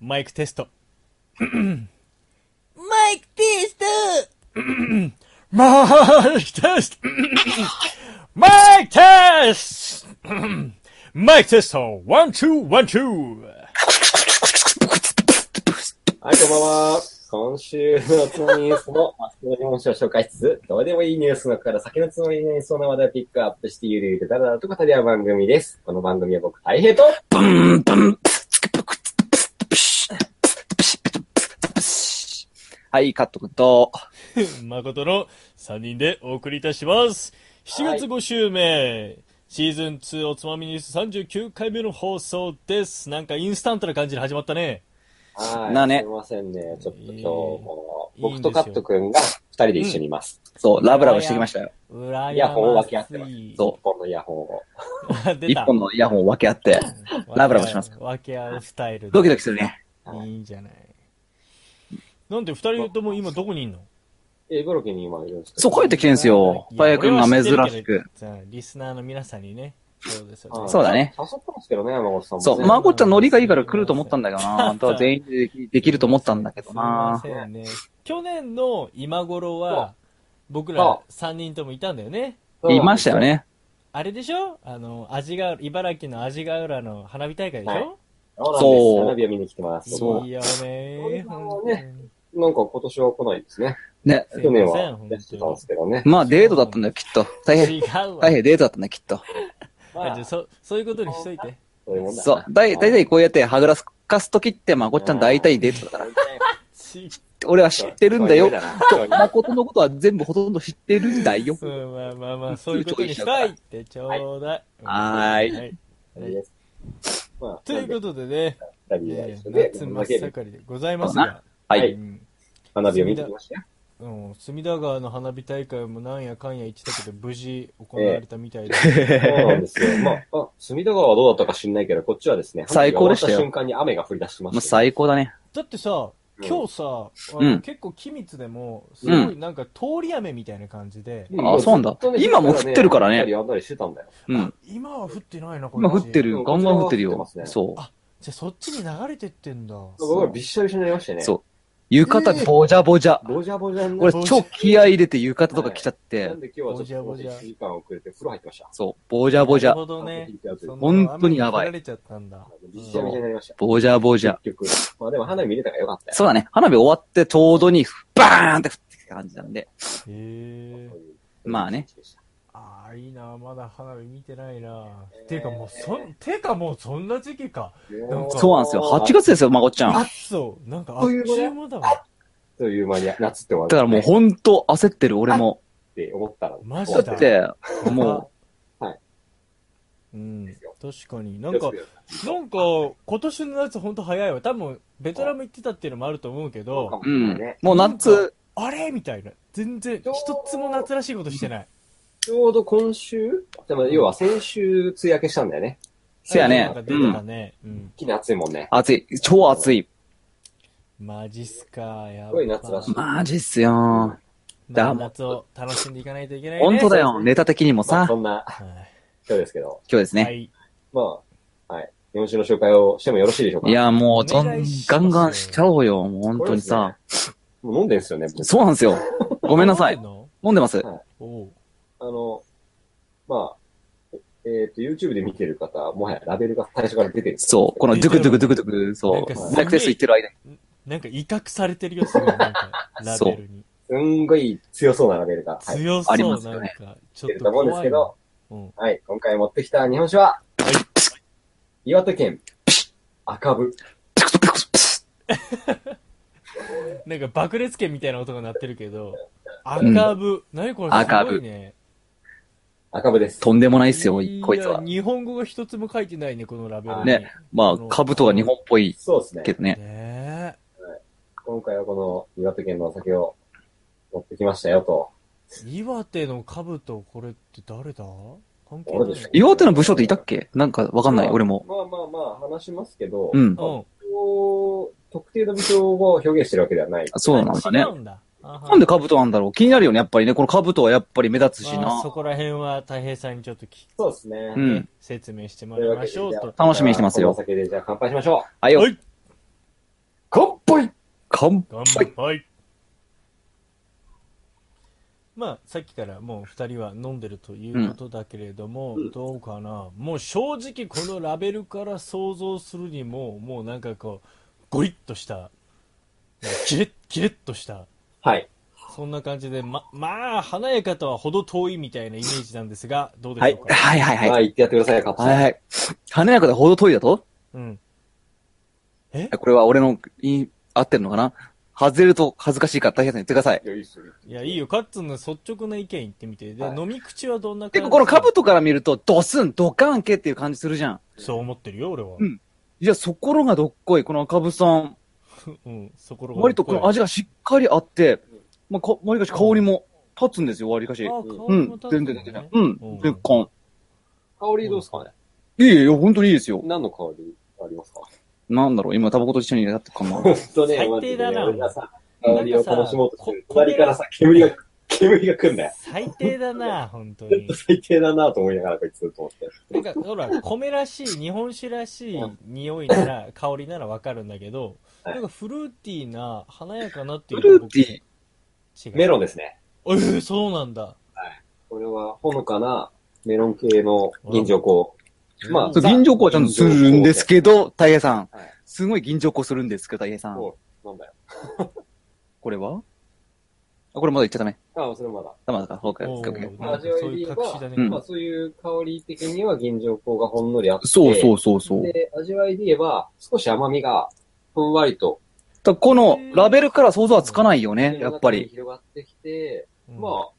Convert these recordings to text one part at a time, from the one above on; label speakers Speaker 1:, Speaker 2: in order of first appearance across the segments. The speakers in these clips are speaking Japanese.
Speaker 1: マイクテスト。
Speaker 2: マイクテスト
Speaker 1: マイクテストマイクテストマイクテストワン、ツー、ワン、ツー
Speaker 3: はい、こんばんは。今週のつまみニュースのマスコミの話を紹介しつつ、どうでもいいニュースの中から先のつまみになりそうな話題をピックアップしてゆるゆるだらだらと語り合う番組です。この番組は僕、大平と、
Speaker 4: はい、カット君と、
Speaker 1: 誠の3人でお送りいたします。7
Speaker 3: はい
Speaker 1: 月5週目、シーズン2おつまみニュース39回目の放送です。なんかインスタントな感じで始まったね。
Speaker 3: はい。
Speaker 4: なね
Speaker 3: すいませんね。ちょっと今日も
Speaker 1: い、い
Speaker 3: 僕とカット君が二人で一緒にいます。
Speaker 4: そう、ラブラブしてきましたよ。
Speaker 1: 裏
Speaker 3: イヤホンを分け合ってます
Speaker 1: い。
Speaker 4: そう
Speaker 3: 一本のイヤホンを。
Speaker 1: あ 出
Speaker 4: 一
Speaker 1: た。
Speaker 4: 本のイヤホンを分け合って、ラブラブします
Speaker 1: 分け合う分け合うスタイルで。
Speaker 4: ドキドキするね。
Speaker 3: ドキ
Speaker 1: いいんじゃない。なんで二人とも今どこにいんの
Speaker 3: え、ブロキに今いるんですけ
Speaker 4: そ
Speaker 3: ど
Speaker 4: う、帰ってきてんすよ。パイ君が珍しく。。
Speaker 1: いや俺は知ってるけどさあリスナーの皆さんにね。そうですよ
Speaker 3: は
Speaker 1: ね
Speaker 3: い
Speaker 4: そうだね。
Speaker 3: 誘ったんですけどね、山本さんもね。
Speaker 4: そう、まこちゃんノリがいいから来ると思ったんだけどな。本当は全員でできると思ったんだけどな
Speaker 1: す。いませんね。去年の今頃は、僕
Speaker 3: あ
Speaker 1: ら3人ともいたんだよね。
Speaker 3: そう
Speaker 4: いましたよ。ね。
Speaker 1: あれでしょあの、味が、茨城の味が浦の花火大会でし
Speaker 3: は
Speaker 1: ょ
Speaker 3: そうなんです。
Speaker 4: そう
Speaker 3: 花火を見に来てます。
Speaker 1: いいよ
Speaker 3: そうい
Speaker 1: ね
Speaker 3: う。の
Speaker 1: 本
Speaker 3: を
Speaker 1: 当に
Speaker 3: ねなんか今年は来ないですね。
Speaker 4: ね。
Speaker 1: すい
Speaker 3: 去年
Speaker 1: ません
Speaker 3: は
Speaker 1: 本当
Speaker 3: 出
Speaker 1: に
Speaker 3: してたんですけどね。
Speaker 4: まあ、デートだったんだよ、きっと。大変、
Speaker 1: 違うわ。
Speaker 4: 大変デートだったんだよ、きっと。
Speaker 3: ま
Speaker 1: あじゃあそ、そういうことにしといて。
Speaker 3: そういうもんだ。
Speaker 4: そう、だいたいこうやってはぐらかすときって、まこちゃん大体デートだから。
Speaker 1: ち
Speaker 4: 俺は知ってるんだよ。
Speaker 3: そう
Speaker 4: まことのことは全部ほとんど知ってるんだよ。
Speaker 1: うん、まあまあまあ、そういうことにしたいってちょうだい。
Speaker 4: はーい
Speaker 1: い。
Speaker 3: まあ、
Speaker 1: ということでね、
Speaker 3: と
Speaker 1: い
Speaker 3: で、二人
Speaker 1: や
Speaker 3: はい
Speaker 1: や
Speaker 3: 一緒で、
Speaker 1: 夏
Speaker 3: こん
Speaker 1: 真
Speaker 3: だ
Speaker 1: っ
Speaker 3: け
Speaker 1: 盛りでございますが、
Speaker 4: は
Speaker 3: は
Speaker 1: う
Speaker 4: い。
Speaker 1: ん
Speaker 3: 花火を見てきましたよ。
Speaker 1: うん、隅田川の花火大会もなんやかんや言ってたけど、無事行われたみたいで、
Speaker 3: そうなんですよ。まあ、あ、隅田川はどうだったか知んないけど、こっちはですね、
Speaker 4: 最高でしたよ
Speaker 3: 花火が終わった瞬間に雨が降り出しま
Speaker 4: まあ、
Speaker 3: したよ。
Speaker 4: 最高だね。
Speaker 1: だってさ、
Speaker 3: うん
Speaker 1: 今日さ、あの
Speaker 4: うん
Speaker 1: 結構君津でも、すごいなんか通り雨みたいな感じで、
Speaker 4: あそうなんだ今も降ってるからね
Speaker 3: 降ったりやんだりしてたんだよ。
Speaker 4: うん。
Speaker 1: 今は降ってないな、こっち
Speaker 4: 今降ってる。ガンガン降ってる
Speaker 3: うん
Speaker 4: よ
Speaker 3: こちら。は
Speaker 4: そ
Speaker 1: じゃあそっちに流れてってん だ。
Speaker 3: 僕はびっしゃびしゃになりました
Speaker 4: う。
Speaker 3: ね。
Speaker 4: そう。浴衣、ぼじゃぼじゃ。
Speaker 3: ボジャボジャにな
Speaker 4: 俺、超気合い入れて浴衣とか着ちゃっ
Speaker 3: な
Speaker 4: て
Speaker 3: ん、で今日はちょっと1時間遅れて風呂入ってました。
Speaker 4: そう。ぼじゃぼじ
Speaker 1: な
Speaker 4: ゃ
Speaker 1: る。ほどね。そんな
Speaker 4: 本当にやばい
Speaker 1: 雨に降られちゃったんだ。
Speaker 3: びっしゃびしゃになりました。
Speaker 4: ぼじゃぼじゃ。
Speaker 3: 結局。まあでも花火見れたからよかったよ。
Speaker 4: そうだね。花火終わってちょうどに、バーンって降ってきた感じなんで。
Speaker 1: へえ
Speaker 3: そう。いう
Speaker 4: まあね。
Speaker 1: ああ、いいな、まだ花火見てないな。てかもう、そん、てかもうそんな時期か。
Speaker 3: も
Speaker 4: そうなんですよ。8月ですよ、まこっちゃん。
Speaker 1: あ
Speaker 4: だ
Speaker 1: っそう、なんかあっちゅう間だわ。
Speaker 3: という間に夏って終わる。
Speaker 4: からもうほんと焦ってる、俺も。
Speaker 3: って思ったら。
Speaker 1: マジ
Speaker 4: だ
Speaker 1: だ
Speaker 4: って、も
Speaker 1: う。ん。確かに。
Speaker 3: な
Speaker 1: なんか、なんか、今年の夏ほんと早いわ。多分、ベトナム行ってたっていうのもあると思うけど、
Speaker 4: う、うん。もう夏、
Speaker 1: あれみたいな。全然、一つも夏らしいことしてない。
Speaker 3: ちょうど今週でも要は先週、梅雨明けしたんだよね。
Speaker 4: せや
Speaker 1: なん
Speaker 4: ね
Speaker 1: か。出
Speaker 4: う
Speaker 1: てた
Speaker 4: ん。
Speaker 1: ね。うん。
Speaker 3: 一気に暑いもんね。
Speaker 4: 暑い。超暑い。
Speaker 1: マジっすか、やば
Speaker 3: すごい夏らしい
Speaker 4: マジっすよ。
Speaker 1: まあ
Speaker 4: だ
Speaker 1: 夏を楽しんでいかないといけないね。
Speaker 4: ほんと
Speaker 1: そ
Speaker 4: だよ。
Speaker 1: うで
Speaker 4: ネタ的にも
Speaker 3: まあ
Speaker 4: さ、
Speaker 3: そんな
Speaker 1: すね。はい
Speaker 3: 今日ですけど。
Speaker 4: 今日です
Speaker 1: は
Speaker 4: ね。
Speaker 1: い。
Speaker 3: まあ、はい。日本酒の紹介をしてもよろしいでしょうか
Speaker 4: い、や、もう、ど
Speaker 1: お願
Speaker 4: ん
Speaker 1: いします
Speaker 4: ガンガンしちゃおうよ。もう本当にさ。
Speaker 3: これですね。もう飲んでんすよね、僕
Speaker 4: そうなんですよ。ごめんなさ
Speaker 1: 飲
Speaker 4: い
Speaker 1: で。の
Speaker 4: 飲んでます。
Speaker 1: おう
Speaker 3: あの、まあ、えっと、YouTube で見てる方、もはやラベルが最初から出てる。
Speaker 4: そう。このドゥクドゥクドゥクドゥク、そ
Speaker 1: なんかす
Speaker 4: う。
Speaker 1: げえ
Speaker 4: サクセス行ってる間に。
Speaker 1: なんか威嚇されてるよ、すごい。なんか、ラベルに。
Speaker 3: すんごい強そうなラベルが入っ
Speaker 1: 強そ
Speaker 4: あり
Speaker 1: う、
Speaker 4: ます
Speaker 1: な
Speaker 4: よ
Speaker 1: ん
Speaker 4: ね
Speaker 1: か、ち
Speaker 3: て
Speaker 1: ょっ
Speaker 3: る
Speaker 1: と
Speaker 3: と思うんです
Speaker 1: 怖い
Speaker 3: けど
Speaker 1: わ。、うん。
Speaker 3: はい、今回持ってきた日本酒は、岩手県、赤部。
Speaker 1: なんか爆裂剣みたいな音が鳴ってるけど、赤部。何これすごいね。
Speaker 3: 赤部です。
Speaker 4: とんでもないっすよ、
Speaker 1: いや
Speaker 4: こいつは。
Speaker 1: 日本語が一つも書いてないね、このラベルに。
Speaker 4: ねまあ、兜が日本っぽい
Speaker 3: そうですね。
Speaker 4: けどね。
Speaker 1: ね
Speaker 3: 今回はこの岩手県のお酒を持ってきましたよと。
Speaker 1: え。岩手の兜、これって誰だ関係
Speaker 3: 俺
Speaker 1: ない
Speaker 3: でしょ
Speaker 4: 岩手の武将っていたっけなんかわかんない、俺も。
Speaker 3: まあまあまあ話しますけど、
Speaker 4: うん
Speaker 1: う。
Speaker 3: 特定の武将を表現してるわけではない。
Speaker 4: そうなんん
Speaker 1: あ
Speaker 4: だ
Speaker 1: 違
Speaker 4: ね。
Speaker 1: うんだ。
Speaker 4: なん
Speaker 1: で
Speaker 4: で兜なんだろう気になるよね、やっぱりね。この兜はやっぱり目立つしな
Speaker 1: そ。こら辺はたい平さんにちょっとき
Speaker 3: そうですね。
Speaker 4: うん。
Speaker 1: 説明してもらいましょうと。
Speaker 4: 楽しみにしてますよ
Speaker 3: お酒でじゃあ乾杯しましょう。
Speaker 4: あよ
Speaker 1: は、い、
Speaker 3: 乾杯
Speaker 4: 乾
Speaker 1: 乾
Speaker 4: 杯。
Speaker 1: 杯。まあ、さっきからもう二人は飲んでるということだけれども、どうかな。もう正直このラベルから想像するにも、もうなんかこう、ゴリッとした、キレッ、キレッとした、
Speaker 3: はい。
Speaker 1: そんな感じで、ま、まあ、華やかとはほど遠いみたいなイメージなんですが、どうで
Speaker 4: は
Speaker 1: し
Speaker 4: い
Speaker 1: ょう。か。
Speaker 4: はいはいはい。
Speaker 3: ま
Speaker 4: は
Speaker 3: あ、言
Speaker 4: い
Speaker 3: ってやってください、カップさん。
Speaker 4: はい。華やかでほど遠いだと
Speaker 1: うん。
Speaker 4: これは俺の言い、合ってるのかな外れると恥ずかしいから大変さん言ってください。
Speaker 3: よいしょ
Speaker 1: いや、いいよ。カッツンの率直な意見言ってみて。で、
Speaker 3: はい
Speaker 1: 飲み口はどんな感じ
Speaker 4: 結構この兜から見ると、ドスン、ドカンケっていう感じするじゃん。
Speaker 1: そう思ってるよ、俺は。
Speaker 4: うんいや、そころがどっこい、この赤ぶさん。
Speaker 1: うん。そこらが
Speaker 4: 割とこの味がしっかりあって、まあ、か、わりかし香りも立つんですよ、わりかし。
Speaker 1: あ、
Speaker 4: う
Speaker 1: 香りも
Speaker 4: ん
Speaker 1: 立、つ
Speaker 4: 全
Speaker 1: ね
Speaker 4: 然全然。うん
Speaker 1: うん、
Speaker 4: 絶感。
Speaker 3: 香りどうですかね
Speaker 4: いいよ、本当にいいですよ。
Speaker 3: 何の香りありますか
Speaker 4: なんだろう、今、タバコと一緒にやって たかな。
Speaker 3: 本当ね、
Speaker 1: 最低だな
Speaker 3: マジでね俺がさ、
Speaker 1: なんかさ
Speaker 3: 香りを楽しもうとしてる。
Speaker 1: こ
Speaker 3: 隣からさ、煙が、煙が来るんだよ。
Speaker 1: 最低だな、本当に。
Speaker 3: 最低だなと思いながらこいつと思って。
Speaker 1: なんか、ほら、米らしい、日本酒らしい匂いなら、香りならわかるんだけど、
Speaker 3: はい
Speaker 1: なんかフルーティーな、華やかなってい
Speaker 4: フ
Speaker 1: う
Speaker 4: ル
Speaker 1: の
Speaker 4: ー
Speaker 1: は
Speaker 4: ティー。
Speaker 1: 僕違う。
Speaker 3: メロンですね。
Speaker 1: えー、そうなんだ。
Speaker 3: これはほのかなメロン系の銀条香。まあ
Speaker 4: そう、銀条香はちゃんとするんですけど、たい平さん
Speaker 3: はい。
Speaker 4: すごい銀条香するんですけど、たい平さん。
Speaker 3: そう、なんだよ。
Speaker 4: これはあ、これまだ言っちゃダメ。
Speaker 3: あ、それまだ。
Speaker 4: ダメだから、そうか、
Speaker 1: お
Speaker 4: オッケーオッ
Speaker 1: ー
Speaker 4: ケ
Speaker 1: なんかそういう隠しだね。
Speaker 4: うん
Speaker 3: まあそういう香り的には銀条香がほんのりあっ
Speaker 4: ー
Speaker 3: て。
Speaker 4: そうそうそうそう。
Speaker 3: で、味わいで言えば、少し甘みが、ふんわりと、
Speaker 4: だからこの、ラベルから想像はつかないよね、
Speaker 3: 口
Speaker 4: や
Speaker 3: の
Speaker 4: っぱ
Speaker 3: 中に
Speaker 4: り。
Speaker 3: 広がってきて、
Speaker 1: うん
Speaker 3: まあ、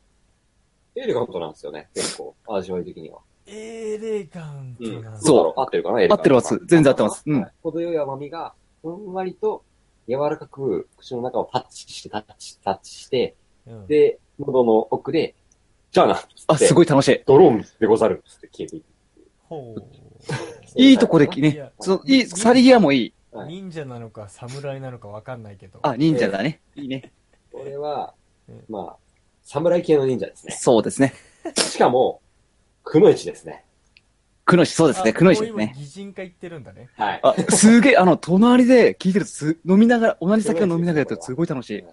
Speaker 3: エレガントなんですよね、結構、味わい的には。
Speaker 1: エレガントなんだ
Speaker 4: そう
Speaker 3: だろ合ってるかな、エレガ
Speaker 4: 合
Speaker 3: ント。
Speaker 4: ってるはず。全然合ってます。うん
Speaker 3: は。い。程よい甘みが、ふんわりと、柔らかく、口の中をタッチして、タッチ、タッチして、
Speaker 1: うん
Speaker 3: で、喉の奥で、じゃあな、
Speaker 4: あ、すごい楽しい。
Speaker 3: ドローンでござる、つって消えていく。
Speaker 1: ほう。
Speaker 4: いいとこで
Speaker 1: いや
Speaker 4: ね、その、いい、去り際もいい。
Speaker 3: はい
Speaker 1: 忍者なのか侍なのかわかんないけど。
Speaker 4: あ、忍者だね。いいね。
Speaker 3: これは
Speaker 1: うん、
Speaker 3: まあ、侍系の忍者ですね。
Speaker 4: そうですね。
Speaker 3: しかも、くのいちですね。
Speaker 4: くのし、そうですね。
Speaker 1: あ
Speaker 4: くのいしですね
Speaker 1: もう。今擬人化言ってるんだね。
Speaker 3: はい。
Speaker 4: あ、すげえ、あの、隣で聞いてるとす、飲みながら、同じ酒を飲みながらやるとすごい楽しい。う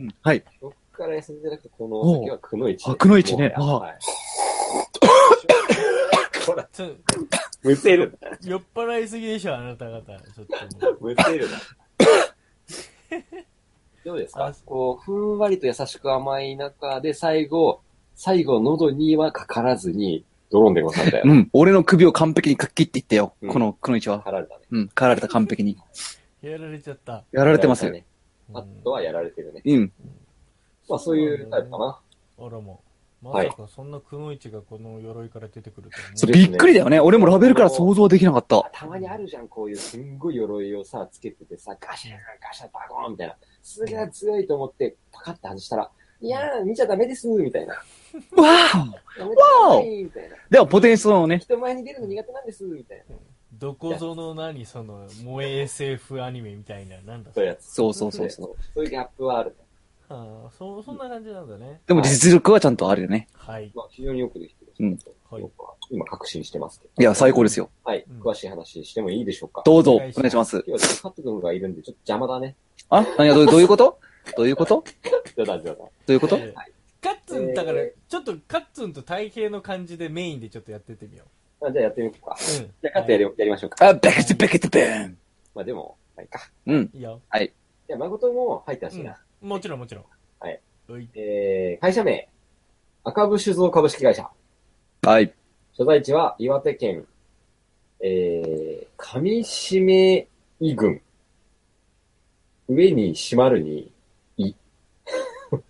Speaker 4: ん。はい。
Speaker 3: 僕から休んじゃなくて、この先はくのいち。
Speaker 4: おうあくのいちね
Speaker 3: もう
Speaker 4: あ
Speaker 3: はい。ほら、
Speaker 1: ちょ
Speaker 3: むせるな。
Speaker 1: 酔っ払いすぎでしょ、あなた方。ちょっともう。
Speaker 3: むせ るな。どうです
Speaker 1: あ
Speaker 3: かこう、ふんわりと優しく甘い中で、最後、最後、喉にはかからずに、ドローンでござったよ。
Speaker 4: うん。俺の首を完璧にかっきっていったよ。
Speaker 3: うん
Speaker 4: この、くのいちは。
Speaker 3: かかられたね。
Speaker 4: うん。狩られた完璧に。
Speaker 1: やられちゃ った。
Speaker 4: やられてます
Speaker 1: う
Speaker 3: や
Speaker 4: よ。
Speaker 1: ん
Speaker 3: られたね。あとはやられてるね。
Speaker 4: うん。
Speaker 3: まあ、そういうタイプか。な。
Speaker 1: あらも。まさかそんなくのいちがこの鎧から出てくるとはね
Speaker 4: そう、びっくりだよね。俺もラベルから想像できなかった。
Speaker 3: たまにあるじゃん、こういうすんごい鎧をさ、つけててさ、ガシャンガシャンバコーンみたいな。すげえ強いと思って、パカッて外したら、いやー、見ちゃダメです、みたいな。
Speaker 4: わー
Speaker 3: やめてくださいみたいな。
Speaker 4: では、ポテンシャルのね、
Speaker 3: 人前に出るの苦手なんです、みたいな。
Speaker 1: どこぞの何、その、萌え SF アニメみたいな、なんだ
Speaker 3: そういうやつ。
Speaker 4: そうそうそうそう。
Speaker 3: そういうギャップはある。
Speaker 1: はあ、そ、そんな感じなんだね。
Speaker 4: でも実力はちゃんとあるよね。
Speaker 1: はい。
Speaker 3: まあ、非常によくできてる。
Speaker 4: うん
Speaker 1: はい
Speaker 3: 僕は今、確信してますけど。
Speaker 4: いや、最高ですよ。
Speaker 3: はい
Speaker 1: うん。
Speaker 3: 詳しい話してもいいでしょうか。
Speaker 4: どうぞ、お願いします。
Speaker 3: 今日は、カット君がいるんで、ちょっと邪魔だね。
Speaker 4: あ何がどうどういうことどういうこと
Speaker 3: 冗談冗談。
Speaker 4: どういうこと
Speaker 1: えーカッツン、だから
Speaker 3: え、
Speaker 1: ちょっとカッツンと体型の感じでメインでちょっとやってってみよ
Speaker 3: あじゃあやってみようか。
Speaker 1: う。うん。
Speaker 3: じゃあ、カットやり,、やりましょうか。
Speaker 4: あ、ベケテベケテベーン
Speaker 3: まあ、でも、はいか。
Speaker 4: うん。
Speaker 1: いいよ。
Speaker 3: じゃあ、誠も入ってほしいな。
Speaker 1: もちろんもちろん。
Speaker 3: はい。
Speaker 1: はい。
Speaker 3: えー、会社名、赤部酒造株式会社。
Speaker 4: はい。
Speaker 3: 所在地は岩手県、えー、上締井郡。上に締まるに、い。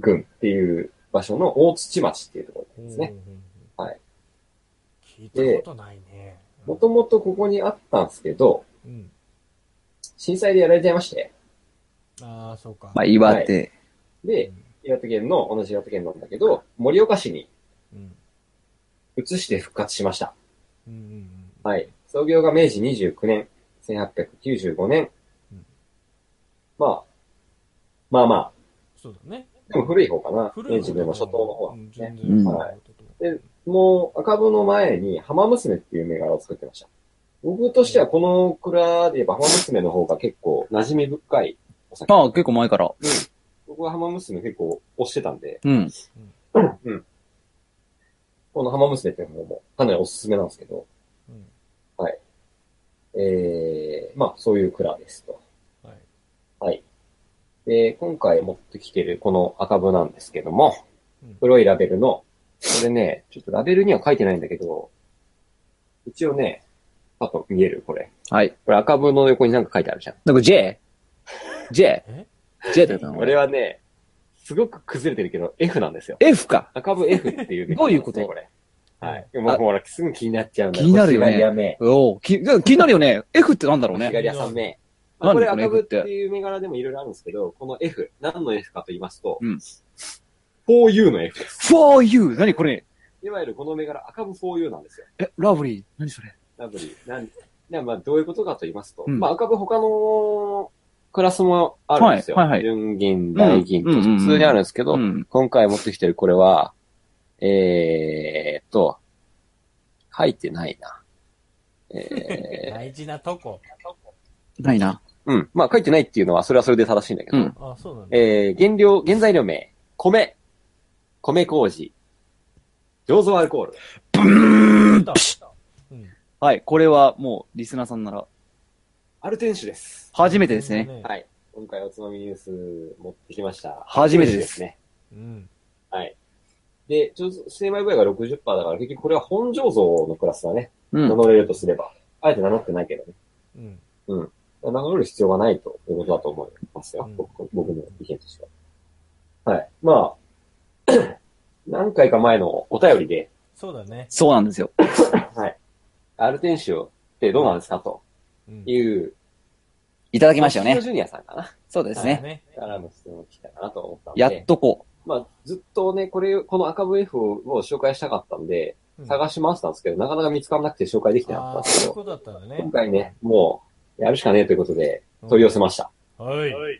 Speaker 3: 郡っていう場所の大土町っていうところですね。
Speaker 1: うんうんうん
Speaker 3: はい。
Speaker 1: 聞いたことないね。
Speaker 3: もともとここにあったんですけど、
Speaker 1: うん。
Speaker 3: 震災でやられちゃいまして。
Speaker 1: ああ、そうか。
Speaker 4: まあ、岩手。
Speaker 3: で、岩手県の、同じ岩手県なんだけど、盛岡市に
Speaker 1: うん。
Speaker 3: 移して復活しました。
Speaker 1: うんうんうん。
Speaker 3: はい。創業が明治29年、1895年。
Speaker 1: うん
Speaker 3: まあ、まあま
Speaker 1: そうだね。
Speaker 3: あ、でも古い方かな。
Speaker 1: 古
Speaker 3: ね、
Speaker 1: い
Speaker 3: 自分も初頭の方は、
Speaker 1: うん
Speaker 3: ね。
Speaker 1: 全然
Speaker 4: うん
Speaker 1: はい
Speaker 3: もう赤子の前に浜娘っていう銘柄を作ってました。僕としてはこの蔵で言えば浜娘の方が結構馴染み深いお酒。
Speaker 4: ああ、結構前から。
Speaker 3: 僕は浜娘結構推してたんで、
Speaker 4: うん。
Speaker 3: この浜娘っていうのもかなりおすすめなんですけど、
Speaker 1: うん
Speaker 3: えー、まあそういう蔵ですと。
Speaker 1: はい
Speaker 3: で、今回持ってきてるこの赤部なんですけども
Speaker 1: うん、
Speaker 3: 黒いラベルの、これね、ちょっとラベルには書いてないんだけど、一応ね、パッと見えるこれ。
Speaker 4: はい。
Speaker 3: これ赤部の横になんか書いてあるじゃん。
Speaker 4: なんか J?J? J?
Speaker 1: え
Speaker 4: J だったの
Speaker 3: これはね、すごく崩れてるけど、F なんですよ。
Speaker 4: F か。
Speaker 3: 赤部 F っていう、
Speaker 4: どういうこと
Speaker 3: これ。はい。もう
Speaker 4: あ
Speaker 3: ほら、すぐ気になっちゃうんだ
Speaker 4: 気になるよね
Speaker 3: 左やめ。
Speaker 4: おお、き、気になるよね。F ってなんだろうね。
Speaker 3: 左やさめ。
Speaker 4: 何
Speaker 3: あこれ
Speaker 4: こ
Speaker 3: 赤
Speaker 4: の F
Speaker 3: 部
Speaker 4: っ
Speaker 3: ってていう銘柄でもいろいろあるんですけど、この F、何の F かと言いますと、
Speaker 4: うん
Speaker 3: 4U の F です。
Speaker 4: for you! 何これ
Speaker 3: いわゆるこの銘柄赤部 4U なんですよ。
Speaker 4: え、ラブリー。何それ
Speaker 3: ラブリー。なんでまあ、どういうことかと言いますと、
Speaker 4: うん
Speaker 3: まあ、赤部他のクラスもあるんですよ。
Speaker 4: はいはいはい
Speaker 3: 純銀、大銀と
Speaker 4: うんうんうんうん
Speaker 3: 普通にあるんですけど、
Speaker 4: ん。
Speaker 3: 今回持ってきてるこれは、えーっと、書いてないな。 えー、
Speaker 1: 大事なとこ。
Speaker 4: ないな。
Speaker 3: うん。まあ書いてないっていうのは、それはそれで正しいんだけど、
Speaker 4: うん
Speaker 1: あ、そうなんだ。
Speaker 3: えー、原料、原材料名、米、米麹、醸造アルコール。
Speaker 1: うん
Speaker 4: はい。これはもう、リスナーさんなら、
Speaker 3: アルテン酒です。
Speaker 4: 初めてですね。。
Speaker 3: はい。今回おつまみニュース持ってきました。
Speaker 4: 初めてです
Speaker 3: ね。
Speaker 1: うん。
Speaker 3: はい。で、ちょっと、精米部合が60%だから、結局これは本醸造のクラスだね。
Speaker 4: うん
Speaker 3: 名。乗れるとすれば。あえて名乗ってないけどね。
Speaker 1: うん。
Speaker 3: 名乗る必要がないということだと思いますよ。
Speaker 1: うん
Speaker 3: 僕僕の意見としては。はい。まあ、 何回か前のお便りで、
Speaker 1: そうだね。
Speaker 4: そうなんですよ。
Speaker 3: アルテンシオってどうなんですかと
Speaker 1: うん
Speaker 3: いう。
Speaker 4: いただ
Speaker 3: 来
Speaker 4: きましたよね。
Speaker 3: ジュニアさんかな。
Speaker 4: そうです
Speaker 1: そうだ
Speaker 4: ね。
Speaker 1: ね。
Speaker 3: からの質問来たかなと思ったんで。
Speaker 4: やっとこ
Speaker 3: まあ、ずっとね、これ、この赤 VF を紹介したかったんで、探し回したんですけど、なかなか見つからなくて紹介できてなかった
Speaker 1: あ
Speaker 3: ん
Speaker 1: あ、
Speaker 3: です
Speaker 1: そう
Speaker 3: け
Speaker 1: いう
Speaker 3: ど、
Speaker 1: ことだったんだね
Speaker 3: 今。回ね、もう、やるしかねえということで、取り寄せました。
Speaker 1: はい。
Speaker 3: は
Speaker 1: はい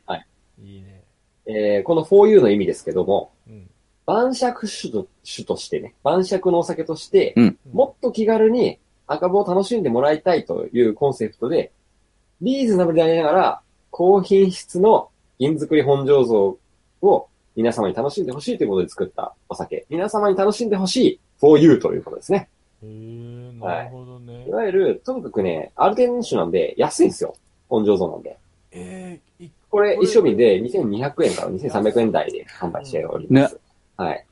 Speaker 1: いね。
Speaker 3: えー、この 4U の意味ですけども、
Speaker 1: うん。
Speaker 3: 晩酌酒と酒としてね、晩酌のお酒として、
Speaker 4: うん
Speaker 3: もっと気軽に赤棒を楽しんでもらいたいというコンセプトで、リーズナブルでありながら、高品質の銀作り本醸造を皆様に楽しんでほしいということで作ったお酒。皆様に楽しんでほしい 4U ということですね。
Speaker 1: へえ、なるほどね
Speaker 3: い。わゆる、とにかくね、アルテン酒なんで安いんですよ。本醸造なんで。
Speaker 1: えー、い
Speaker 3: これ
Speaker 1: これ
Speaker 3: 一升瓶で2200円から2300円台で販売しております。はい。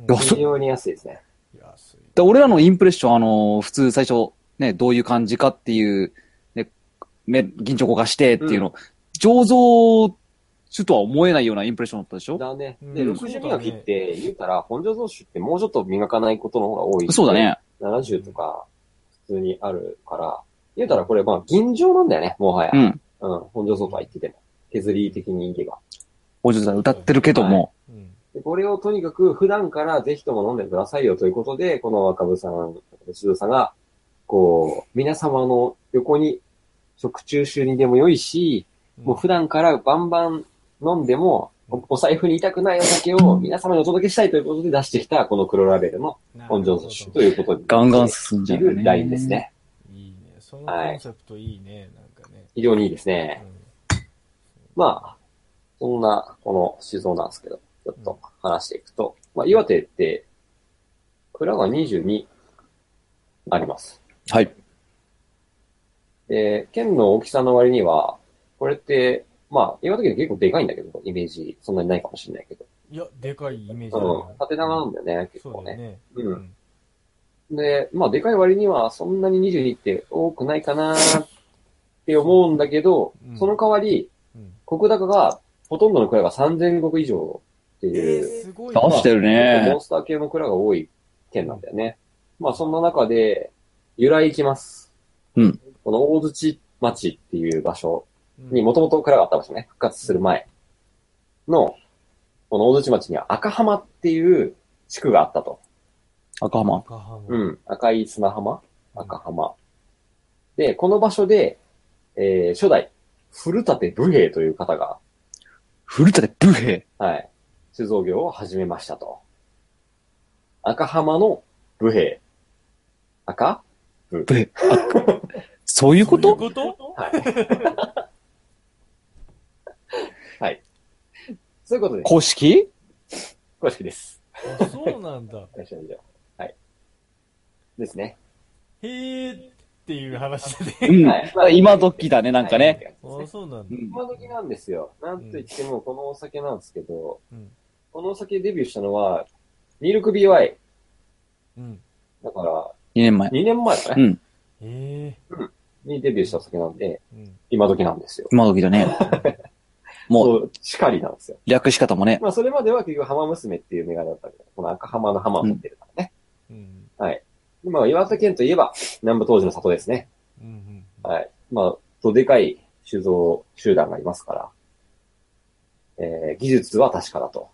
Speaker 1: うん
Speaker 4: やそ。
Speaker 3: 非常に安いですね。
Speaker 1: 安いう
Speaker 4: で俺らのインプレッション、あのー、普通最初、ね、どういう感じかっていう、ね、め、銀チョコがしてっていうの、醸造酒とは思えないようなインプレッションだったでしょ
Speaker 3: だね。で、
Speaker 1: うん
Speaker 3: 60磨きって言うたら、本醸造酒ってもうちょっと磨かないことの方が多い。
Speaker 4: そうだ。ね。
Speaker 3: 70とか、普通にあるから、言うたらこれ、まあ、銀醸なんだよね、もはや
Speaker 4: う。ん。
Speaker 3: うん、本醸造とは言ってても。削り的に言えば。
Speaker 4: お嬢さん歌ってるけども、
Speaker 1: うん。
Speaker 3: でこれをとにかく普段からぜひとも飲んでくださいよということで、この赤部さん、吉田さんが、こう、皆様の横に、食中酒にでも良いし、もう普段からバンバン飲んでも、おお財布に痛くないお酒を皆様にお届けしたいということで出してきた、この黒ラベルの
Speaker 1: なるほ
Speaker 3: 本
Speaker 1: ど
Speaker 3: 醸造酒ということに。
Speaker 4: ガンガン進んじゃ
Speaker 3: いう
Speaker 4: よ
Speaker 3: る
Speaker 4: ね。
Speaker 3: ラインです。ね。
Speaker 1: いいね。そのコンセプトいいね。なんかね。
Speaker 3: 非常にいいですね。まあ、そんな、この酒造なんですけど、ちょっと話していくと、まあ、岩手って、蔵が22あります。
Speaker 4: はい。
Speaker 3: で、県の大きさの割には、これって、まあ、岩手県結構でかいんだけど、イメージそんなにないかもしれないけど、
Speaker 1: うんいや、でかいイメージだ
Speaker 3: う、
Speaker 1: なん
Speaker 3: 縦長なんだよね、結
Speaker 1: そ
Speaker 3: 構
Speaker 1: うだよ
Speaker 3: ね。
Speaker 1: ね。
Speaker 3: うん
Speaker 1: ん。
Speaker 3: で、まあ、でかい割には、そんなに22って多くないかなって思うんだけど、
Speaker 1: うん
Speaker 3: その代わり、
Speaker 1: うん
Speaker 3: 国高が、ほとんどの蔵が3000国以上って
Speaker 1: え
Speaker 3: いう、
Speaker 1: ー、すごい
Speaker 4: 出
Speaker 1: な。
Speaker 4: してる
Speaker 3: モ
Speaker 4: ね
Speaker 3: ン。スター系の蔵が多い県なんだよね。まあ、そんな中で、由来行きます。
Speaker 4: うん
Speaker 3: この大槌町っていう場所
Speaker 1: うん
Speaker 3: に、もともと蔵があった場所ね、復活する前の、この大槌町には赤浜っていう地区があったと。
Speaker 4: 赤浜。
Speaker 1: 赤浜
Speaker 3: うん。赤い砂浜赤浜。で、この場所で、えー初代、古立武兵衛という方が、
Speaker 4: 古田で武兵。
Speaker 3: はい。酒造業を始めましたと。赤浜の武兵。赤
Speaker 4: 武兵。あそういうこと
Speaker 1: そういうこと
Speaker 3: そういうことです。
Speaker 4: 公式
Speaker 3: 公式です。
Speaker 1: あそうなんだ。
Speaker 3: よいしょよいしょはい。ですね。
Speaker 1: へえっていう話 で
Speaker 4: う
Speaker 1: ね。
Speaker 4: ん
Speaker 3: はいまあ。
Speaker 4: 今時だね、なんかね。
Speaker 3: はい
Speaker 1: あそうなん
Speaker 4: う
Speaker 1: だ。
Speaker 4: ん
Speaker 3: 今時なんですよ。なんといっても、このお酒なんですけど、
Speaker 1: うん
Speaker 3: このお酒デビューしたのは、ミルク BY。
Speaker 1: うん。
Speaker 3: だから、
Speaker 4: 2年前。
Speaker 3: 2年前か
Speaker 4: う
Speaker 3: ね、
Speaker 4: ん。
Speaker 1: へ
Speaker 3: にデビューしたお酒なんで、
Speaker 1: えうん。
Speaker 3: 今時なんですよ。
Speaker 4: 今時 だね。もう、
Speaker 3: そう、しかりなんですよ。
Speaker 4: 略し方もね。
Speaker 3: まあ、それまでは結局、浜娘っていう銘柄だったんで、この赤浜の浜を持ってるからね。
Speaker 1: うん。
Speaker 3: 今は岩手県といえば、南部当時の里ですね。
Speaker 1: うん。
Speaker 3: はい。まあ、とでかい酒造集団がいますから、えー技術は確かだと。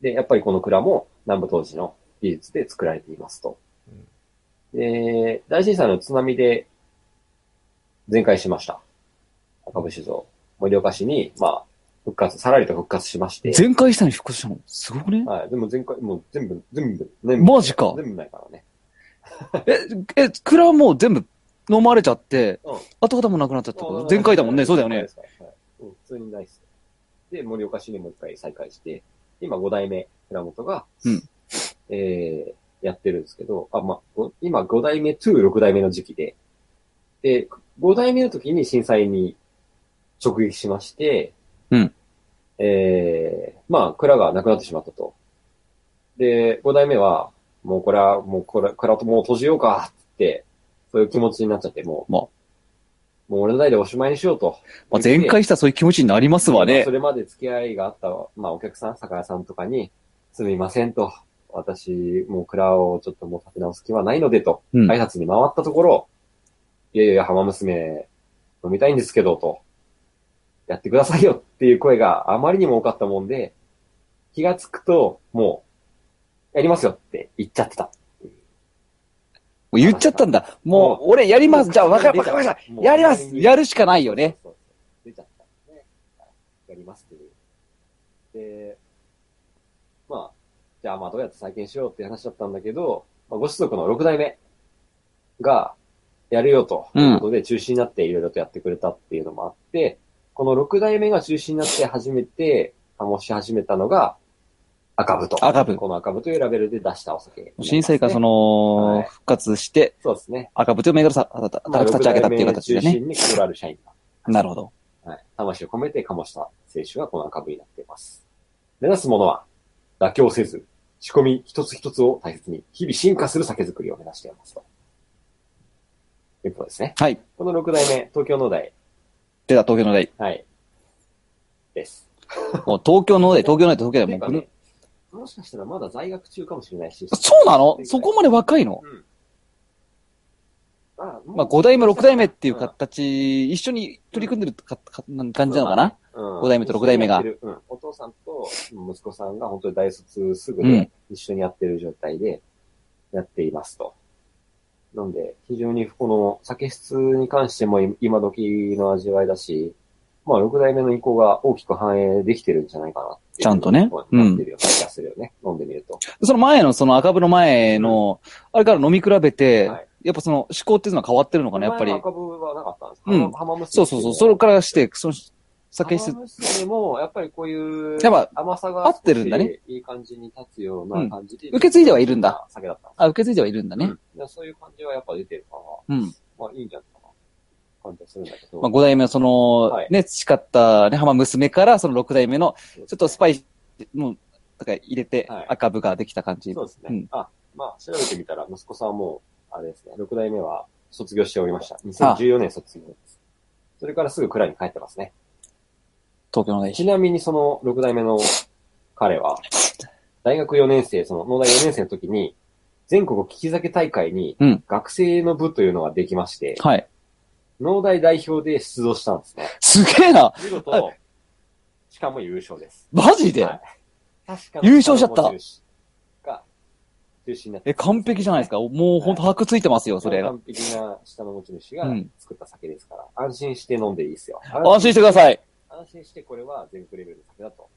Speaker 3: で、やっぱりこの蔵も南部当時の技術で作られていますと。で、大震災の津波で全壊しました。赤部酒造。盛岡市に、まあ、復活、さらりと復活しまして。
Speaker 4: 全開したのに復活したの。すごくね
Speaker 3: はい。でも全壊、もう全部、全部、全部。
Speaker 4: マジか。
Speaker 3: 全部ないからね。
Speaker 4: え、え、蔵はもう全部飲まれちゃって
Speaker 3: うん、
Speaker 4: 跡形もなくなっちゃったってこと全開だもんね。そうだよね。。
Speaker 3: うん普通にないっす。で、盛岡市にもう一回再開して、今5代目、蔵元が、
Speaker 4: うん
Speaker 3: えー、やってるんですけど、あ、まあ、ご今5代目と6代目の時期で、で、5代目の時に震災に直撃しまして、
Speaker 4: うん
Speaker 3: えー、まあ、蔵がなくなってしまったと。で、5代目は、もうこれは、もうこれ、蔵ともう閉じようか、って、そういう気持ちになっちゃって、もう、
Speaker 4: まあ
Speaker 3: もう俺の代でおしまいにしようと。
Speaker 4: まあ、全開したらそういう気持ちになりますわ
Speaker 3: まあ
Speaker 4: ね
Speaker 3: そ。れまで付き合いがあった、まあお客さん、酒屋さんとかに、すみませんと、私、もう蔵をちょっともう立て直す気はないのでと、
Speaker 4: うん。
Speaker 3: 挨拶に回ったところ、いやいや、浜娘、飲みたいんですけど、と、やってくださいよっていう声があまりにも多かったもんで、気がつくと、もう、やりますよって言っちゃってた。
Speaker 4: もう言っちゃったんだ。もう、俺やります。じゃあ、わかわかりました。
Speaker 3: もう
Speaker 4: やります。やるしかないよね。。
Speaker 3: そうそうそう出ちゃったんですね。やりますっていう。で、まあ、じゃあまあどうやって再建しようっていう話だったんだけど、まあ、ご子族の6代目がやるよと
Speaker 4: う
Speaker 3: い
Speaker 4: ん
Speaker 3: うことで中心になっていろいろとやってくれたっていうのもあって、この6代目が中心になって初めて、醸し始めたのが、赤部と。
Speaker 4: 赤部
Speaker 3: この赤部というラベルで出したお酒。
Speaker 4: 震災からそ、
Speaker 3: は
Speaker 4: の
Speaker 3: い、
Speaker 4: 復活して、
Speaker 3: そうですね。
Speaker 4: 赤部とメガルさ、たた
Speaker 3: まあ
Speaker 4: 立ち上げたっていう形で
Speaker 3: 六代目中
Speaker 4: ね。
Speaker 3: 心にコラル社員が
Speaker 4: なるほど。
Speaker 3: はい。魂を込めて醸した聖酒がこの赤部になっています。目指すものは、妥協せず、仕込み一つ一つを大切に、日々進化する酒造りを目指していますと。ということですね。
Speaker 4: はい。
Speaker 3: この6代目、東京農大。
Speaker 4: 出た、東京の大。
Speaker 3: はい。です。
Speaker 4: もう東京の大、東京の大、東京
Speaker 3: て
Speaker 4: の大、も
Speaker 3: いう
Speaker 4: う
Speaker 3: か
Speaker 4: ぐる
Speaker 3: ね、もしかしたらまだ在学中かもしれないし。
Speaker 4: そうなのそこまで若いの
Speaker 3: うん。あ
Speaker 4: まあ、5代目、6代目っていう形、一緒に取り組んでるかか感じなのかな
Speaker 3: 五
Speaker 4: 五代目と六代目が
Speaker 3: うん。お父さんと息子さんが本当に大卒すぐ
Speaker 4: う
Speaker 3: で
Speaker 4: ん
Speaker 3: 一緒にやってる状態でやっていますと。なんで、非常にこの酒質に関しても今今時の味わいだし、まあ六代目の意向が大きく反映できてるんじゃないかなっていう
Speaker 4: ちゃんとね
Speaker 3: こうなってるような気がするよね。飲んでみると。
Speaker 4: その前の、その赤部の前の、あれから飲み比べて
Speaker 3: はい、
Speaker 4: やっぱその思考っていうのは変わってるのかな、やっぱり
Speaker 3: 前の。赤部はなかったんですか
Speaker 4: うん
Speaker 3: 浜娘ってい
Speaker 4: そうそうそう、それからして、その、酒質
Speaker 3: 浜、娘も、やっぱりこういう
Speaker 4: やっぱ
Speaker 3: 甘さが
Speaker 4: 合ってるんだね
Speaker 3: 少しいい感じに立つような感じで、
Speaker 4: うん受け継いではいるんだ。
Speaker 3: 酒だったんです
Speaker 4: あ、受け継いではいるんだね。
Speaker 3: うんそういう感じはやっぱ出てるから、
Speaker 4: うん。
Speaker 3: まあいいんじゃないかな。感じはするんだけど。
Speaker 4: まあ、5代目はその
Speaker 3: はい、
Speaker 4: ね、培った、ね、浜娘から、その6代目の、ちょっとスパイス、もう、だから入れて
Speaker 3: はい、
Speaker 4: 赤部ができた感じ。
Speaker 3: そうですね。
Speaker 4: うん
Speaker 3: あ、まあ調べてみたら、息子さんはもう、あれですね、6代目は卒業しておりました。2014年卒業です。それからすぐ蔵に帰ってますね。
Speaker 4: 東京の大
Speaker 3: ちなみにその6代目の彼は、大学4年生、その農大4年生の時に、全国利き酒大会に
Speaker 4: うん、
Speaker 3: 学生の部というのができまして、
Speaker 4: はい。
Speaker 3: 農大代表で出場したんですね。
Speaker 4: すげえな
Speaker 3: 見事、しかも優勝です。
Speaker 4: マジで
Speaker 3: はい確か
Speaker 4: 優勝しちゃった
Speaker 3: が、中心になって
Speaker 4: え、完璧じゃないです
Speaker 3: か。
Speaker 4: か。もうほんと把握ついてますよ、それ。
Speaker 3: 完璧な下の持ち主が
Speaker 4: うん
Speaker 3: 作った酒ですから、安心して飲んでいいですよ。
Speaker 4: 安心してください。
Speaker 3: 安心してこれは全国レベルの作だと。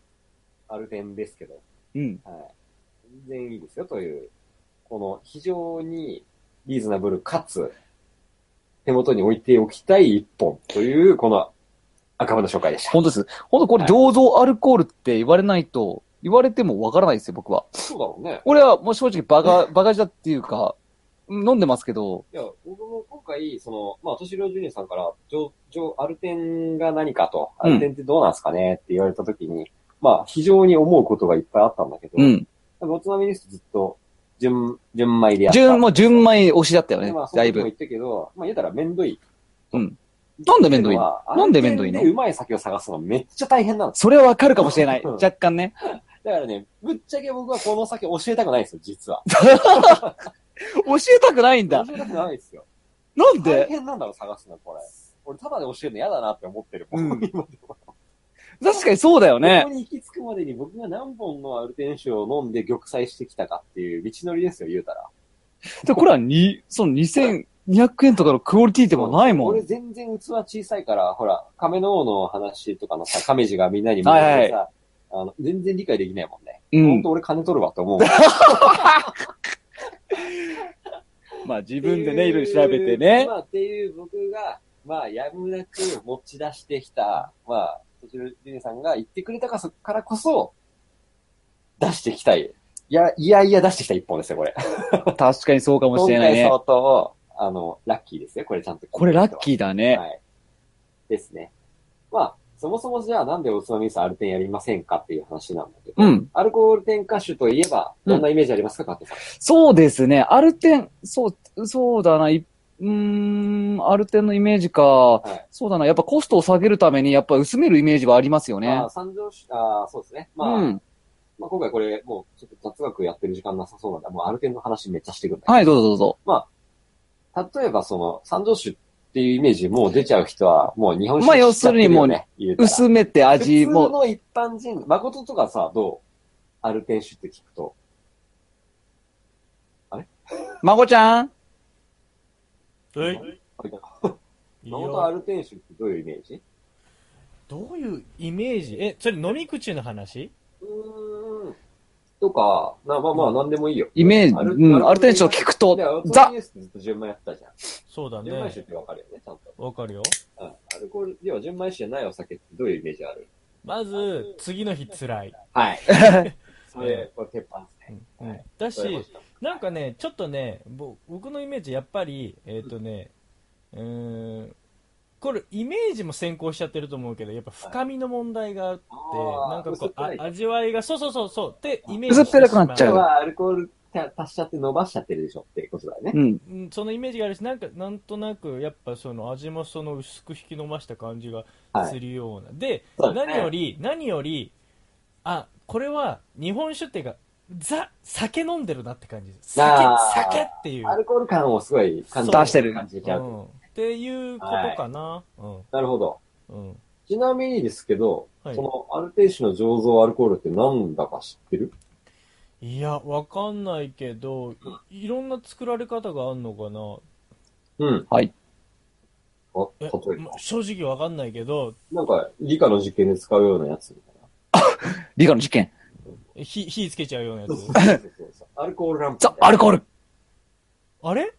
Speaker 3: ある点ですけど、
Speaker 4: うん。
Speaker 3: はい。全然いいですよという、この非常にリーズナブルかつ、手元に置いておきたい一本という、この赤羽の紹介でした。
Speaker 4: 本当です。本当これ、
Speaker 3: はい
Speaker 4: 醸造アルコールって言われないと、言われてもわからないですよ、僕は。
Speaker 3: そうだろうね。
Speaker 4: 俺はもう正直バカ、バカじだっていうか、飲んでますけど、
Speaker 3: いや、僕も今回、その、まあ、としろジュニアさんから、ジョ、ジョ、アルテンが何かと、
Speaker 4: う
Speaker 3: ア
Speaker 4: ん
Speaker 3: ルテンってどうなんすかねって言われたときに、まあ、非常に思うことがいっぱいあったんだけど、
Speaker 4: うん。
Speaker 3: おつまみですとずっと、純、純米でやった。
Speaker 4: 純、もう純米推しだったよ
Speaker 3: で
Speaker 4: ね
Speaker 3: まあ、、そ
Speaker 4: だ
Speaker 3: うい
Speaker 4: いう
Speaker 3: も言
Speaker 4: ぶ。
Speaker 3: ったけど、まあ、言うたらめんどい。
Speaker 4: うん。なんでめんどいの
Speaker 3: まあ
Speaker 4: なんでめんどいの
Speaker 3: アルテンでうまい酒を探すのめっちゃ大変なんです
Speaker 4: それはわかるかもしれない。
Speaker 3: うん
Speaker 4: 若干ね。
Speaker 3: だからね、ぶっちゃけ僕はこの酒教えたくないんですよ、実は。
Speaker 4: 教えたくないん
Speaker 3: 教
Speaker 4: だ。
Speaker 3: えたくないですよ。
Speaker 4: なん
Speaker 3: 大
Speaker 4: で
Speaker 3: 変なんだろ、探すの、これ。俺、ただで教えるの嫌だなって思ってる。
Speaker 4: うん
Speaker 3: 今でも
Speaker 4: 確かにそうだよね
Speaker 3: こ。こに行き着くまでに僕が何本のアルテン酒を飲んで玉砕してきたかっていう道のりですよ、言うたら。
Speaker 4: で、これはに、その2200円とかのクオリティでもないも
Speaker 3: 俺
Speaker 4: ん。
Speaker 3: 全然器小さいから、ほら、亀の王の話とかのさ、亀治がみんなに
Speaker 4: はいはい
Speaker 3: 向けてさ、あの、全然理解できないもんね。
Speaker 4: う
Speaker 3: ほん
Speaker 4: ん。
Speaker 3: と俺金取るわって思う。
Speaker 4: まあ自分でね、いろいろ調べてね。
Speaker 3: まあ、っていう僕が、まあ、やむなく持ち出してきた、まあ、そちらジュニアさんが言ってくれたかそからこそ、出してきたい。いや、いやいや出してきた一本ですよ、これ。
Speaker 4: 確かにそうかもしれないね
Speaker 3: 今回。相当、あの、ラッキーですよ、これちゃんと。
Speaker 4: これラッキーだね。
Speaker 3: はい。ですね。まあ、そもそもじゃあなんでおつまみさんアルテンやりませんかっていう話なんだけど。
Speaker 4: うん。
Speaker 3: アルコール添加酒といえば、どんなイメージありますか、カットさん。
Speaker 4: そうですね。アルテン、そう、そうだな。いうーん、アルテンのイメージか。
Speaker 3: い
Speaker 4: そうだな。やっぱコストを下げるために、やっぱ薄めるイメージはありますよね
Speaker 3: まあ、。三条酒、ああ、そうですね。まあ、
Speaker 4: うん。
Speaker 3: まあ、今回これ、もう、ちょっと雑学やってる時間なさそうなんで、もうアルテンの話めっちゃしてくるんだ
Speaker 4: はい、どうぞどうぞ。
Speaker 3: 例えば、その、三条酒っていうイメージもう出ちゃう人は、もう日本酒
Speaker 4: まあ要するにもうね
Speaker 3: ね、言うたら
Speaker 4: 薄めて味
Speaker 3: 普通
Speaker 4: も、
Speaker 3: の一般人、誠とかさ、どうアルテン酒って聞くと。
Speaker 4: 孫ちゃん
Speaker 1: はいいい
Speaker 3: 誠ア
Speaker 1: よ
Speaker 3: ルテン酒ってどういうイメージ
Speaker 1: どういうイメージえ、それ飲み口の話
Speaker 3: うーん。とか、なまあまあ、なんでもいいよ。
Speaker 4: イメージ、
Speaker 3: アル
Speaker 4: うん、アルテンション聞くと
Speaker 3: で、アル、コール
Speaker 4: ザ
Speaker 3: ニュースってずっと純米やってたじゃん。
Speaker 1: そうだ
Speaker 3: 純米酒
Speaker 1: ね
Speaker 3: っ。てわかるよね、ちゃんと。
Speaker 1: わかるよ。
Speaker 3: うん。アルコール、では純米酒じゃないお酒ってどういうイメージある
Speaker 1: まず、次の日辛い。
Speaker 3: はい。それ、これ鉄板ですね。
Speaker 1: うんうんだ
Speaker 3: それ
Speaker 1: し、なんかね、ちょっとね、ぼ僕のイメージ、やっぱり、えっ、とね、うーん、これ、イメージも先行しちゃってると思うけど、やっぱ深みの問題があって、
Speaker 3: あー
Speaker 1: なんかこう、
Speaker 3: 薄っ
Speaker 1: あ
Speaker 3: ぺらい
Speaker 1: 味わいが、そうそうそう、そうってイメージ
Speaker 4: 薄っぺらくなっちゃ
Speaker 3: 今
Speaker 4: う
Speaker 3: 日はアルコール足しちゃって伸ばしちゃってるでしょってことだよね。
Speaker 4: うん。
Speaker 1: うんそのイメージがあるし、なんか、なんとなく、やっぱその味もその薄く引き伸ばした感じが
Speaker 3: はい
Speaker 1: するような。で、
Speaker 3: そうですね
Speaker 1: 何より、何より、あ、これは日本酒っていうか、ザ、酒飲んでるなって感じです。
Speaker 3: あー
Speaker 1: 酒、酒っていう。
Speaker 3: アルコール感をすごい感じ
Speaker 1: そう
Speaker 3: 感じち
Speaker 1: う
Speaker 3: ゃう。
Speaker 1: ん。っていうことかな。
Speaker 3: なるほど。
Speaker 1: うん。うん。
Speaker 3: ちなみにですけど、
Speaker 1: はい
Speaker 3: そのアルテン酒の醸造アルコールってなんだか知ってる
Speaker 1: いや、わかんないけど、いいろんな作られ方があるのかな。
Speaker 3: うん。
Speaker 4: はい。
Speaker 3: あ、例
Speaker 1: え
Speaker 3: えば、
Speaker 1: 正直わかんないけど、
Speaker 3: なんか、理科の実験で使うようなやつみたいな。
Speaker 4: 理科の実験。
Speaker 1: 火、火つけちゃうようなや
Speaker 3: そうそ
Speaker 1: つ。
Speaker 3: うそうそうアルコールランプ。
Speaker 4: ザ・アルコール
Speaker 1: あれ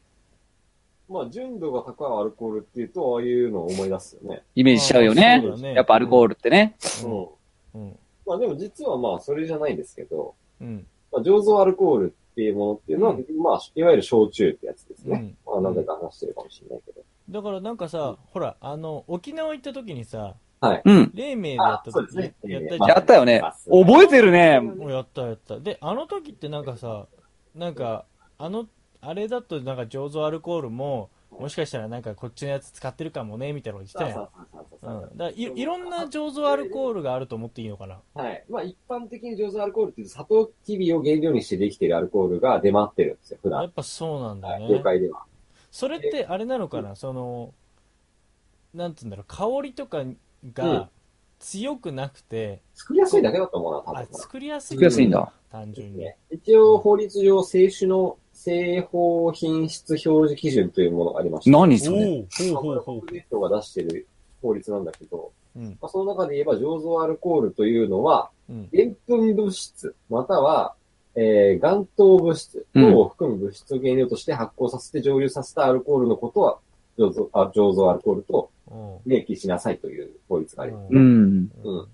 Speaker 3: まあ、純度が高いアルコールっていうと、ああいうのを思い出すよね。
Speaker 4: イメージしちゃうよね
Speaker 1: そうだ。ね
Speaker 4: やっぱアルコールってね。
Speaker 1: う
Speaker 3: うんん。
Speaker 1: うん。
Speaker 3: まあ、でも実はまあ、それじゃないんですけど、
Speaker 1: うん。
Speaker 3: まあ、醸造アルコールっていうものっていうのは、
Speaker 1: う
Speaker 3: まあ、いわゆる焼酎ってやつです
Speaker 1: う
Speaker 3: ね。
Speaker 1: ん
Speaker 3: まあ、何回か話してるかもしれないけど。
Speaker 1: だからなんかさ、ほら、あの、沖縄行った時にさ、
Speaker 4: うん。
Speaker 1: 黎明でやった時
Speaker 3: あそうですね
Speaker 1: やったじゃん
Speaker 3: まあ
Speaker 4: やったよね。覚えてるね。
Speaker 1: もうやったやった。で、あの時ってなんかさ、なんか、あの、あれだとなんか醸造アルコールも、もしかしたらなんかこっちのやつ使ってるかもね、みたいなこと
Speaker 3: そう
Speaker 1: 言って
Speaker 3: そ
Speaker 1: たやん。
Speaker 3: うそ
Speaker 1: う
Speaker 3: うそうそ
Speaker 1: ん。だから
Speaker 3: う
Speaker 1: いいろんな醸造アルコールがあると思っていいのかな。
Speaker 3: はい。まあ、一般的に醸造アルコールって、砂糖きびを原料にしてできてるアルコールが出回ってるんですよ、普
Speaker 1: や
Speaker 3: 段。
Speaker 1: っぱそうなんだ
Speaker 3: はい。業
Speaker 1: ね。
Speaker 3: 界では。
Speaker 1: それってあれなのかな、その、なんつうんだろう、香りとか
Speaker 3: う
Speaker 1: が
Speaker 3: ん
Speaker 1: 強くなくて、
Speaker 3: 作りやすいだけだと思うな、多
Speaker 1: あ
Speaker 3: 分、。
Speaker 1: 作りやすい。
Speaker 4: 作りやすいんだ。
Speaker 1: 単純に。
Speaker 3: ね一応、法律上、清酒の製法品質表示基準というものがありまして、
Speaker 4: 何それ
Speaker 1: おお、ほうほうほ
Speaker 3: 国税庁が出してる法律なんだけど、
Speaker 1: うん。
Speaker 3: まあ、その中で言えば醸造アルコールというのは、
Speaker 1: うん。
Speaker 3: でんぷん物質、または、えー、岩糖物質等を含む物質を原料として発酵させて蒸留させたアルコールのことは、醸造あ醸造アルコールと
Speaker 1: うん
Speaker 3: 明記しなさいという法律があります。
Speaker 4: う。ん。
Speaker 3: うん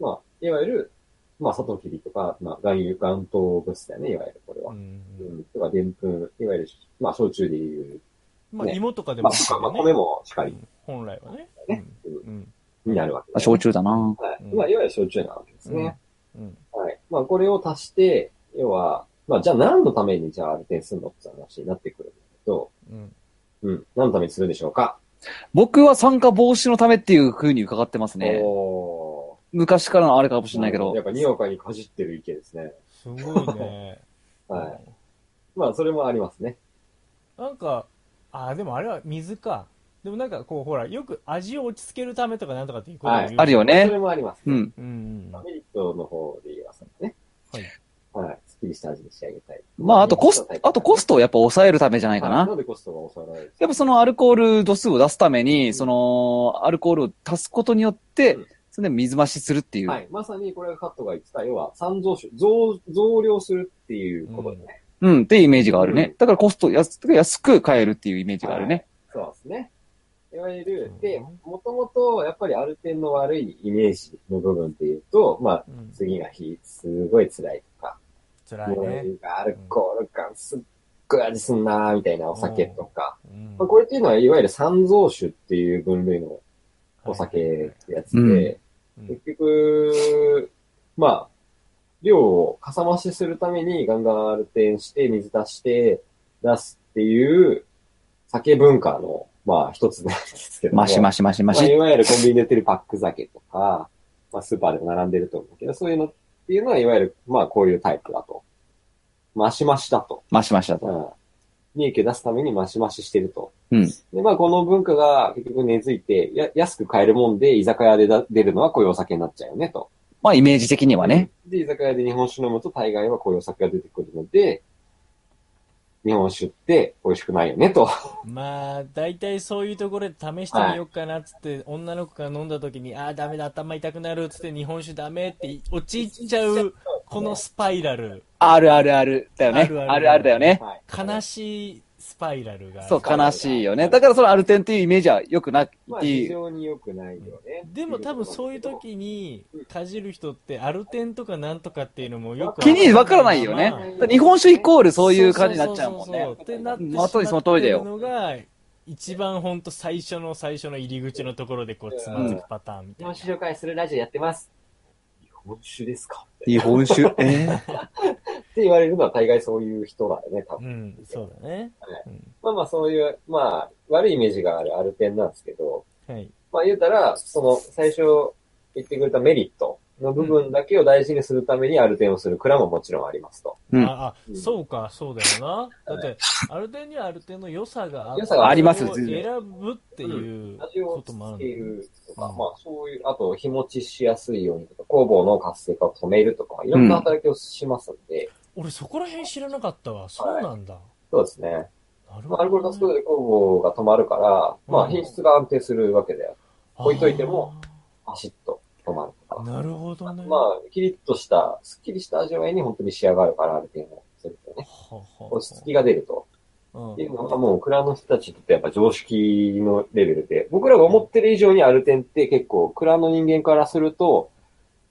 Speaker 3: まあ、いわゆる、まあ、サトウキビとか、まあ、岩油、岩糖物質だよね、いわゆるこれ
Speaker 1: う
Speaker 3: は。
Speaker 1: ん
Speaker 3: うん。とか、でんぷん、いわゆる、まあ、焼酎でいう、
Speaker 1: まあ、
Speaker 3: ね
Speaker 1: 芋とかで
Speaker 3: ま
Speaker 1: も
Speaker 3: あ
Speaker 1: いい、
Speaker 3: まあ、
Speaker 1: よ
Speaker 3: 米
Speaker 1: ね。
Speaker 3: もしかり
Speaker 1: 本来はね。
Speaker 3: ね
Speaker 1: うんうん。
Speaker 3: になるわけ
Speaker 4: あ
Speaker 3: です。
Speaker 4: 焼酎だな。
Speaker 3: はい。
Speaker 1: うん
Speaker 3: まあ、いわゆる焼酎なわけですね。
Speaker 1: うん。
Speaker 3: はい。まあ、これを足して、要は、まあ、じゃあ何のためにじゃあアルテンするのって話になってくるんだけど、
Speaker 1: うん。
Speaker 3: うん。何のためにするんでしょうか
Speaker 4: 僕は酸化防止のためっていう風に伺ってますね。
Speaker 3: お
Speaker 4: 昔からのあれかもし
Speaker 3: ー。
Speaker 4: れないけど
Speaker 3: やっ。ぱ、にわかにかじってる意見ですね。
Speaker 1: すごいね。
Speaker 3: ははい。まあ、それもありますね。
Speaker 1: なんか、あー、でもあれは水か。でもなんかこう、ほら、よく味を落ち着けるためとかなんとかっていうことを言う
Speaker 3: は
Speaker 1: じ
Speaker 3: い
Speaker 1: ゃん
Speaker 4: あるよ。
Speaker 3: それ
Speaker 4: ね。
Speaker 3: もあります
Speaker 4: う
Speaker 3: ね。
Speaker 4: ん。
Speaker 1: うん
Speaker 3: メリットの方で言いますね。
Speaker 1: はい。
Speaker 3: はい。すっきりした味に仕上げたい。
Speaker 4: まあ、あとコスト、あとコストをやっぱ抑えるためじゃないか
Speaker 3: はい
Speaker 4: な
Speaker 3: な。んでコストが抑えられる
Speaker 4: やっぱそのアルコール度数を出すために、その、アルコールを足すことによって
Speaker 3: うん、
Speaker 4: それで水増しするっていう。
Speaker 3: はい。まさにこれがカットが言ってた、要は、三増種、増、増量するっていうことですね。
Speaker 4: うん、っていうイメージがある
Speaker 3: うん
Speaker 4: ね。だからコスト安安く買えるっていうイメージがあるね。
Speaker 3: そうですね。いわゆる
Speaker 1: う、ん
Speaker 3: で、もともと、やっぱりアルテンの悪いイメージの部分っていうと、まあ、
Speaker 1: うん。
Speaker 3: 次が日、すごい辛いとか、
Speaker 1: 辛い
Speaker 3: もうな
Speaker 1: ね。
Speaker 3: んかアルコール感すっごい味すんなーみたいなお酒とか、
Speaker 1: うん
Speaker 3: まあ、これっていうのは、いわゆる三増種っていう分類のお酒ってやつで、
Speaker 4: うん
Speaker 1: うん
Speaker 3: 結局、まあ、量をかさ増しするためにガンガンアルテンして、水足して、出すっていう、酒文化の、まあ、一つなんですけども。
Speaker 4: マシマシマシマ
Speaker 3: まあ、い
Speaker 4: シ。
Speaker 3: わゆるコンビニで売ってるパック酒とか、まあ、スーパーでも並んでると思うけど、そういうのっていうのは、いわゆる、まあ、こういうタイプだと。マシマシだと。
Speaker 4: マシマシだ
Speaker 3: う
Speaker 4: と。
Speaker 3: ん。利益を出すためにマシマシしてると。
Speaker 4: うん
Speaker 3: で、まあ、この文化が結局根付いて、や安く買えるもんで、居酒屋でだ出るのはこういうお酒になっちゃうよね、と。
Speaker 4: まあイメージ的にはね。
Speaker 3: で、居酒屋で日本酒飲むと大概はこういうお酒が出てくるので、日本酒って美味しくないよね、と。
Speaker 1: まあ、大体そういうところで試してみようかなっつって、女の子が飲んだ時に、ああ、ダメだ、頭痛くなるっつって、日本酒ダメって陥っちゃう、このスパイラル。
Speaker 4: あるあるあるだよね。
Speaker 1: あ
Speaker 4: あ
Speaker 1: るあ
Speaker 4: る
Speaker 1: る
Speaker 4: あるだよね。
Speaker 3: はい
Speaker 1: 悲しいスパイラルがある。
Speaker 4: そう、
Speaker 3: か
Speaker 4: 悲しいよね。だからそのアルテンっていうイメージは良くな
Speaker 3: まあ、
Speaker 4: い
Speaker 3: 非
Speaker 4: い。
Speaker 3: 常に良くないよね。
Speaker 1: でも多分そういう時にかじる人ってアルテンとかなんとかっていうのもよく
Speaker 4: 気にわからないよね
Speaker 1: まあまあ。
Speaker 4: 日本酒イコールそういう感じになっちゃうもん
Speaker 1: そそ
Speaker 4: ね
Speaker 1: そ。そうってなってし
Speaker 4: まさにそ
Speaker 1: ま
Speaker 4: の
Speaker 1: っ
Speaker 4: 通り
Speaker 1: て
Speaker 4: だよ
Speaker 1: るのが一番本当最初の最初の入り口のところでこうつまずくパターンみ
Speaker 3: 日
Speaker 1: たいな
Speaker 3: 本。酒紹介するラジオやってます。日本酒ですか
Speaker 4: 日本酒。えー
Speaker 3: って言われるのは大概そういう人だよね、多分。
Speaker 1: うん、そうだね。うん
Speaker 3: まあまあそういう、まあ、悪いイメージがあるアルペンなんですけど、
Speaker 1: はい。
Speaker 3: まあ言うたら、その最初言ってくれたメリットの部分だけを大事にするためにアルテンをする蔵ももちろんありますと。
Speaker 4: うん
Speaker 1: あ、あ、そうか、そうだよな。だって、ある点にはある点の良さがあって
Speaker 3: 良さがあ
Speaker 4: りま
Speaker 1: そ
Speaker 4: す
Speaker 1: れを
Speaker 4: 全然
Speaker 1: 選ぶっていう
Speaker 3: 味を
Speaker 1: こ
Speaker 3: つ
Speaker 1: ともあるん
Speaker 3: け
Speaker 1: だよね。
Speaker 3: るとか、
Speaker 1: うん
Speaker 3: まあそういう、あと日持ちしやすいようにとか、工房の活性化を止めるとか、いろんな働きをしますんで、
Speaker 1: 俺そこら辺知らなかったわ。そうなんだ。
Speaker 3: そうですね。
Speaker 1: なるほ
Speaker 3: まあ、アルコール
Speaker 1: ど
Speaker 3: 出すことで工房が止まるから、
Speaker 1: う
Speaker 3: まあ
Speaker 1: ん
Speaker 3: 品質が安定するわけだよ。置いといても
Speaker 1: あー
Speaker 3: パシッと止まるとか。
Speaker 1: なるほどね。
Speaker 3: まあ、キリッとした、スッキリした味わいに本当に仕上がるから、ある程度するとね。
Speaker 1: はは
Speaker 3: 落ち着きが出ると。
Speaker 1: うん
Speaker 3: っていうのはもう、蔵の人たちにとってやっぱ常識のレベルで、僕らが思ってる以上にアルテンって結構、蔵の人間からすると、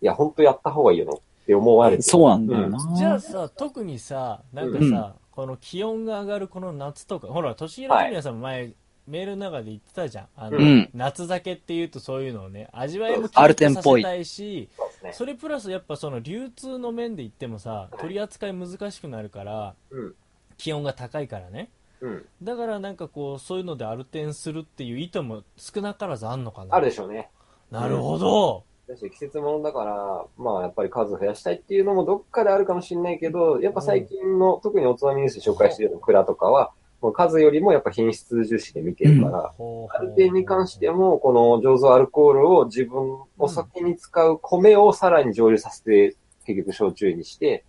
Speaker 3: いや、本当やった方がいいよなって思われてる。
Speaker 4: そうなんだよ
Speaker 1: じゃあ
Speaker 4: な。
Speaker 1: さ、特にさ、なんか
Speaker 4: うん
Speaker 1: さ、この気温が上がるこの夏とか、ほら、年平ジュニアさんも前、メールの中で言ってたじゃん。あの、
Speaker 4: うん
Speaker 1: 夏酒っていうとそういうのをね、味わいも
Speaker 4: アルテンっぽい
Speaker 1: キリッとさせたいし、
Speaker 3: そうですね。
Speaker 1: それプラスやっぱその流通の面で言ってもさ、取り扱い難しくなるから、
Speaker 3: うん
Speaker 1: 気温が高いからね。
Speaker 3: うん。
Speaker 1: だからなんかこう、そういうのでアルテンするっていう意図も少なからずあんのかな。
Speaker 3: あるでしょうね。
Speaker 1: なるほど。
Speaker 3: だし、季節ものだから、まあ、やっぱり数増やしたいっていうのもどっかであるかもしれないけど、やっぱ最近の、特におつまみニュースで紹介してるような蔵とかは、もう数よりもやっぱ品質重視で見てるから、
Speaker 1: ほう
Speaker 3: あ
Speaker 1: ほう
Speaker 3: る点に関しても、この醸造アルコールを自分、お酒に使う米をさらに蒸留させて、結局焼酎にして、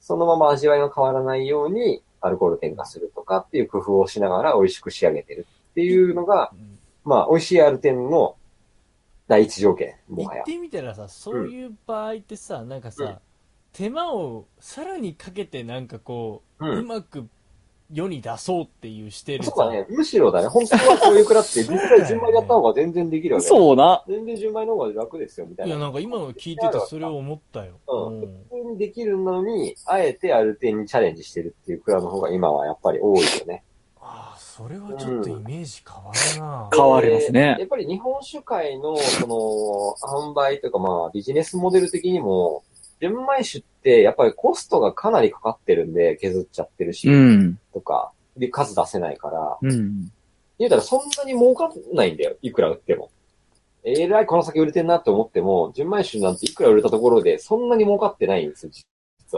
Speaker 3: そのまま味わいが変わらないように、アルコール添加するとかっていう工夫をしながら美味しく仕上げてるっていうのが、
Speaker 1: うん
Speaker 3: まあ、美味しいアルテンの第一条件、も
Speaker 1: 言
Speaker 3: はや
Speaker 1: っ。てみたらさ、そういう場合ってさ、なんかさ、
Speaker 3: うん
Speaker 1: 手間をさらにかけてなんかこう、
Speaker 3: う
Speaker 1: うんまく世に出そうっていうしてるさ
Speaker 3: そうだね。むしろだね。本当はそういうくらって、実際順番やった方が全然できるよね。う。
Speaker 4: そうな。
Speaker 3: 全然順番の方が楽ですよ、みたい
Speaker 1: い
Speaker 3: な。
Speaker 1: や、なんか今の聞いててそれを思ったよ。
Speaker 3: うん
Speaker 1: うん
Speaker 3: 普通にできるのに、あえてある点にチャレンジしてるっていうクラの方が今はやっぱり多いよね。
Speaker 1: ああ、それはちょっとイメージ変わるな、
Speaker 4: 変わりますね
Speaker 3: でやっぱり日本酒界の、その、販売というかまあ、ビジネスモデル的にも、純米酒ってやっぱりコストがかなりかかってるんで、削っちゃってるし、
Speaker 4: うん。
Speaker 3: とか、で、数出せないから、
Speaker 4: うん。
Speaker 3: 言うたらそんなに儲かんないんだよ、いくら売っても。えらいこの先売れてんなって思っても、純米酒なんていくら売れたところで、そんなに儲かってないんですよ、実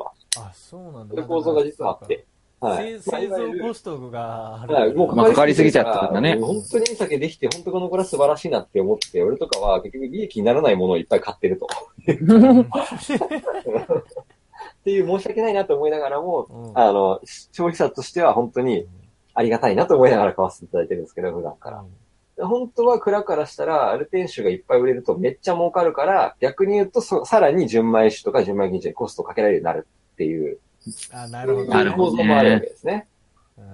Speaker 3: は。
Speaker 1: あ、そうなん
Speaker 3: そ
Speaker 1: だ。
Speaker 3: ういう構造が実はあって。。はい。
Speaker 1: 製製造コストがある。
Speaker 3: はい、もう
Speaker 4: まあかかりすぎちゃった
Speaker 3: か
Speaker 4: かららね
Speaker 3: 本当にいい酒できて、本当この子ら素晴らしいなって思って、俺とかは結局利益にならないものをいっぱい買ってると。っていう申し訳ないなと思いながらも、
Speaker 1: うん
Speaker 3: あの、消費者としては本当にありがたいなと思いながら買わせていただいてるんですけど、普段から。本当は蔵からしたら、アルテン酒がいっぱい売れるとめっちゃ儲かるから、逆に言うとそ、さらに純米酒とか純米銀酒にコストをかけられるようになるっていう、
Speaker 1: あ、なるほど。
Speaker 4: なるほど
Speaker 3: 構造もあるわけですね。
Speaker 1: うん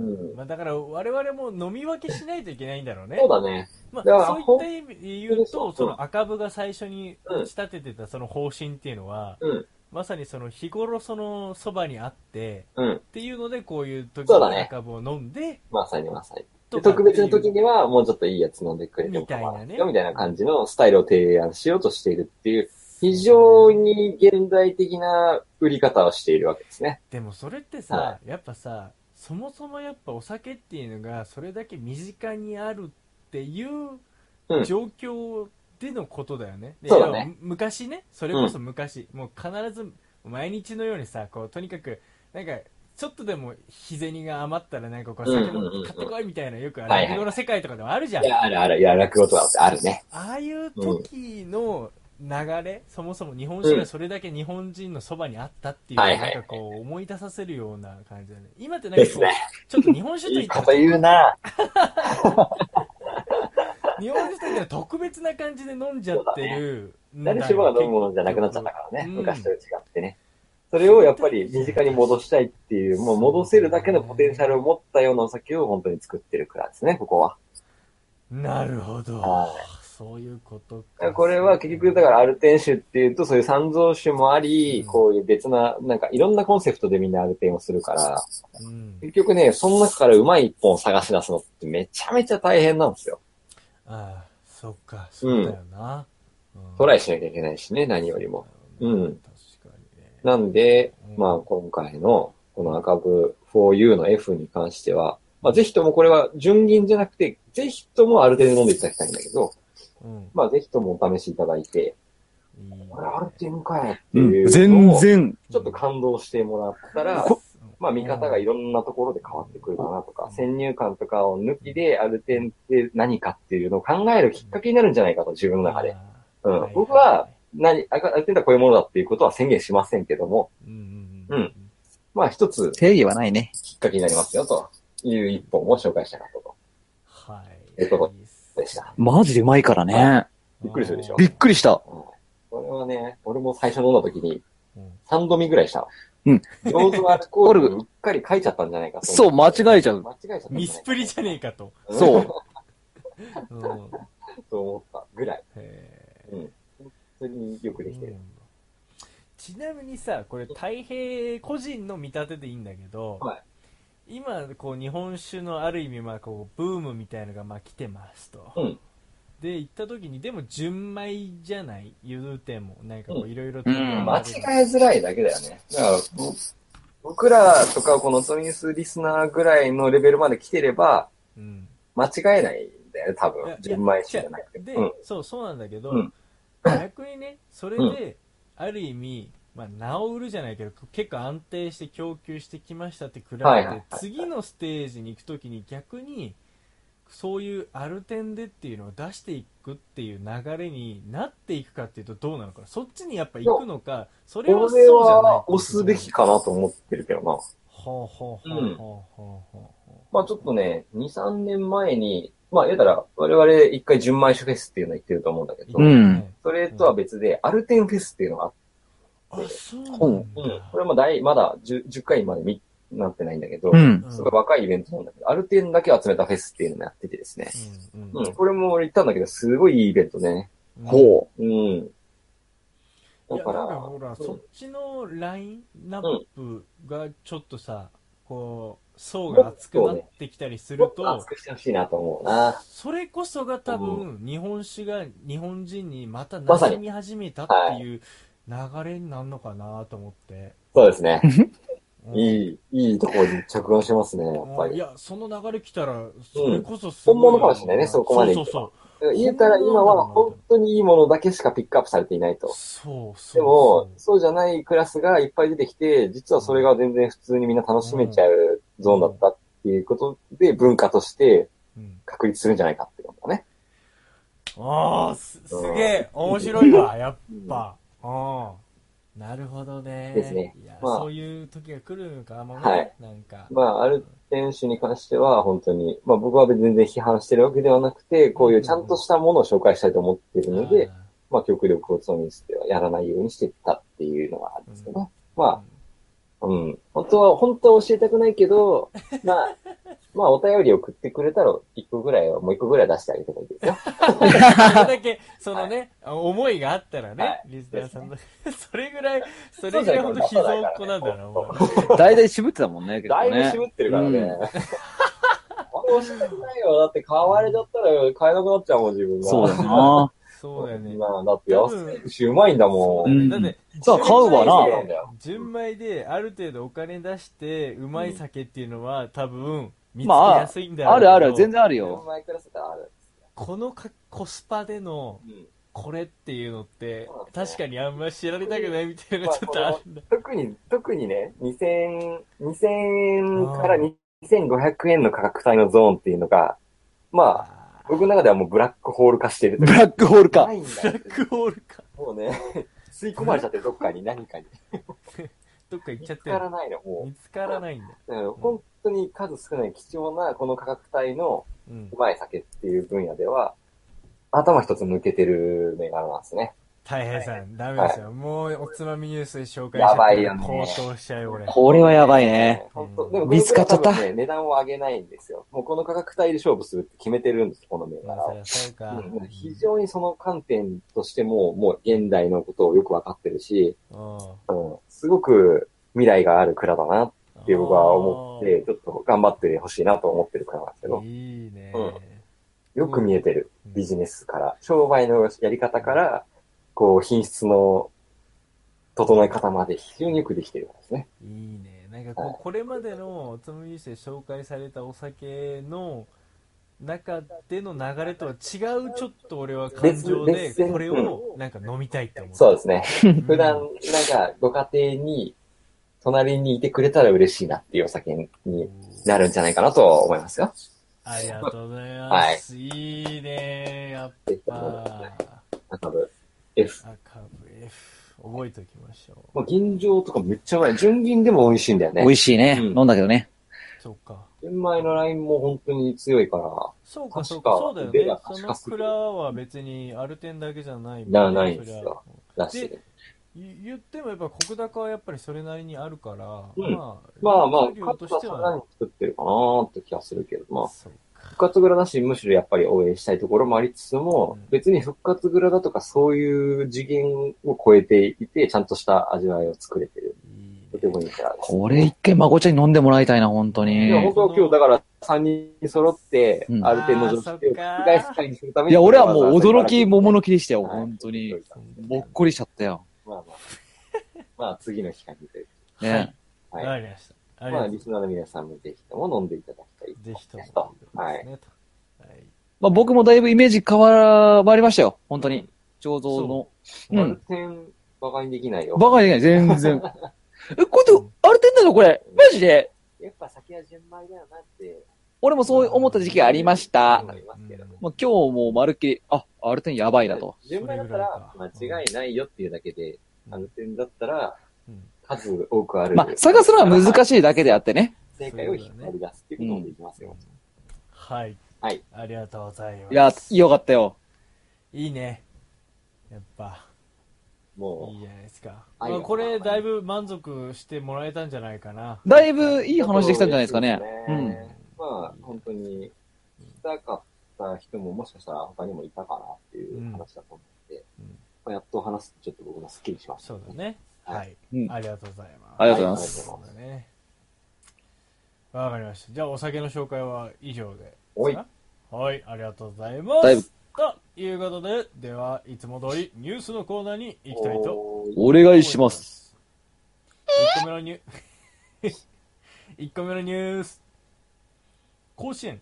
Speaker 3: うん
Speaker 1: まあ、だから我々も飲み分けしないといけないんだろうね。
Speaker 3: そうだね。
Speaker 1: ま
Speaker 3: だから
Speaker 1: あ、そういった意味で言う
Speaker 3: ほん
Speaker 1: と、その赤部が最初に
Speaker 3: うん
Speaker 1: 仕立ててたその方針っていうのは、
Speaker 3: うん
Speaker 1: まさにその日頃そのそばにあって、
Speaker 3: うん
Speaker 1: っていうのでこういう時
Speaker 3: そうだ
Speaker 1: に
Speaker 3: ね
Speaker 1: 赤部を飲んで、
Speaker 3: まさにまさに。
Speaker 1: と
Speaker 3: で
Speaker 1: か
Speaker 3: 特別な時
Speaker 1: っていう
Speaker 3: には、もうちょっといいやつ飲んでくれても
Speaker 1: みたいなね
Speaker 3: 構わですよみたいな感じのスタイルを提案しようとしているっていう、非常に現代的な売り方をしているわけですね。
Speaker 1: でもそれってさ、
Speaker 3: は
Speaker 1: やっぱさ、そもそもやっぱお酒っていうのがそれだけ身近にあるっていう
Speaker 3: うん
Speaker 1: 状況でのことだよね。で
Speaker 3: そうだね
Speaker 1: 要はむ昔ね、それこそ昔、もう必ず毎日のようにさ、こうとにかく、なんか、ちょっとでも日銭が余ったらなんかこう
Speaker 3: うん
Speaker 1: 酒
Speaker 3: うんうん
Speaker 1: も
Speaker 3: うん
Speaker 1: 買ってこいみたいなよく
Speaker 3: はいは
Speaker 1: あ
Speaker 3: い
Speaker 1: る日頃の世界とかでもあるじゃん
Speaker 3: い。や、あるある、いや、落語とかってあるね。
Speaker 1: ああいう時の流れ、そもそも日本酒がそれだけ日本人のそばにあったっていう、
Speaker 3: うんはい
Speaker 1: な
Speaker 3: は
Speaker 1: ん
Speaker 3: い
Speaker 1: かこう思い出させるような感じだね。今ってなん
Speaker 3: で
Speaker 1: か
Speaker 3: す
Speaker 1: こ
Speaker 3: ね。
Speaker 1: う、ちょっと日本酒とい
Speaker 3: い
Speaker 1: っ
Speaker 3: い
Speaker 1: た
Speaker 3: こ
Speaker 1: ら
Speaker 3: と、言うな
Speaker 1: 日本酒といったら特別な感じで飲んじゃってる。
Speaker 3: 誰しもが飲むものじゃなくなっちゃったからね。
Speaker 1: うん
Speaker 3: 昔と違ってね。それをやっぱり身近に戻したいっていう、もう戻せるだけのポテンシャルを持ったようなお酒を本当に作ってる蔵ですね、ここは。
Speaker 1: なるほど
Speaker 3: は。
Speaker 1: そういうこと
Speaker 3: だから
Speaker 1: か。
Speaker 3: これは結局、だからアルテン酒っていうと、そういう三蔵酒もあり、
Speaker 1: うん
Speaker 3: こういう別な、なんかいろんなコンセプトでみんなアルテンをするから、
Speaker 1: うん。
Speaker 3: 結局ね、その中からうまい一本を探し出すのってめちゃめちゃ大変なんですよ。
Speaker 1: ああ、そっか、そうだよな。うん
Speaker 3: トライしなきゃいけないしね、何よりも。。うん
Speaker 1: 確かにね。
Speaker 3: なんで、
Speaker 1: うん
Speaker 3: まあ今回のこの赤部 4U の F に関しては、まあぜひともこれは純銀じゃなくて、ぜひともアルテンで飲んでいただきたいんだけど、
Speaker 1: うん。
Speaker 3: まあぜひともお試しいただいて、
Speaker 1: いいね
Speaker 3: これアルテンかよって
Speaker 4: うん
Speaker 3: いうの
Speaker 4: 全
Speaker 3: を、ち
Speaker 4: 然。
Speaker 3: ょっと感動してもらったら、まあ見方がいろんなところで変わってくるかなとか、先入観とかを抜きで、ある点って何かっていうのを考えるきっかけになるんじゃないかと、自分の中で。う
Speaker 1: はい
Speaker 3: ん。僕は、、何、あある程度はこういうものだっていうことは宣言しませんけども、
Speaker 1: うん
Speaker 3: うんまあ一つ
Speaker 4: 定義はないね。
Speaker 3: きっかけになりますよ、という一本を紹介したかったと。
Speaker 1: はい。
Speaker 3: えっと
Speaker 1: いいっす
Speaker 3: でした
Speaker 4: マジでうまいからね。
Speaker 3: びっくりするでしょ
Speaker 4: びっくりした。
Speaker 3: うんこれはね、俺も最初飲んだ時に
Speaker 1: うん
Speaker 3: 3度見ぐらいしたわ。
Speaker 4: うん。
Speaker 3: 上手はアルコールうっかり書いちゃったんじゃないかと思って
Speaker 4: そう間違えちゃう
Speaker 3: 間違えちゃったんじゃないか。
Speaker 1: ミスプリじゃねえかと。
Speaker 3: ん
Speaker 4: そう。
Speaker 1: うん。
Speaker 3: と思ったぐらい。
Speaker 1: へ
Speaker 3: うん。本当によくできて
Speaker 1: ー
Speaker 3: る。
Speaker 1: ちなみにさ、これ、太平個人の見立てでいいんだけど、
Speaker 3: はい
Speaker 1: 今、こう、日本酒のある意味、まあ、こう、ブームみたいのが、まあ、来てますと。
Speaker 3: うん
Speaker 1: で、行った時に、でも、純米じゃない言うても、なんかこ
Speaker 3: う
Speaker 1: う、いろいろ
Speaker 4: う
Speaker 1: と。
Speaker 4: ん
Speaker 3: 間違えづらいだけだよね。だから、ぼ僕らとかこのトミースリスナーぐらいのレベルまで来てれば、
Speaker 1: うん。
Speaker 3: 間違えないんだよね、多
Speaker 1: い
Speaker 3: 分
Speaker 1: や。
Speaker 3: 純米酒じゃなくて。
Speaker 1: いや違うで、
Speaker 3: うん。
Speaker 1: そうそうなんだけど、
Speaker 3: うん
Speaker 1: 逆にねそれで、ある意味、まあ、名を売るじゃないけど結構安定して供給してきましたって比べて、
Speaker 3: はいはいはい
Speaker 1: 次のステージに行く時に逆にそういうアルテンでっていうのを出していくっていう流れになっていくかっていうとどうなのかなそっちにやっぱ行くのかそれは
Speaker 3: こ
Speaker 1: そうじゃ
Speaker 3: れ
Speaker 1: ない
Speaker 3: は押すべき
Speaker 1: は
Speaker 3: かなと思ってるけどな。
Speaker 1: あはあはあはあはあはあはあ
Speaker 3: まあちょっとね、2、3年前にまあ、言うたら、我々一回純米酒フェスっていうの行ってると思うんだけど、
Speaker 4: うん
Speaker 3: それとは別で、アルテンフェスっていうのがあって、
Speaker 1: あ、そう
Speaker 3: う
Speaker 1: なん
Speaker 3: ん
Speaker 1: だ。
Speaker 3: これも大、まだ 10, 10回までみなってないんだけど、
Speaker 4: うん。
Speaker 3: すごい若いイベントなんだけど、アルテンだけを集めたフェスっていうのもやっててですね。
Speaker 1: うん
Speaker 3: うん、これも俺行ったんだけど、すごいいいイベントでね。
Speaker 1: うん
Speaker 4: ほ
Speaker 3: うん。
Speaker 1: い
Speaker 3: だ
Speaker 1: や
Speaker 3: か
Speaker 1: な
Speaker 3: ら
Speaker 1: んか、ほら、
Speaker 3: ん
Speaker 1: そっちのラインナップがちょっとさ、こう、層が厚くなってきたりす
Speaker 3: も
Speaker 1: る
Speaker 3: っと
Speaker 1: と
Speaker 3: 熱、くしてほしいなと思うな。
Speaker 1: それこそが多分、日本酒が日本人にまた馴染み始めたっていう流れになるのかなと思って。
Speaker 3: そうですね。
Speaker 1: うん
Speaker 3: いい、いいところに着眼しますね、やっぱ
Speaker 1: うんい
Speaker 3: り。
Speaker 1: や、その流れ来たら、それこそす
Speaker 3: 本物かもしれないねそこまで
Speaker 1: そ
Speaker 3: 行
Speaker 1: う
Speaker 3: っ
Speaker 1: そう
Speaker 3: た
Speaker 1: そう。
Speaker 3: 言うたら今は本当にいいものだけしかピックアップされていないと。
Speaker 1: そうそう。
Speaker 3: でも、そうじゃないクラスがいっぱい出てきて、実はそれが全然普通にみんな楽しめちゃうゾーンだったっていうことで、文化として
Speaker 1: うん
Speaker 3: 確立するんじゃないかってことだね。
Speaker 1: ああ、すすげえ、面白いわ、やっぱ。ああ、なるほどね。
Speaker 3: ですね
Speaker 1: いや、
Speaker 3: まあ
Speaker 1: そういう時が来るのかもね、
Speaker 3: はい
Speaker 1: なんか。
Speaker 3: まあ、ある選手に関しては本当に、まあ僕は全然批判してるわけではなくて、こういうちゃんとしたものを紹介したいと思ってるので、まあ極力をそのミスではやらないようにしていったっていうのがあるんですけどね。まあ
Speaker 1: あ、
Speaker 3: うん。本当は、本当は教えたくないけど、まあ、まあ、お便り送ってくれたら、一個ぐらいは、もう一個ぐらい出してあげてもいいですよ。
Speaker 1: それだけ、そのね、思いがあったら
Speaker 3: は
Speaker 1: ね
Speaker 3: い、
Speaker 1: リスナーさんの、 それぐらい、それぐらいほんと秘蔵っ子なんだな、お前。
Speaker 4: う。大体渋ってたもんね、結
Speaker 3: だ
Speaker 4: 構
Speaker 3: いぶ
Speaker 4: ね。
Speaker 3: 渋ってるからね。
Speaker 4: うん
Speaker 3: あれ教えたくないよ。だって、買われちゃったら買えなくなっちゃうもん、自分が。
Speaker 4: そうだ よな。
Speaker 1: そうだよね。
Speaker 3: まあ、だって、安いし、うまいんだも
Speaker 1: そ
Speaker 3: ん。
Speaker 1: う
Speaker 4: うん
Speaker 1: だって、
Speaker 4: さあ買う
Speaker 3: そ
Speaker 4: わな
Speaker 3: うなんだよ。
Speaker 1: 純米である程度お金出してうまい酒っていうのは多分見つけ
Speaker 4: まあ
Speaker 1: やすいんだろう
Speaker 4: あ
Speaker 1: けど
Speaker 4: るある、全然ある
Speaker 3: 4
Speaker 4: よ。
Speaker 3: 枚クラスがある。
Speaker 1: このかコスパでの
Speaker 3: うん
Speaker 1: これっていうのって
Speaker 3: そうだね
Speaker 1: 確かにあんま知られたくないみたいなのがちょっとあるんだ
Speaker 3: 特に、特にね、2000、2000円から2500円の価格帯のゾーンっていうのが、まあ、僕の中ではもうブラックホール化してると
Speaker 4: ブ
Speaker 3: いう
Speaker 4: ラックホール
Speaker 3: か。
Speaker 4: か
Speaker 3: な。いんだよ
Speaker 1: ブラックホールか
Speaker 3: もうね、 吸い込まれちゃって、どっかに何かに。
Speaker 1: どっか行っ
Speaker 3: 見
Speaker 1: ちゃ
Speaker 3: つ
Speaker 1: って
Speaker 3: か
Speaker 1: る
Speaker 3: らないの、も
Speaker 1: 見つからないんだ
Speaker 3: う。うん本当に数少ない貴重な、この価格帯の
Speaker 1: うん
Speaker 3: うまい酒っていう分野では、頭一つ抜けてる銘柄なんですね。
Speaker 1: 大平さんダメですよもうおつまみニュースで紹介し
Speaker 3: やばい
Speaker 1: ちゃっ
Speaker 3: よ
Speaker 1: て
Speaker 3: ね
Speaker 1: 高騰しちゃうよ俺
Speaker 4: これはやばいね。
Speaker 3: 本当、でも
Speaker 4: 見つかっちゃった
Speaker 3: この銘柄は多分ね値段を上げないんですよ。もうこの価格帯で勝負するって決めてるんです、この銘
Speaker 1: ま
Speaker 3: 柄
Speaker 1: あそ
Speaker 3: を
Speaker 1: り。ゃそうか
Speaker 3: うん非常にその観点としても、もう現代のことをよくわかってるし、うん、すごく未来がある蔵だなって僕は思って、ちょっと頑張ってほしいなと思ってるからなんですけ
Speaker 1: うん
Speaker 3: ど、
Speaker 1: いいね
Speaker 3: うんよく見えてる。
Speaker 1: うん
Speaker 3: ビジネスから、商売のやり方から、こう、品質の整え方まで非常によくできてるんですね。
Speaker 1: いいね。なんかこ、
Speaker 3: はいう
Speaker 1: これまでのおつまみニュースで紹介されたお酒の中での流れとは違うちょっと俺は感情で、
Speaker 3: 別別
Speaker 1: これをなんか飲みたいって思
Speaker 3: そう
Speaker 1: う。
Speaker 3: ですね。
Speaker 1: うん
Speaker 3: 普段、なんか、ご家庭に、隣にいてくれたら嬉しいなっていうお酒になるんじゃないかなと思いますよ。
Speaker 1: ありがとうございます。いいね。やっぱ、
Speaker 3: 赤部 F。
Speaker 1: 赤ブ F。覚えておきましょう。
Speaker 3: もう銀醸とかめっちゃうまい。純銀でも美味しいんだよね。
Speaker 4: 美味しいね。
Speaker 3: うん
Speaker 4: 飲んだけどね。
Speaker 1: そうか。
Speaker 3: 純米のラインも本当に強いから、
Speaker 1: そうか、
Speaker 3: 確か
Speaker 1: そうか。そうだよ
Speaker 3: 腕
Speaker 1: ね
Speaker 3: が。
Speaker 1: そ
Speaker 3: 確
Speaker 1: の
Speaker 3: かすぎる
Speaker 1: 蔵は別にアルテンだけじゃないもんね
Speaker 3: なないんです
Speaker 1: そりゃ
Speaker 3: よらしい。
Speaker 1: 言言ってもやっぱ国高はやっぱりそれなりにあるから、
Speaker 3: うん
Speaker 1: まあ、
Speaker 3: まあまあ、
Speaker 1: 農業
Speaker 3: カッ
Speaker 1: と
Speaker 3: トは
Speaker 1: して
Speaker 3: さら
Speaker 1: は
Speaker 3: に、作ってるかなーって気がするけど、まあ、
Speaker 1: そうか
Speaker 3: 復活蔵だし、むしろやっぱり応援したいところもありつつも、
Speaker 1: うん
Speaker 3: 別に復活蔵だとかそういう次元を超えていて、ちゃんとした味わいを作れてる。
Speaker 1: いいね
Speaker 3: とてもいいからです。
Speaker 4: これ一回まこちゃんに飲んでもらいたいな、本当に。
Speaker 3: い
Speaker 4: い
Speaker 3: や、本当は今日だから3人揃って
Speaker 4: う、ん
Speaker 3: ある程度の常識を覆す会にするために。
Speaker 4: や、俺はもう驚き桃の木でしたよ、
Speaker 3: はい
Speaker 4: 本当に。ぼ
Speaker 3: ま
Speaker 4: っこりしちゃったよ。
Speaker 3: あまあ。まあ、次の日間にという。
Speaker 4: ね。
Speaker 1: は。
Speaker 3: はいい
Speaker 1: わかりました。あり
Speaker 3: まあ、
Speaker 1: がとう
Speaker 3: リスナーの皆さんもぜひとも飲んでいただきたい。
Speaker 1: ぜひとも
Speaker 3: ですと。はい。
Speaker 1: ねとはい。
Speaker 4: まあ僕もだいぶイメージ変わりましたよ、本当に。醸造の。う
Speaker 3: ま
Speaker 4: ん
Speaker 3: る。で馬鹿にできないよ。
Speaker 4: バカじゃない、全然。 え、これって、あれてんだのこれ。マジで
Speaker 3: やっぱ先は純米だよなって
Speaker 4: 俺もそう思った時期がありました。
Speaker 3: 思いますけどね。
Speaker 4: もう今日もうまるっきり、あ、アルテンやばいなと。
Speaker 3: 順番だったら間違いないよっていうだけで、
Speaker 1: うん
Speaker 3: あの点だったら
Speaker 1: うん
Speaker 3: 数多くある。
Speaker 4: まあ、探すのは
Speaker 3: しい。
Speaker 4: 難しいだけであってね。
Speaker 3: 正解を引っ張り出すっていうこともできますよ。
Speaker 1: はい。
Speaker 3: はい。
Speaker 1: ありがとうございます。
Speaker 4: いや、よかったよ。
Speaker 1: いいね。やっぱ、いい
Speaker 3: も
Speaker 1: じゃないですか。
Speaker 3: はい
Speaker 1: まあ、これ、だいぶ満足してもらえたんじゃないかな。
Speaker 4: だいぶいい話できたんじゃないですかね。う
Speaker 3: そうんで。すねまあ、本当に、聞きたかった人ももしかしたら他にもいたかなっていう話だと思って、
Speaker 1: うん
Speaker 3: まあ、やっと話すとちょっと僕もスッキリしました、
Speaker 1: そうだね。
Speaker 3: は
Speaker 1: はい。
Speaker 4: うん
Speaker 1: ありがとうございます。
Speaker 4: ありがとうございます
Speaker 1: そうだね。わかりました。じゃあ、お酒の紹介は以上で。
Speaker 3: おい。
Speaker 1: はい、ありがとうございます。
Speaker 4: だいぶ
Speaker 1: ということで、では、いつも通りニュースのコーナーに行きたいと
Speaker 3: おーい
Speaker 4: お願いします。
Speaker 1: す。1個目のニュー、1個目のニュース。甲子園、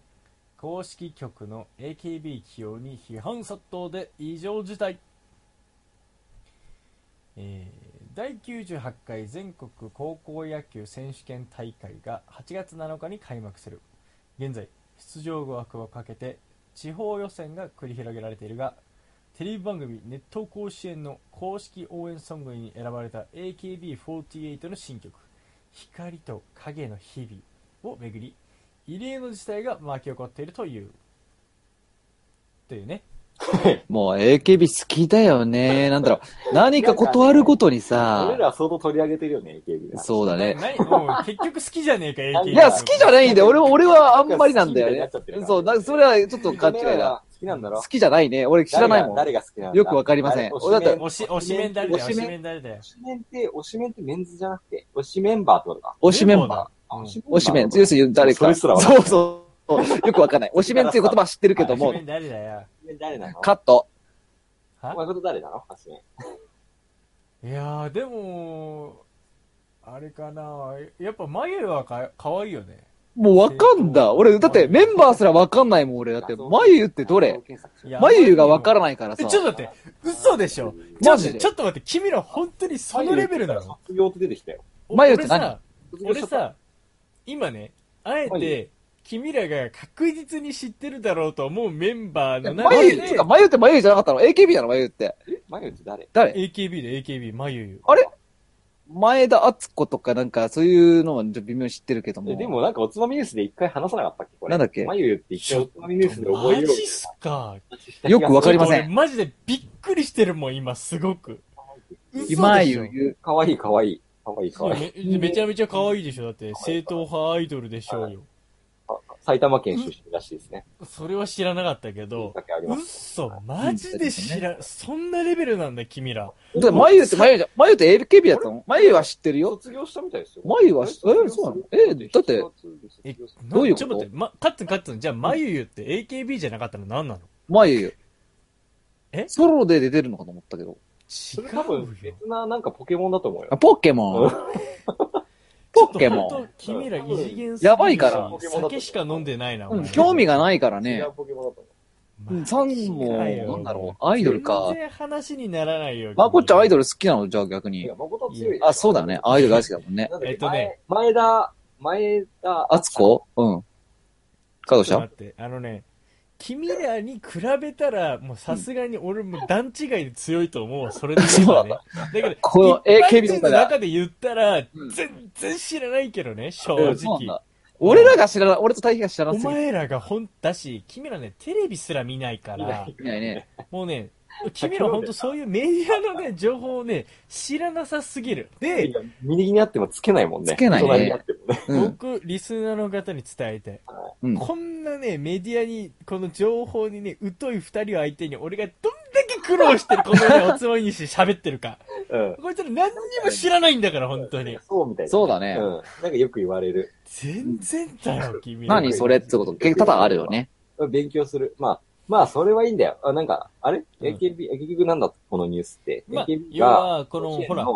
Speaker 1: 公式局の AKB 起用に批判殺到で異常事態。えー第98回全国高校野球選手権大会が8月7日に開幕する。現在、出場枠をかけて地方予選が繰り広げられているが、テレビ番組「熱湯甲子園」の公式応援ソングに選ばれた AKB48 の新曲「光と影の日々」をめぐり異例の事態が巻き起こっているというというね
Speaker 4: もう AKB 好きだよね。なんだろう。何か断るごとにさ
Speaker 3: 俺、ら相当取り上げてるよね、AKB が。
Speaker 4: そうだね。
Speaker 1: 何もう結局好きじゃ ねえか AKB
Speaker 4: いや、好きじゃないんだよ。俺は、俺はあんまりなんだ
Speaker 3: 好きみたいにな
Speaker 4: よ
Speaker 3: っちゃってるか
Speaker 4: ね。
Speaker 3: ら
Speaker 4: そう、なそれはちょっと
Speaker 3: 好
Speaker 4: 勘
Speaker 3: き
Speaker 4: 違
Speaker 3: だ
Speaker 4: いだ
Speaker 3: よ。好きなんだろ
Speaker 4: 好きじゃないね。俺知らないもん。
Speaker 3: 誰が好きなんだ
Speaker 4: よくわかりません
Speaker 3: 誰推しメン
Speaker 4: 俺だって
Speaker 1: 推し推しメン誰だよ
Speaker 3: 推
Speaker 1: 推
Speaker 3: し
Speaker 1: し
Speaker 3: メン
Speaker 1: メン誰だよ
Speaker 3: 推しメンって、推しメンってメンズじゃなくて、推しメンバーってことか。
Speaker 4: 推しメンバ
Speaker 1: うん
Speaker 3: 推し
Speaker 4: ー。推しメン。
Speaker 3: 強
Speaker 4: 要するに誰か。
Speaker 3: それすらわかん
Speaker 4: そうそうそう。よくわかんない。推しメンっていう言葉は知ってるけど
Speaker 1: 推
Speaker 4: も
Speaker 1: しメ、ン誰だよ
Speaker 3: 誰なの
Speaker 4: カット。
Speaker 1: は
Speaker 3: お前こと誰なの推しメン。
Speaker 1: いやーでもあれかなやっぱ眉はか可愛いよね
Speaker 4: もうわかんだ。俺、だってメンバーすらわかんないもん、俺。だって、眉ってどれ
Speaker 1: いや
Speaker 4: 眉がわからないから
Speaker 1: え
Speaker 4: さ。
Speaker 1: ちょっと待って嘘でしょちょ
Speaker 4: マ
Speaker 1: っと
Speaker 4: ジで
Speaker 1: ちょっと待って君ら本当にそのレベルなの
Speaker 3: 卒業って出てきたよ。
Speaker 1: お
Speaker 4: マヨって
Speaker 1: 俺さ
Speaker 4: 何
Speaker 1: 俺さ、今ね、あえ
Speaker 3: マヨ
Speaker 1: て、君らが確実に知ってるだろうと思うメンバーの中
Speaker 4: 眉、つう
Speaker 1: で
Speaker 4: か、、眉って眉じゃなかったの ?AKB なの眉って。
Speaker 3: 眉って誰
Speaker 4: 誰
Speaker 1: AKB で AKB、まゆゆ。
Speaker 4: あれ前田敦子とかなんか、そういうのはちょっと微妙に知ってるけども。
Speaker 3: え、でもなんかおつまみニュースで一回話さなかったっけこれ。
Speaker 4: なんだっけ
Speaker 3: 眉って一回おつまみニュースで覚え
Speaker 1: マ
Speaker 3: る
Speaker 1: ジ
Speaker 3: よ
Speaker 1: っ
Speaker 3: うに
Speaker 1: すか。
Speaker 4: よくわかりません
Speaker 1: 俺マジでびっくりしてるもん、今、すごく。嘘でしょ
Speaker 4: 今言う。
Speaker 3: かわいいかわいい。かわいいかわいい。
Speaker 1: めめちゃめちゃ可愛いでしょ。だって、正統派アイドルでしょうよ。
Speaker 3: 埼玉県出身らしいですね。
Speaker 1: それは知らなかったけど
Speaker 3: だ、けあります。
Speaker 1: 嘘、マジで知ら、そんなレベルなんだ、君ら。
Speaker 4: だって眉って眉じゃ、眉って AKB だったの眉は知ってるよ。
Speaker 3: 卒業したみたいですよ。
Speaker 4: 眉は、え、そうなのえ、だって、、
Speaker 1: え、
Speaker 4: どういう
Speaker 1: なちょ
Speaker 4: こと
Speaker 1: っと待って、ま、カッツンカッツン、じゃあ、まゆゆって AKB じゃなかったの何なの
Speaker 4: 眉よ。
Speaker 1: え
Speaker 4: ソロで出てるのかと思ったけど。
Speaker 1: 違
Speaker 3: それ多
Speaker 1: う
Speaker 3: 分
Speaker 1: よ。
Speaker 3: 別ななんかポケモンだと思うよ
Speaker 4: あ。ポケモ
Speaker 3: う
Speaker 4: ン。 ポ
Speaker 1: ち
Speaker 4: ケ
Speaker 1: ょっ
Speaker 4: モ
Speaker 1: と君ら異次元すぎるし
Speaker 4: やばいから
Speaker 1: 酒しか飲んでないな、
Speaker 4: ン。う
Speaker 1: お
Speaker 4: ん、
Speaker 1: 前
Speaker 4: 興味がないから
Speaker 3: 違
Speaker 4: ね。
Speaker 3: うポケモンだと思
Speaker 4: うん、サンも、なんだろう、アイドルか
Speaker 1: 全。然話にならないよ。
Speaker 4: まこっちゃんアイ
Speaker 1: ド
Speaker 4: ドル好きなのじゃあ
Speaker 3: う。
Speaker 4: 逆
Speaker 3: い
Speaker 4: に
Speaker 3: や、。誠強い。
Speaker 4: あ、そうだね。アイドル大好きだも んね。
Speaker 3: なんだっけ
Speaker 1: えっとね。
Speaker 3: 前前田、前田、
Speaker 4: あつこうん。かどうし
Speaker 1: ちょったと待って、あのね、君らに比べたら、もうさすがに俺も段違いで強いと思うわ、それで言えばね。だけど、
Speaker 4: この AKB
Speaker 1: 一般人の中で言ったら
Speaker 4: うん、
Speaker 1: 全然知らないけどね、正
Speaker 4: うんそうなん
Speaker 1: 直。
Speaker 4: だ俺らが知らない、俺と大輝が知らな
Speaker 1: お
Speaker 4: すぎて。
Speaker 1: 前らが本だし、君らね、テレビすら見ないか
Speaker 3: 見な
Speaker 1: ら
Speaker 3: い、
Speaker 4: いないね。
Speaker 1: もう ね、君ら本当そういうメディアのね、情報をね、知らなさすぎる。で、
Speaker 3: 右にあってもつけないもんね。
Speaker 4: つけないね
Speaker 3: 隣にあってもね。
Speaker 4: うん。
Speaker 1: 僕、リスナーの方に伝えて、
Speaker 4: うん。
Speaker 1: こんなね、メディアに、この情報にね、疎い二人を相手に、俺がどんだけ苦労してる、この ね、おつまみにして喋ってるか。
Speaker 3: うん。
Speaker 1: こいつら何にも知らないんだから、本当に。
Speaker 3: そうみたいな。
Speaker 4: そうだ
Speaker 3: う
Speaker 4: ね
Speaker 3: ん。。なんかよく言われる。
Speaker 1: 全然だよ、君ら。
Speaker 4: 何それってこと、結構多々あるよね。
Speaker 3: 勉強する。まあ、まあ、それはいいんだよ。あ、なんか、あれ
Speaker 1: うん
Speaker 3: ?AKB、結局なんだこのニュースって。
Speaker 1: まあ
Speaker 3: AKB、
Speaker 1: 要
Speaker 3: が、
Speaker 1: は、この、ほら、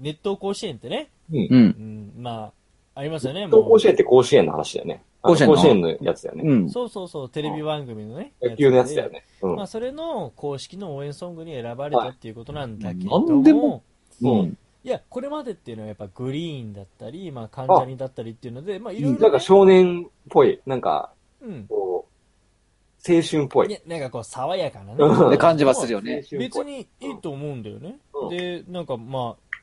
Speaker 1: ネット甲子園ってね、
Speaker 4: う。
Speaker 1: うんん、まあ、ありますよね、
Speaker 3: 東
Speaker 1: も
Speaker 3: 甲子園っ
Speaker 1: う。
Speaker 3: て甲子園の話だよね。あの
Speaker 4: 甲子園の
Speaker 3: 甲子園のやつだよね。
Speaker 4: うん。
Speaker 1: そうそうそう、テレビ番組のね。
Speaker 3: 野球のやつだよね。う
Speaker 1: まあ、
Speaker 3: ん。
Speaker 1: それの公式の応援ソングに選ばれたっていうことなんだけど
Speaker 4: はい
Speaker 1: も、
Speaker 4: なんでも
Speaker 3: う
Speaker 4: うんん。
Speaker 1: いや、これまでっていうのはやっぱグリーンだったり、まあ、関ジャニだったりっていうので、まあ、いろい
Speaker 3: な
Speaker 1: ろ
Speaker 3: んか
Speaker 1: ね、
Speaker 3: 少年っぽい。なんか、
Speaker 1: うん。
Speaker 3: こう、青春っぽい。
Speaker 1: ねなんかこう、爽やかな
Speaker 3: うん
Speaker 1: ね。
Speaker 4: で、感じはするよ
Speaker 3: 青
Speaker 4: ね。
Speaker 3: 春っぽ
Speaker 1: 別
Speaker 3: い。
Speaker 1: にいいと思うんだよね
Speaker 3: うん。
Speaker 1: で、なんかまあ、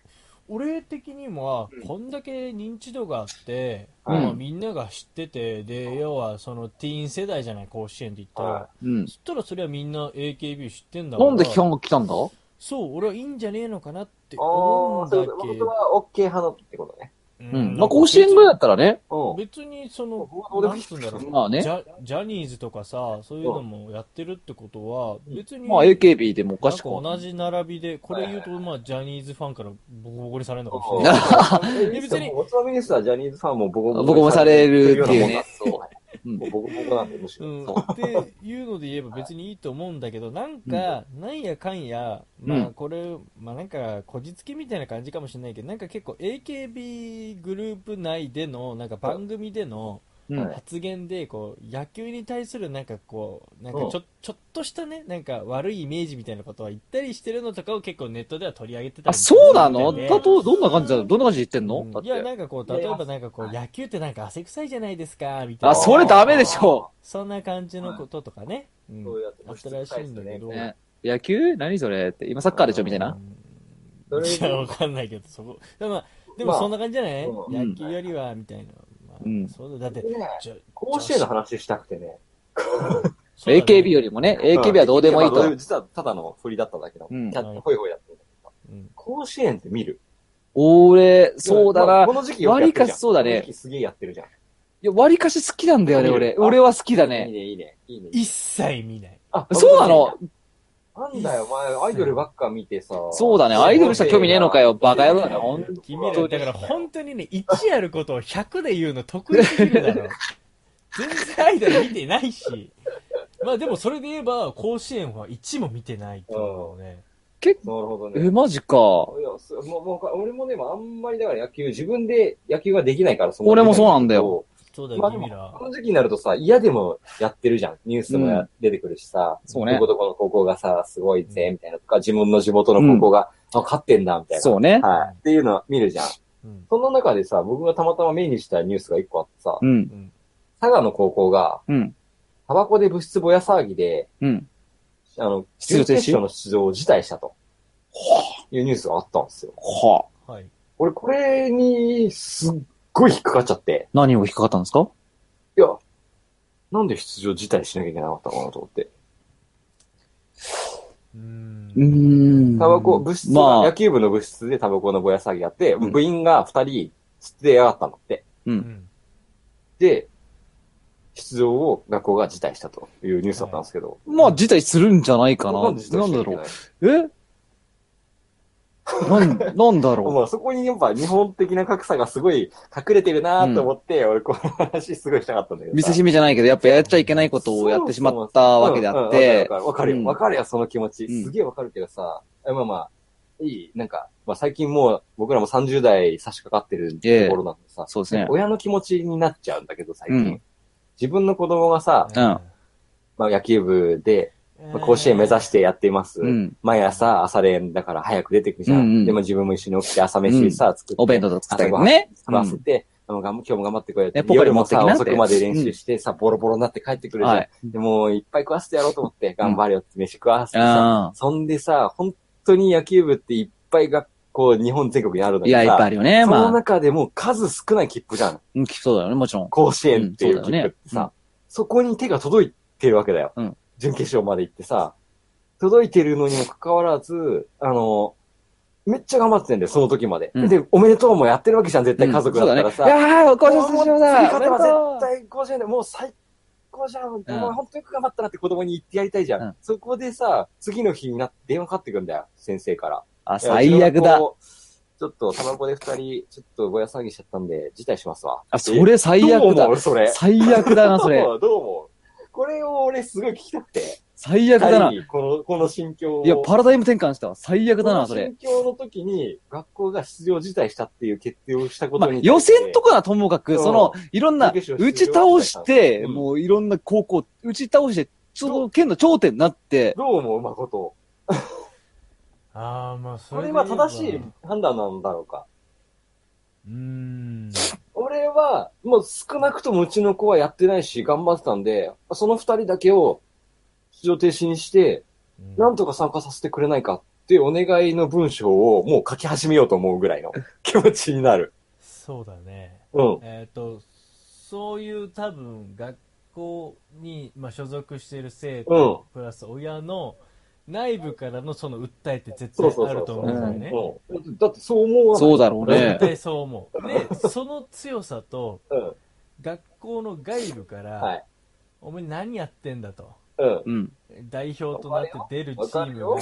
Speaker 1: 俺的にも、あこんだけ認知度があって、
Speaker 3: はい
Speaker 1: まあ、みんなが知ってて、で、要はそのティーン世代じゃない、甲子園って言ったら。
Speaker 3: は
Speaker 4: うん
Speaker 1: そ。したらそれはみんな AKB 知ってんだから。
Speaker 4: なんで批判が来たんだ
Speaker 1: そう、俺はいいんじゃねえのかなって思う
Speaker 3: ああ、
Speaker 1: ん
Speaker 3: そ
Speaker 1: だ
Speaker 3: ういうこと。
Speaker 1: け
Speaker 3: 本
Speaker 1: ど
Speaker 3: 当。は OK 派だってことね。
Speaker 1: う
Speaker 4: うん。まあ、甲子園ぐらいだったらね。
Speaker 3: うん。
Speaker 1: 別にその
Speaker 3: 僕は、どうでも
Speaker 1: ないん
Speaker 3: い
Speaker 1: つうんだろう。
Speaker 4: まあね
Speaker 1: ジ。ャジャニーズとかさ、そういうのもやってるってことは、別に、
Speaker 4: まあ、AKB でもお
Speaker 1: な
Speaker 4: か
Speaker 1: ん
Speaker 4: し
Speaker 1: か
Speaker 4: くはない
Speaker 1: 同じ並びで、これ言うと、まあ、ジャニーズファンからボコボコにされるのかもしれ ない。
Speaker 3: え
Speaker 1: 別に
Speaker 3: おつまみニュースはジャニーズファンもボコボ
Speaker 4: ボコボコされるっていう
Speaker 3: よ
Speaker 4: ね。
Speaker 3: うなもん だ。そ
Speaker 4: うん
Speaker 3: う。もうボコボコなんで、むし
Speaker 1: う
Speaker 3: ろ。
Speaker 1: ん、っ
Speaker 3: そう
Speaker 1: ていうので言えば別にいいと思うんだけ ど、なんか、なんやかんや、まあ
Speaker 4: うん
Speaker 1: これ、まあなんか、こじつけみたいな感じかもしれないけど、なんか結構 AKB グループ内での、なんか番組での
Speaker 4: うん
Speaker 3: はい
Speaker 1: 発言で、こう、野球に対するなんかこう、なんかちょちょっとしたね、なんか悪いイメージみたいなことは言ったりしてるのとかを結構ネットでは取り上げてた
Speaker 4: あ、
Speaker 1: り
Speaker 4: そうなの
Speaker 1: するんだよね
Speaker 4: だと、どんな感じだどんな感じで言ってんのだ
Speaker 1: う
Speaker 4: っ
Speaker 1: んいや、
Speaker 4: て。
Speaker 1: なんかこう、
Speaker 3: いやい
Speaker 1: 例
Speaker 3: や
Speaker 1: えばなんかこう、野球ってなんか汗臭いじゃないですか、みたい
Speaker 4: あ、
Speaker 1: な。
Speaker 4: それダメでしょ。
Speaker 1: そんな感じのこととかね。うん
Speaker 3: そうやって
Speaker 1: あったらしいんだけど。
Speaker 3: ね
Speaker 4: ね野球何それって。今サッカーでしょみたいな。
Speaker 3: それ
Speaker 1: いや、わかんないけど、そこ。でも、でも
Speaker 3: まあ
Speaker 1: そんな感じじゃない、
Speaker 3: うん
Speaker 1: 野球よりは、みたいな。まあ、
Speaker 4: うん
Speaker 1: そうだ、だって、
Speaker 3: ね
Speaker 1: じゃ
Speaker 3: 甲子園の話したくてね。
Speaker 1: そうだね
Speaker 4: AKB よりもね、AKB はどうでもいい
Speaker 3: まあ
Speaker 4: と。
Speaker 3: 実はただの振りだっただけだも。
Speaker 4: うんん
Speaker 3: キャッチホイホイだったんだけど。
Speaker 1: うん
Speaker 3: 甲子園って見る
Speaker 4: 俺、そうだ
Speaker 3: ま
Speaker 4: な
Speaker 3: あこ。の時期よくやってるじゃん
Speaker 4: 割かしそうだ
Speaker 3: こ
Speaker 4: ね
Speaker 3: の時期すげえやってるじゃん。
Speaker 4: いや、割かし好きなんだよね、俺。
Speaker 3: あ
Speaker 4: 俺は好きだ
Speaker 3: いい
Speaker 4: ね。
Speaker 3: ね、いいね。いいね。
Speaker 1: 一切見ない。
Speaker 3: あ
Speaker 4: そうなの
Speaker 3: なんだよ、お前、アイドルばっか見てさ。
Speaker 4: そうだね。アイドルしか興味ねえのかよ。バカ野郎だね。ほん
Speaker 1: 君
Speaker 3: は
Speaker 1: ら、だから本当にね、1やることを100で言うの得意すぎるだ ろ。全然アイドル見てないし。まあでもそれで言えば、甲子園は1も見てないっていうのね。
Speaker 4: 結構、
Speaker 3: なるほどね。
Speaker 4: え、マジか。
Speaker 3: いや、そもう、もう、俺もでもあんまりだから野球、自分で野球ができないから、そ
Speaker 4: 俺もそうなんだよ。
Speaker 1: そうだよ、
Speaker 3: まあで
Speaker 1: 君
Speaker 3: も、
Speaker 1: ら
Speaker 3: こ。の時期になるとさ、嫌でもやってるじゃん。ニュースでもや
Speaker 4: うん
Speaker 3: 出てくるしさ、
Speaker 4: そうね
Speaker 3: どこどこの高校がさ、すごいぜ、みたいなとか、自分の地元の高校が、あ、勝ってんだ、みたいな。
Speaker 4: そうね。
Speaker 3: はい。っていうのを見るじゃん。
Speaker 1: うん。
Speaker 3: その中でさ、僕がたまたま目にしたニュースが一個あってさ、
Speaker 4: うん。
Speaker 3: 佐賀の高校が、
Speaker 4: うん。
Speaker 3: タバコで物質ぼや騒ぎで、
Speaker 4: うん。
Speaker 3: あの、
Speaker 4: 出
Speaker 3: 準
Speaker 4: 場停止
Speaker 3: 決勝の出場を辞退したと。いうニュースがあったんですよ。
Speaker 4: はあ、
Speaker 1: はい。
Speaker 3: 俺、これに、すっごい引っかかっちゃって。
Speaker 4: 何を引っかかったんですか
Speaker 3: いや、なんで出場辞退しなきゃいけなかったのかなと思って。
Speaker 1: うーん
Speaker 4: うーん。
Speaker 3: タバコ、物質が、
Speaker 4: ま
Speaker 3: 野
Speaker 4: あ、
Speaker 3: 球部の部室でタバコのぼや騒ぎやって、
Speaker 4: うん
Speaker 3: 部員が二人吸ってやがったんだって。
Speaker 1: うん
Speaker 3: で、出場を学校が辞退したというニュースだったんですけど。
Speaker 4: まあ、辞退するんじゃないかな。なん
Speaker 3: で辞退しなきゃ
Speaker 4: だ
Speaker 3: いけ
Speaker 4: ろ。
Speaker 3: ないう
Speaker 4: えなん、なんだろ
Speaker 3: まあ、そこにやっぱ日本的な格差がすごい隠れてるなと思って、俺この話すごいしたかったんだけどさ。
Speaker 4: う。見せしめじゃないけど、やっぱやっちゃいけないことをやってしまったわけであっ
Speaker 3: う
Speaker 4: て
Speaker 3: ん、うんわかる
Speaker 4: う
Speaker 3: よ、
Speaker 4: ん
Speaker 3: わかるよ、その気持ち。
Speaker 4: うん
Speaker 3: すげえわかるけどさ、えまあまあ、いい、なんか、まあ最近もう僕らも30代差し掛かってるところなんでさ、
Speaker 4: そうですね。
Speaker 3: 親の気持ちになっちゃうんだけど、最近。
Speaker 4: うん
Speaker 3: 自分の子供がさ、まあ野球部で、まあ甲子園目指してやっています。
Speaker 4: うん。
Speaker 3: 毎朝朝練だから早く出てくじゃん。
Speaker 4: うんうん
Speaker 3: でも自分も一緒に起きて朝飯さ、作って。
Speaker 4: お弁当とか作
Speaker 3: 朝
Speaker 4: った
Speaker 3: ご
Speaker 4: り
Speaker 3: はん
Speaker 4: ね。
Speaker 3: 食わせて、あのがん今日も頑張ってこうやって
Speaker 4: ねポカリ
Speaker 3: 夜
Speaker 4: 持
Speaker 3: も
Speaker 4: ってきな
Speaker 3: さ、
Speaker 4: って
Speaker 3: 遅くまで練習してさ、ボロボロになって帰ってくるじゃん。
Speaker 4: はい。
Speaker 3: でもういっぱい食わせてやろうと思って、頑張れよって飯食わせてさ、
Speaker 4: あ
Speaker 3: そんでさ、本当に野球部っていっぱい学校、日本全国にあるの
Speaker 4: あ。い
Speaker 3: にさ、
Speaker 4: や、いっぱいあるよね。
Speaker 3: その
Speaker 4: まあ、
Speaker 3: 中でもう数少ない切符じゃん。
Speaker 4: うん、そうだよね、もちろん。
Speaker 3: 甲子園っていう
Speaker 4: うん
Speaker 3: 切
Speaker 4: そうだよ
Speaker 3: 符っ
Speaker 4: ね
Speaker 3: てさ、
Speaker 4: うん
Speaker 3: そこに手が届いてるわけだよ。
Speaker 4: うん
Speaker 3: 準決勝まで行ってさ、届いてるのにもかかわらず、あの、めっちゃ頑張ってんだよ、その時まで。
Speaker 4: うん
Speaker 3: で、おめでとうもやってるわけじゃん、絶対
Speaker 4: うん
Speaker 3: 家族だったらさ。
Speaker 4: そうだね。いやー、ごち
Speaker 3: も
Speaker 4: そうう
Speaker 3: もう
Speaker 4: さま
Speaker 3: 次
Speaker 4: だ。
Speaker 3: 勝てば絶
Speaker 4: おめでとう
Speaker 3: 対甲子園で、もう最高じゃん。お前
Speaker 4: うん
Speaker 3: 本当によく頑張ったなって子供に言ってやりたいじゃん。
Speaker 4: うん
Speaker 3: そこでさ、次の日になって電話かかってくんだよ、先生から。
Speaker 4: あ、最悪
Speaker 3: いやうちの
Speaker 4: だ。
Speaker 3: 子ちょっと、タバコで二人、ちょっとぼや騒ぎしちゃったんで、辞退しますわ。
Speaker 4: あ、それ最
Speaker 3: どう
Speaker 4: 悪だ
Speaker 3: 思。うそれ。
Speaker 4: 最悪だな、それ
Speaker 3: ど。うどう思うこれを俺すごい聞きたくて。
Speaker 4: 最悪だな
Speaker 3: 二人。にこの、この心境を。
Speaker 4: いや、パラダイム転換したわ。最悪だな、そ
Speaker 3: こ
Speaker 4: れ
Speaker 3: の。心境の時に、学校が出場辞退したっていう決定をしたこ
Speaker 4: ま
Speaker 3: と
Speaker 4: あ、
Speaker 3: に、
Speaker 4: 予選と
Speaker 3: か、
Speaker 4: かはともかく、
Speaker 3: うん
Speaker 4: その、いろんな、
Speaker 3: 準決
Speaker 4: 打
Speaker 3: 勝
Speaker 4: ち
Speaker 3: 出場
Speaker 4: 倒して、
Speaker 3: うん
Speaker 4: もういろんな高校、打ち倒して、その県の頂点になって、
Speaker 3: どう思うまこと。
Speaker 1: ああ、まあ、そ
Speaker 3: こ
Speaker 1: れ
Speaker 3: れ
Speaker 1: で
Speaker 3: は
Speaker 1: 言えば
Speaker 3: 正しい判断なんだろうか。
Speaker 1: うーん。
Speaker 3: 俺は、もう少なくともうちの子はやってないし、頑張ってたんで、その二人だけを出場停止にして、なん
Speaker 1: と
Speaker 3: とか参加させてくれないかっってお願いの文章をもう書き始めようと思うぐ らいの気持ちになる。
Speaker 1: そうだね。
Speaker 3: うん。
Speaker 1: えっ、と、そういう多分、学校に、まあ、所属している生徒、
Speaker 3: うん。
Speaker 1: プラス親の内部からのその訴えって絶
Speaker 3: そうそ
Speaker 1: 対
Speaker 3: うそ
Speaker 1: あ
Speaker 3: う
Speaker 1: ると
Speaker 3: そ
Speaker 1: 思う
Speaker 3: う。
Speaker 1: んだよね。
Speaker 3: うんだってそう思わない。
Speaker 4: そうだろうね
Speaker 1: 絶。対そう思う。 で、その強さと、
Speaker 3: うん。
Speaker 1: 学校の外部から、
Speaker 3: はい
Speaker 1: お前何やってんだと。
Speaker 3: うん。
Speaker 4: うん。
Speaker 1: 代表となって出るチ
Speaker 3: わか
Speaker 1: ー
Speaker 3: る
Speaker 1: ム
Speaker 3: よ
Speaker 1: が。。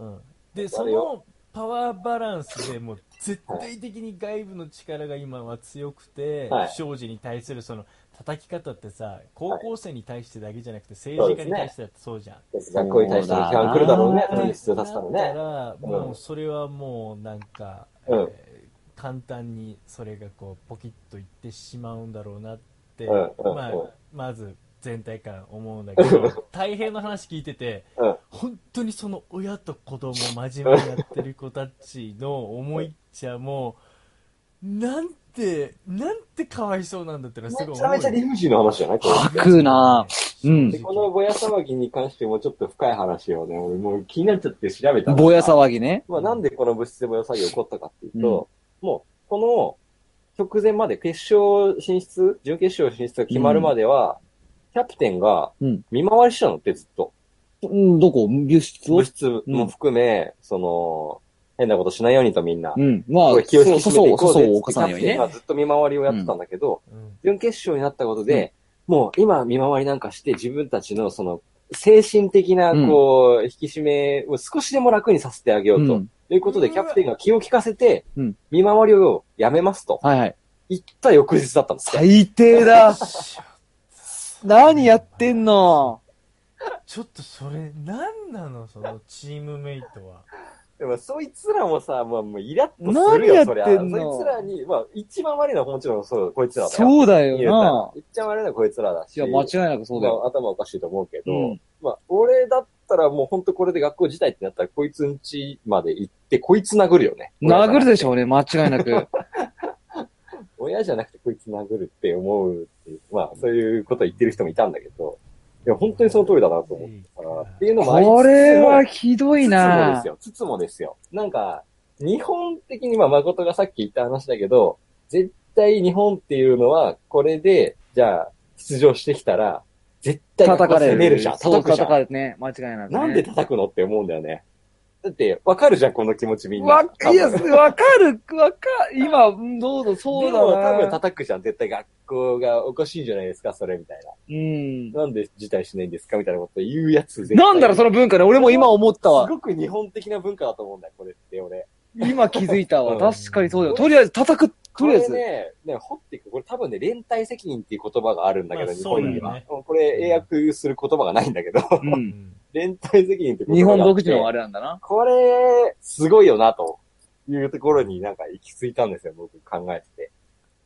Speaker 3: うん。
Speaker 1: うん、で、
Speaker 3: わか
Speaker 1: そ
Speaker 3: るよ
Speaker 1: のパワーバランスでもう絶対的に外部の力が今は強くて、
Speaker 3: はい
Speaker 1: 不祥事に対するその叩き方ってさ、高校生に対してだけじゃなくて政治家に対してだってそうじゃん。
Speaker 3: 学校に対しての批判来るだろうね。それに必要出すから
Speaker 1: だか
Speaker 3: ね。
Speaker 1: ら、
Speaker 3: うん
Speaker 1: もうそれはもうなんか、
Speaker 3: うん
Speaker 1: えー簡単にそれがこうポキッといってしまうんだろうなって、
Speaker 3: うんうん
Speaker 1: まあ
Speaker 3: うん、
Speaker 1: まず全体感思うんだけど、大変の話聞いてて、
Speaker 3: うん
Speaker 1: 本当にその親と子供真面目にやってる子たちの思いっちゃもう、なんて、なんてかわいそうなんだってのはすご
Speaker 3: め
Speaker 1: い
Speaker 3: ちゃ
Speaker 1: 思う
Speaker 3: めちゃ理不尽な話じゃないこれ
Speaker 4: 吐くなうん
Speaker 3: でこのぼや騒ぎに関してもちょっと深い話をね、俺もう気になっちゃって調べたんです
Speaker 4: ぼや騒ぎね。
Speaker 3: まあ、なんでこの物質でぼや騒ぎが起こったかっていうと、もう、この直前まで決勝進出、準決勝進出が決まるまでは、キャプテンが
Speaker 4: うん
Speaker 3: 見回りしたのってずっと。
Speaker 4: うん、どこ物質を
Speaker 3: 物質も含め、その、変なことしないようにとみんな
Speaker 4: う。ん。まあ、
Speaker 3: こ
Speaker 4: そ
Speaker 3: れ気を引
Speaker 4: う
Speaker 3: き
Speaker 4: そ、
Speaker 3: 締めていうこ
Speaker 4: そ
Speaker 3: うぜっ
Speaker 4: うそう、
Speaker 3: て
Speaker 4: 犯さないように
Speaker 3: キャプテン
Speaker 4: ね。
Speaker 3: がずっと見回りをやってたんだけど、
Speaker 1: うん
Speaker 3: 準決勝になったことで、もう今見回りなんかして自分たちのその、精神的な、こう、引き締めを少しでも楽にさせてあげようと。
Speaker 4: うん
Speaker 3: ということで、
Speaker 1: うわ
Speaker 3: キャプテンが気を利かせて
Speaker 4: うん、
Speaker 3: 見回りをやめますと。
Speaker 4: はいはい。
Speaker 3: 言った翌日だったんですよ。
Speaker 4: 最 低だ何
Speaker 1: 何
Speaker 4: や
Speaker 1: や
Speaker 4: っ
Speaker 1: ってて
Speaker 4: ん
Speaker 1: ん
Speaker 4: の
Speaker 1: ちょっとそれ、何なのそのチームメイトは。
Speaker 3: でも、そいつらもさ、まあ、もうイラッとす
Speaker 4: 何
Speaker 3: る
Speaker 4: や
Speaker 3: よ、
Speaker 4: って
Speaker 3: そ
Speaker 4: ん
Speaker 3: りゃ。
Speaker 4: の
Speaker 3: そいつらに、まあ、一番悪いのはもちろんそう、こいつらだよ。
Speaker 4: そうだよ
Speaker 3: 言うたら
Speaker 4: な。
Speaker 3: 一番悪いのはこいつらだし。
Speaker 4: いや、間違いなくそうだよ。
Speaker 3: まあ頭おかしいと思うけど、
Speaker 4: うん
Speaker 3: まあ、俺だったらもう本当これで学校自体ってなったら、こいつんちまで行って、こいつ殴るよね。
Speaker 4: 殴るでしょうね、間違いな く。
Speaker 3: 親じゃなくてこいつ殴るって思うっていう、まあ、そういうこと言ってる人もいたんだけど、いや、本当にその通りだなと思ったから、っていうのもありつつも
Speaker 4: これはひどい
Speaker 3: つつもで
Speaker 4: な
Speaker 3: す。よ、つつもですよ。なんか、日本的に、まあ、誠がさっき言った話だけど、絶対日本っていうのは、これで、じゃあ、出場してきたら、絶対
Speaker 4: 叩かれる。
Speaker 3: 攻めるじゃん。
Speaker 4: そう
Speaker 3: 叩くじゃ
Speaker 4: 叩
Speaker 3: ん
Speaker 4: か。れるね。間違いなくね。
Speaker 3: なんで叩くのって思うんだよね。だって、わかるじゃん、この気持ちみんな。
Speaker 4: わか、いや、
Speaker 3: 多分
Speaker 4: わかる、わか、今、うんどうぞ、そ
Speaker 3: で
Speaker 4: う
Speaker 3: も多
Speaker 4: だ
Speaker 3: 分
Speaker 4: な。
Speaker 3: 叩くじゃん、絶対学校がおかしいんじゃないですか、それみたい
Speaker 4: うん。
Speaker 3: な。なんで辞退しないんですかみたいなこと言うやつ絶対
Speaker 4: なんだろう、その文化ね。俺も今思ったわ
Speaker 3: す。ごく日本的な文化だと思うんだよ、これって、俺。
Speaker 4: 今気づいたわ。
Speaker 3: うん
Speaker 4: 確かにそうだよ。とりあえず叩く、とりあえず
Speaker 3: こ。れね、ね、掘っていく。これ多分ね、連帯責任っていう言葉があるんだけど、
Speaker 1: まあ
Speaker 3: 日本には。
Speaker 1: そうだ
Speaker 3: これ英訳する言葉がないんだけど、
Speaker 4: う。
Speaker 1: うんん
Speaker 3: 連帯責任って言
Speaker 4: 日
Speaker 3: 葉
Speaker 4: 本
Speaker 3: があっ
Speaker 4: 独
Speaker 3: て
Speaker 4: 自のあれなんだな。
Speaker 3: これ、すごいよな、というところになんか行き着いたんですよ、僕考えてて。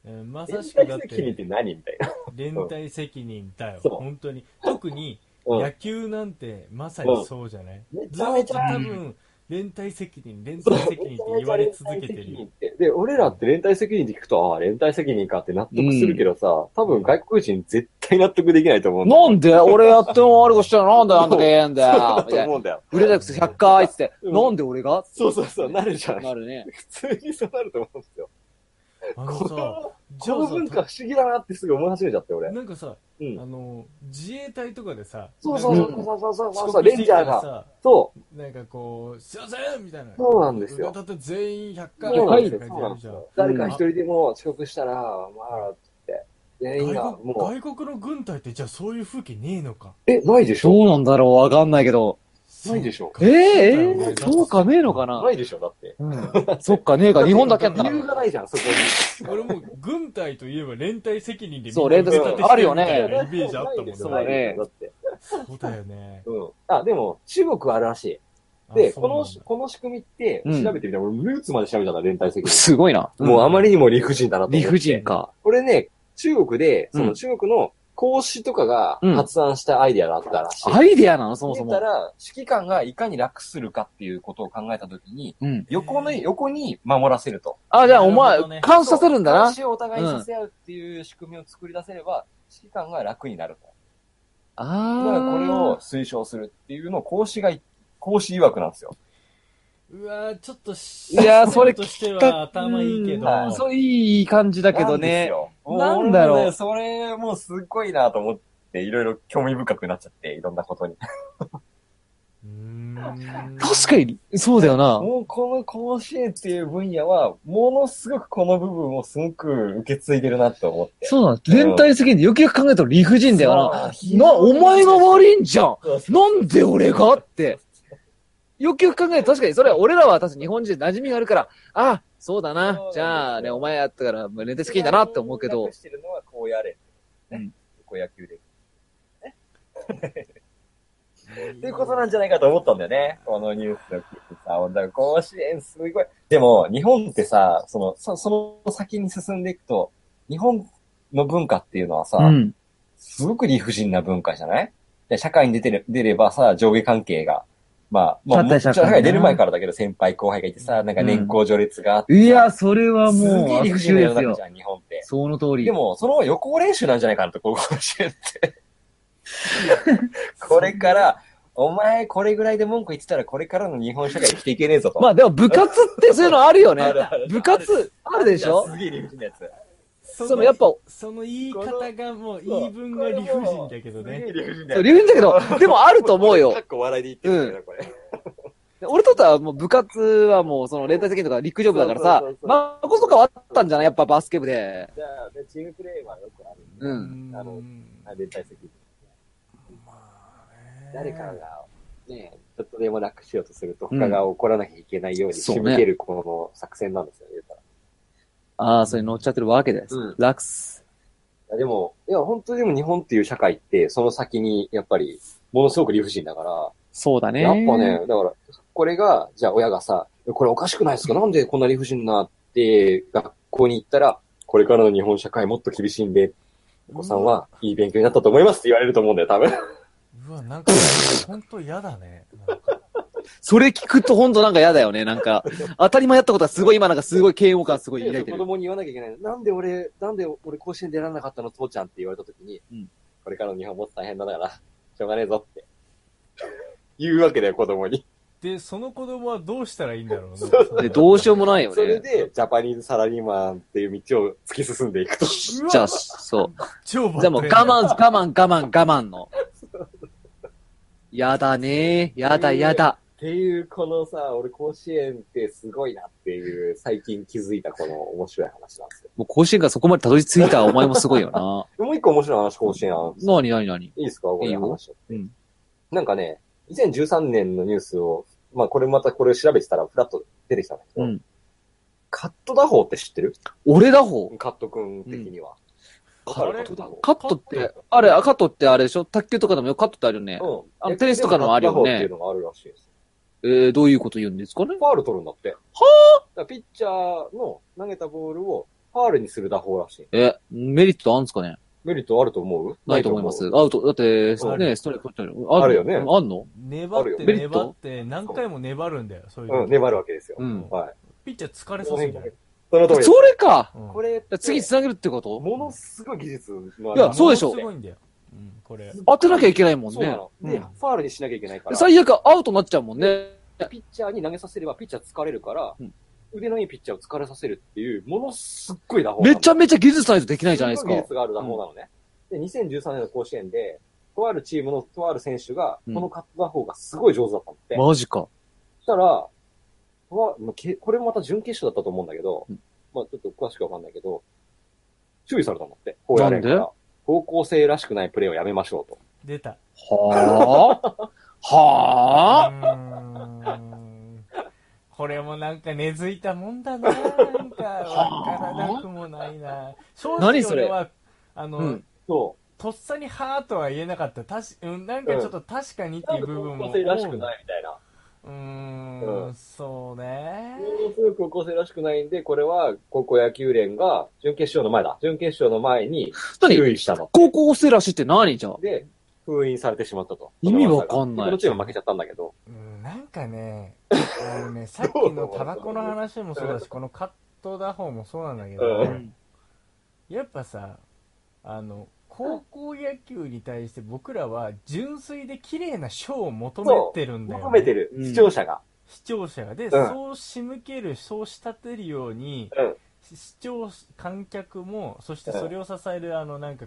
Speaker 1: えーま
Speaker 3: 連
Speaker 1: さ
Speaker 3: 帯
Speaker 1: しくだっ
Speaker 3: 責任って
Speaker 1: て
Speaker 3: 何み たいな。
Speaker 1: 連帯責任だよ、
Speaker 3: そう
Speaker 1: 本当に。特に
Speaker 3: うん
Speaker 1: 野球なんてまさにそうじゃない、
Speaker 3: めち
Speaker 1: ず
Speaker 3: ゃめ
Speaker 1: っ
Speaker 3: ち
Speaker 1: と
Speaker 3: ゃ、
Speaker 1: 多分、連帯責任、連帯責任って言われ続けてるよ。
Speaker 3: てで、俺らって連帯責任って聞くと、ああ、連帯責任かって納得するけどさ、多分外国人絶対納得できないと思うんだよ。
Speaker 4: なんで俺やっても悪くしたらなんだよ、あんたが言えんだ
Speaker 3: そうだと
Speaker 4: よ。みたいな。
Speaker 3: 思うんだよ。
Speaker 4: 売れたくせ100回っつって、
Speaker 3: うん
Speaker 4: なんで俺が
Speaker 3: そうそうそう、なるじゃん。
Speaker 4: なるね。
Speaker 3: 普通にそうなると思うんですよ。
Speaker 1: あの
Speaker 3: こ
Speaker 1: さ、
Speaker 3: の、
Speaker 1: じ
Speaker 3: こ
Speaker 1: ゃ
Speaker 3: の文化
Speaker 1: あ
Speaker 3: 不思議だなってすぐ思い始めちゃって、俺
Speaker 1: さ、。なんかさ、
Speaker 3: うん
Speaker 1: あ。の、自衛隊とかでさ、
Speaker 3: そうそうそう
Speaker 1: なんか
Speaker 3: そうそうそうそう
Speaker 1: 遅
Speaker 3: そう、
Speaker 1: 刻
Speaker 3: レ
Speaker 1: し
Speaker 3: ン
Speaker 1: てき
Speaker 3: ジャ
Speaker 1: た
Speaker 3: ー
Speaker 1: ら
Speaker 3: が。
Speaker 1: さ、
Speaker 3: そう。
Speaker 1: なんかこう、すいませんみたいな。
Speaker 3: そうなんですよ
Speaker 1: だって全員100回
Speaker 3: そうなん
Speaker 4: 回
Speaker 3: で
Speaker 4: です
Speaker 1: と
Speaker 3: よ
Speaker 1: か
Speaker 3: そう
Speaker 1: や
Speaker 3: な
Speaker 1: る
Speaker 3: んです
Speaker 1: じゃん
Speaker 3: よ。誰か一人でも遅刻したら、まあ、つって。全員が、
Speaker 1: 外
Speaker 3: も
Speaker 1: 国外国の軍隊ってじゃあそういう風景ねえのか
Speaker 3: う、え、ないでしょ
Speaker 4: どうなんだろう、わかんないけど。
Speaker 3: ないでしょ
Speaker 4: えー、えー、そうかねえのかな。
Speaker 3: ないでしょだって。
Speaker 4: う ん。そっかねえか、日本だけなんだ
Speaker 3: 理由がないじゃん、そこ
Speaker 1: 俺もう軍隊といえば連帯責任でみんな
Speaker 4: そう連帯
Speaker 3: 責任
Speaker 1: 腕立てしてみたいな
Speaker 4: ある
Speaker 3: に。
Speaker 1: イメージあったもんね
Speaker 3: そう
Speaker 4: だね
Speaker 3: だって。
Speaker 1: そうだよね
Speaker 3: うん。あ、でも、中国はあるらしい。
Speaker 1: あ
Speaker 3: で、
Speaker 1: そ
Speaker 3: こ
Speaker 1: うなん
Speaker 3: の
Speaker 1: だ、
Speaker 3: この仕組みって、
Speaker 4: うん
Speaker 3: 調べてみたら、俺、ルーツまで調べたら連帯責任。
Speaker 4: すごいな。
Speaker 3: もうあま
Speaker 4: り
Speaker 3: りにも理不尽だなと思っ
Speaker 4: 理
Speaker 3: て。
Speaker 4: 不尽か。
Speaker 3: これね、中国で、そ
Speaker 4: うん
Speaker 3: の中国の孔子とかが
Speaker 4: うん
Speaker 3: 発案したアイデアだったらしい。
Speaker 4: アイデアなの、そもそ
Speaker 3: 言
Speaker 4: も
Speaker 3: った。ら、指揮官がいかに楽するかっていうことを考えたときに、
Speaker 4: うん。
Speaker 3: 横の、横に守らせると。
Speaker 4: あ、じゃあお
Speaker 1: な
Speaker 4: 前
Speaker 1: るほどね、
Speaker 4: 監視させるんだな
Speaker 3: 監。視をお互いにさせ合うっていう仕組みを作り出せれば、指揮官が楽になると。だからこれ
Speaker 4: あ
Speaker 3: を推奨するっていうのを孔子が、孔子曰くなんですよ。
Speaker 1: うわーちょっとし、
Speaker 4: いやーそれ
Speaker 1: としては頭いいけど、
Speaker 3: うん
Speaker 4: そう、いい感じだけどね。なんだろう
Speaker 3: 俺もねそれもすっごいなと思って、いろいろ興味深くなっちゃって、いろんなことに。
Speaker 1: うーん
Speaker 4: 確かに、そうだよな。
Speaker 3: もうこの甲子園っていう分野は、ものすごくこの部分をすごく受け継いでるなと思って。
Speaker 4: そうなんです。連帯責任で、よくよく考えたら理不尽だよ
Speaker 3: そ
Speaker 4: な。
Speaker 3: う
Speaker 4: な、お前が 悪いんじゃん
Speaker 3: そうそ
Speaker 4: なんで俺がって。よくよく考えたら確かに、それは俺らは確かに日本人で馴染みがあるから、あ、そうだな。じゃあね、お前やったから、連帯責任だなって思うけど
Speaker 3: 連絡、してるのはこうやれ。ね
Speaker 4: うん
Speaker 3: こう野球で。っていうことなんじゃないかと思ったんだよね。このニュースを聞いてさ、俺だから甲子園すごい。でも、日本ってさ、その、そその先に進んでいくと、日本の文化っていうのはさ、
Speaker 4: うん。
Speaker 3: すごく理不尽な文化じゃないで社会に出てる出ればさ、上下関係が、まあ、まあ、
Speaker 4: だって社
Speaker 3: 社
Speaker 4: 会ね
Speaker 3: 会に出る前からだけど、先輩後輩がいてさ、なんか年功序列があってさ、
Speaker 4: いや、それは
Speaker 3: すげ
Speaker 4: も
Speaker 3: え
Speaker 4: う、
Speaker 3: 理
Speaker 4: 悪
Speaker 3: 不尽な
Speaker 4: 臭
Speaker 3: 世
Speaker 4: で
Speaker 3: の
Speaker 4: す
Speaker 3: 中じ。
Speaker 4: よ
Speaker 3: ゃん、日本って。
Speaker 4: その通り。
Speaker 3: でも、その予行練習なんじゃないかなと、高校生 って。これから、お前これぐらいで文句言ってたら、これからの日本社会生きていけねえぞと。
Speaker 4: まあでも部活ってそういうのあるよね
Speaker 3: あるあるあ。る
Speaker 4: 部活あるでしょ
Speaker 3: すげえ理不尽なやつ。
Speaker 1: そ
Speaker 4: そのやっぱ、
Speaker 1: その言い方がもう言い分が理不尽だけどね。
Speaker 3: すげえ理不尽だ
Speaker 4: そう
Speaker 3: よ
Speaker 4: 理不尽だけど、でもあると思うよ
Speaker 3: か。っこ笑いで言ってるんだよな、これ。
Speaker 4: 俺とってはもう部活はもうその連帯責任とか陸上部だからさ
Speaker 3: そうそう、そうそう
Speaker 4: まあこそ変わったんじゃないやっぱバスケ部で。
Speaker 3: じゃあ、でチームプレーはよくある。
Speaker 4: う。
Speaker 1: うんん
Speaker 3: あのあ連帯責任。
Speaker 1: まあね
Speaker 3: 誰かが、ね、ちょっとでも楽しようとすると、
Speaker 4: うん
Speaker 3: 他が怒らなきゃいけないように
Speaker 4: そう
Speaker 3: 仕
Speaker 4: ね
Speaker 3: 向けるこの作戦なんですよね、言うたら
Speaker 4: ああ、それ乗っちゃってるわけです
Speaker 3: うん。
Speaker 4: 楽っす。
Speaker 3: いやでも、いや、本当にでも日本っていう社会って、その先に、やっぱり、ものすごく理不尽だから、
Speaker 4: そうだね。
Speaker 3: やっぱね、だから、これが、じゃあ親がさ、これおかしくないですかなんでこんな理不尽なって、学校に行ったら、これからの日本社会もっと厳しいんで、お子さんはいい勉強になったと思いますって言われると思うんだよ、多分。
Speaker 1: うわ、なんか、ほんと嫌だね。なんか
Speaker 4: それ聞くとほんとなんか嫌だよね。なんか、当たり前やったことはすごい今なんかすごい嫌悪感すごい抱いて
Speaker 3: 子
Speaker 4: る。
Speaker 3: 供に言わなきゃいけない。なんで俺、なんで俺甲子園出られなかったの、父ちゃんって言われた時に、
Speaker 4: うん
Speaker 3: これからの日本もっと大変だから、しょうがねえぞって。言うわけだよ、子供に。
Speaker 1: で、その子供はどうしたらいいんだろうね。
Speaker 4: でどうしようもないよ
Speaker 3: それ
Speaker 4: ね。
Speaker 3: で、ジャパニーズサラリーマンっていう道を突き進んでい くと。
Speaker 1: うわ
Speaker 4: じゃあ、そう。
Speaker 1: 超バ
Speaker 4: じゃあもう我慢、我慢、我慢、我慢の。やだねやだやだ。
Speaker 3: っていう、このさ、俺甲子園ってすごいなっていう、最近気づいたこの面白い話なんですよ。
Speaker 4: もう甲子園がそこまでたどり着いたお前もすごいよな。
Speaker 3: もう一個面白い話、甲子園あるんですよ
Speaker 4: なになになに
Speaker 3: いいですかこ
Speaker 4: いい
Speaker 3: れ
Speaker 4: よ
Speaker 3: 話して。
Speaker 4: うん
Speaker 3: なんかね、2013年のニュースを、まあこれまたこれ調べてたらフラッと出てきたんだけど、
Speaker 4: うん
Speaker 3: カット打法って知ってる
Speaker 4: 俺だほ
Speaker 3: カット君的には。
Speaker 1: カット
Speaker 3: わかるカット打法
Speaker 4: カットって、あれ、カットってあれでしょ卓球とかでもよくカットってあるよね。
Speaker 3: うん。
Speaker 4: あのテニスとかのあるよ
Speaker 3: カッ
Speaker 4: ね
Speaker 3: ト打法っていうのがあるらしいです。
Speaker 4: えー、どういうこと言うんですかね
Speaker 3: ファール取るんだって。はぁだからピッチャーの投げたボールをファールにする打法らしい。
Speaker 4: え、メリットあるんですかね
Speaker 3: メリットあると思う
Speaker 4: ないと思います
Speaker 3: な。
Speaker 4: アウト、だって、
Speaker 1: ある
Speaker 4: ね、ストレート取ってる。
Speaker 3: あるよね
Speaker 4: あんの
Speaker 1: 粘っ
Speaker 3: あるよ
Speaker 1: て
Speaker 4: メリット
Speaker 1: 粘って何回も粘るんだよ、そういう
Speaker 3: と思
Speaker 1: の
Speaker 3: う。うん、粘るわけですよ。
Speaker 4: うん。
Speaker 3: はい。
Speaker 1: ピッチャー疲れさせるじゃない
Speaker 3: その通りです
Speaker 4: そ。れか
Speaker 1: うん
Speaker 3: これって、
Speaker 4: 次繋げるってこと
Speaker 3: ものすごい技術のあ
Speaker 4: いやそうでしょ
Speaker 1: ものすごいんだよ。うん、これ。
Speaker 4: 当てなきゃいけないもん
Speaker 3: そうな
Speaker 4: ね。
Speaker 3: の。
Speaker 4: うん
Speaker 3: で、ファールにしなきゃいけないから。
Speaker 4: 最悪アウトになっちゃうもんね。
Speaker 3: ピッチャーに投げさせればピッチャー疲れるから、
Speaker 4: うん
Speaker 3: 腕のいいピッチャーを疲れさせるっていう、ものすっごい打法なの。
Speaker 4: めちゃめちゃ技術ないとできないじゃないです
Speaker 3: ご技
Speaker 4: か。
Speaker 3: 術がある打法なのね。で、2013年の甲子園で、とあるチームのとある選手が、
Speaker 4: うん
Speaker 3: このカット打法がすごい上手だったのって。
Speaker 4: マジか。
Speaker 3: そしたら、は、まあけこれもまた準決勝だったと思うんだけど、
Speaker 4: うん
Speaker 3: まあちょっと詳しくわかんないけど、注意されたんだって。高野連から
Speaker 4: なん
Speaker 3: 高校生らしくないプレーをやめましょうと。
Speaker 1: 出た。
Speaker 4: はあはあ
Speaker 1: うーんこれもなんか根付いたもんだな。なんか、わからなくもないな。正直
Speaker 4: 何それ
Speaker 1: 俺は、あの、
Speaker 4: うん。
Speaker 3: そ
Speaker 1: とっさにはーとは言えなかった。たし、うん、なんかちょっと確かにっ
Speaker 3: う。
Speaker 1: ていう部分
Speaker 3: 高
Speaker 1: も。
Speaker 3: 校生らしく
Speaker 1: い。
Speaker 3: ないみたいな。
Speaker 1: うー
Speaker 3: うん
Speaker 1: ん、そうね。
Speaker 3: ものすごい高校生らしくないんで、これは高校野球連が準決勝の前だ。準決勝の前に注
Speaker 4: 何
Speaker 3: 意したの。
Speaker 4: 高校生らしいって何じゃあ
Speaker 3: で、封印されてしまったと。
Speaker 4: 意味わかんない
Speaker 3: このチームは負けちゃったんだけど。
Speaker 1: うん、なんかね、 あのね、さっきのタバコの話もそうだし、このカット打法もそうなんだけど、
Speaker 3: うん
Speaker 1: やっぱさあの高校野球に対して僕らは純粋で綺麗な賞を求めてるんだよ、ね、
Speaker 3: 求めてる、
Speaker 4: うん
Speaker 3: 視聴者が。
Speaker 1: 視聴者がで、
Speaker 3: ん
Speaker 1: そう仕向けるそう仕立てるように、
Speaker 3: うん
Speaker 1: 視聴観客もそしてそれを支える、あのなんか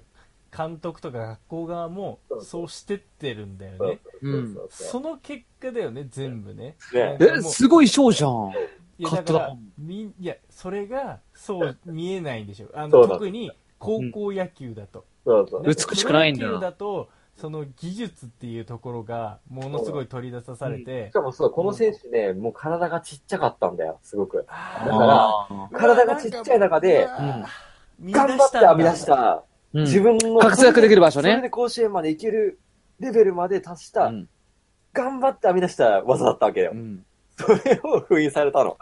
Speaker 1: 監督とか学校側も
Speaker 3: そうそ
Speaker 1: そうしてってるんだよね、
Speaker 4: うん
Speaker 3: そうそう
Speaker 1: その結果だよね全部ね
Speaker 3: ね
Speaker 1: なん
Speaker 4: え、
Speaker 1: かもう
Speaker 4: すごい賞じゃん。
Speaker 1: いや
Speaker 4: 買っ
Speaker 1: だ
Speaker 4: た
Speaker 1: からみんいやそれがそう見えないんでしょあ
Speaker 3: そう
Speaker 1: の
Speaker 3: なんだ
Speaker 1: 特に高校野球だと、
Speaker 3: そうそう
Speaker 4: ね。美しくないんだ
Speaker 1: プロ野球だとその技術っていうところがものすごい取り出されて
Speaker 3: し、かもそう、この選手ね、もう体がちっちゃかったんだよ、すごく。
Speaker 1: あ
Speaker 3: だ
Speaker 1: ー
Speaker 3: から、
Speaker 4: あ
Speaker 3: 体がちっちゃい中で、
Speaker 4: ー
Speaker 1: 見
Speaker 3: 頑張って編み出し
Speaker 1: んだ
Speaker 3: た、
Speaker 4: うん
Speaker 3: 自分の、
Speaker 4: 活躍できる場所
Speaker 3: それ
Speaker 4: ね。
Speaker 3: で甲子園まで行けるレベルまで達した、
Speaker 4: うん
Speaker 3: 頑張って編み出した技だったわけだよ。それを封印されたの。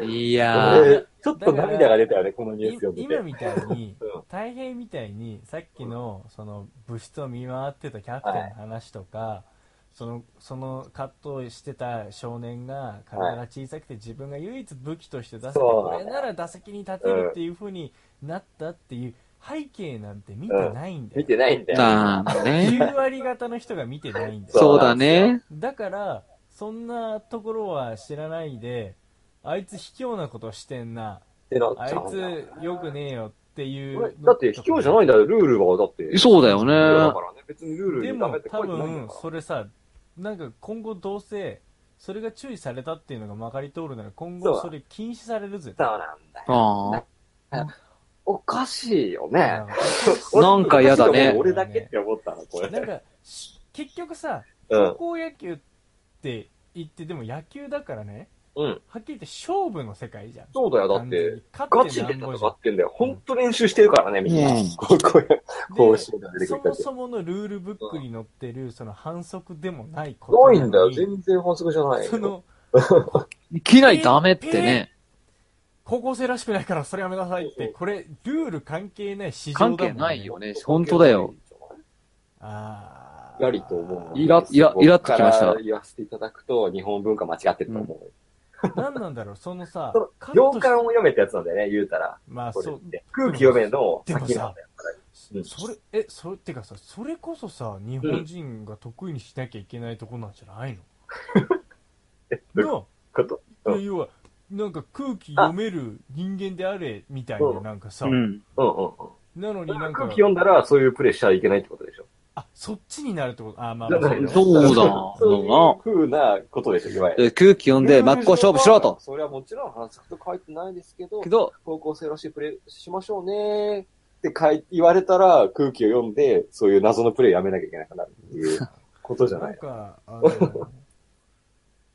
Speaker 4: うんいやー。
Speaker 3: 俺ちょっと涙が出たよね、このニュースを
Speaker 1: い
Speaker 3: 見て
Speaker 1: 今。みたいに
Speaker 3: うん、
Speaker 1: 大平みたいに、さっきの、その、部室を見回ってたキャプテンの話とか、その、その、葛藤してた少年が、体が小さくて自分が唯一武器として出せて、
Speaker 3: そ
Speaker 1: こ
Speaker 3: う
Speaker 1: れなら打席に立てるっていう風になったっていう背景なんて見てないんだ
Speaker 3: 見
Speaker 1: よ。
Speaker 3: てないんだよ。
Speaker 4: なんだね。
Speaker 1: 9割方の人が見てないんだよ。
Speaker 4: そうだね。
Speaker 1: だから、そんなところは知らないで、あいつ卑怯なことしてんな。
Speaker 3: ってなっ
Speaker 1: あ
Speaker 3: ち
Speaker 1: い
Speaker 3: ゃうんだよ
Speaker 1: つ、よくねえよっていう
Speaker 3: これ。だって卑怯じゃないんだよ、ルールは。だって。
Speaker 4: そうだよね。
Speaker 3: だからね、別にルール
Speaker 1: で
Speaker 3: にダメ
Speaker 1: も
Speaker 3: って書
Speaker 1: 多
Speaker 3: いてないん
Speaker 1: 分
Speaker 3: だ、か
Speaker 1: それさ、なんか今後どうせ、それが注意されたっていうのがまかり通るなら、今
Speaker 3: そう
Speaker 1: 後
Speaker 3: だ
Speaker 1: それ禁止されるぜ。
Speaker 3: ら。そうなんだよ。
Speaker 4: ああ。
Speaker 3: おかしいよね。
Speaker 4: なんか嫌だね
Speaker 3: 俺だけって思ったの、これ。
Speaker 1: なんか、し結局さ、
Speaker 3: うん
Speaker 1: 高。校野球って言って、でも野球だからね、
Speaker 3: うん。
Speaker 1: はっきり言って勝負の世界じゃん。
Speaker 3: そうだよ、だっ
Speaker 1: 完全
Speaker 3: て、
Speaker 1: に勝
Speaker 3: ガ
Speaker 1: って
Speaker 3: チ
Speaker 1: な
Speaker 3: で
Speaker 1: ん
Speaker 3: 戦
Speaker 1: ぼじゃん
Speaker 3: ってんだよ。ほんと練習してるからね、みんな
Speaker 4: うん。
Speaker 3: こうこうこうし
Speaker 1: で
Speaker 3: て出てく
Speaker 1: そ
Speaker 3: るから
Speaker 1: も。そものルールブックに載ってる、その反則でもないこと
Speaker 3: な
Speaker 1: のに
Speaker 3: いんだよ、全然反則じゃないよ。
Speaker 1: その、
Speaker 4: いきなりダメってね。
Speaker 1: 高校生らしくないからそれやめなさいって、これ、ルール関係ない市場だも
Speaker 4: 関
Speaker 1: ん、ね、
Speaker 4: 係ないよ。ね。本当だよ。。
Speaker 1: あー
Speaker 3: やりと思う。
Speaker 4: イライライラっときました
Speaker 3: 僕から言わせていただくと、日本文化間違ってると思う。
Speaker 1: 何なんだろう、その さ
Speaker 3: その、
Speaker 1: カッ
Speaker 3: 行
Speaker 1: トし
Speaker 3: 間を読めってやつなんだよね、言うたら。
Speaker 1: まあ、
Speaker 3: これ
Speaker 1: そ
Speaker 3: っ
Speaker 1: う、
Speaker 3: て空気読めの
Speaker 1: でも
Speaker 3: 先なん
Speaker 1: さ
Speaker 3: だよ。うん
Speaker 1: それ、え、それ、てかさ、それこそさ、日本人が得意にしなきゃいけないとこなんじゃない
Speaker 3: どう
Speaker 1: の、
Speaker 3: いう
Speaker 1: の
Speaker 3: こと。うん
Speaker 1: 要は、なんか空気読める人間であれ、みたいな、
Speaker 3: うん
Speaker 1: なんかさ、
Speaker 4: うん。
Speaker 3: うんうんうん。
Speaker 1: なのに
Speaker 3: だか
Speaker 1: な
Speaker 3: ら
Speaker 1: んか
Speaker 3: 空気、読んだら、そういうプレイしちゃいけないってことでしょ。
Speaker 1: あ、そっちになるってこと、あ、まあ、
Speaker 3: だ
Speaker 1: ま
Speaker 3: か
Speaker 1: あ、
Speaker 3: ら
Speaker 1: そう
Speaker 4: そうだ
Speaker 3: そういう風なことでしょ、いわゆる。
Speaker 4: で空気読んで真っ向勝負しろと。
Speaker 3: それはもちろん反則と書いてないですけど
Speaker 4: け、ど、
Speaker 3: 高校生らしいプレイしましょうねって書い言われたら、空気を読んで、そういう謎のプレイやめなきゃいけなくなるっていうことじゃ な
Speaker 1: なん
Speaker 3: い。
Speaker 1: か、あの、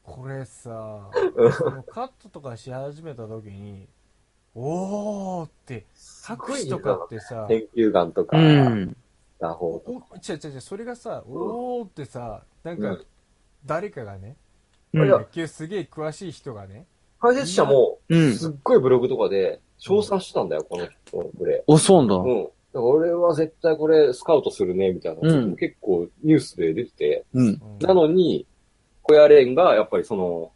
Speaker 1: これさ、そのカットとかし始めた時に、おーって、拍手とかってさ、
Speaker 3: 研究眼とか
Speaker 4: う、ん。
Speaker 3: 打法とか。
Speaker 1: お違う違う違う、それがさ、おーってさ、なんか、
Speaker 3: うん
Speaker 1: 誰かがね、
Speaker 4: うん
Speaker 1: 野球すげえ詳しい人がね、
Speaker 3: 解説者も、
Speaker 4: うん。
Speaker 3: すっごいブログとかで、称賛してたんだよ、この人のプレ
Speaker 4: お、そう
Speaker 3: イ。う。
Speaker 4: なん
Speaker 3: だから俺は絶対これスカウトするね、みたいな。
Speaker 4: うん
Speaker 3: 結構ニュースで出てて。
Speaker 4: んだ。うん。
Speaker 1: うん
Speaker 3: なのに、小屋レンが、やっぱりその、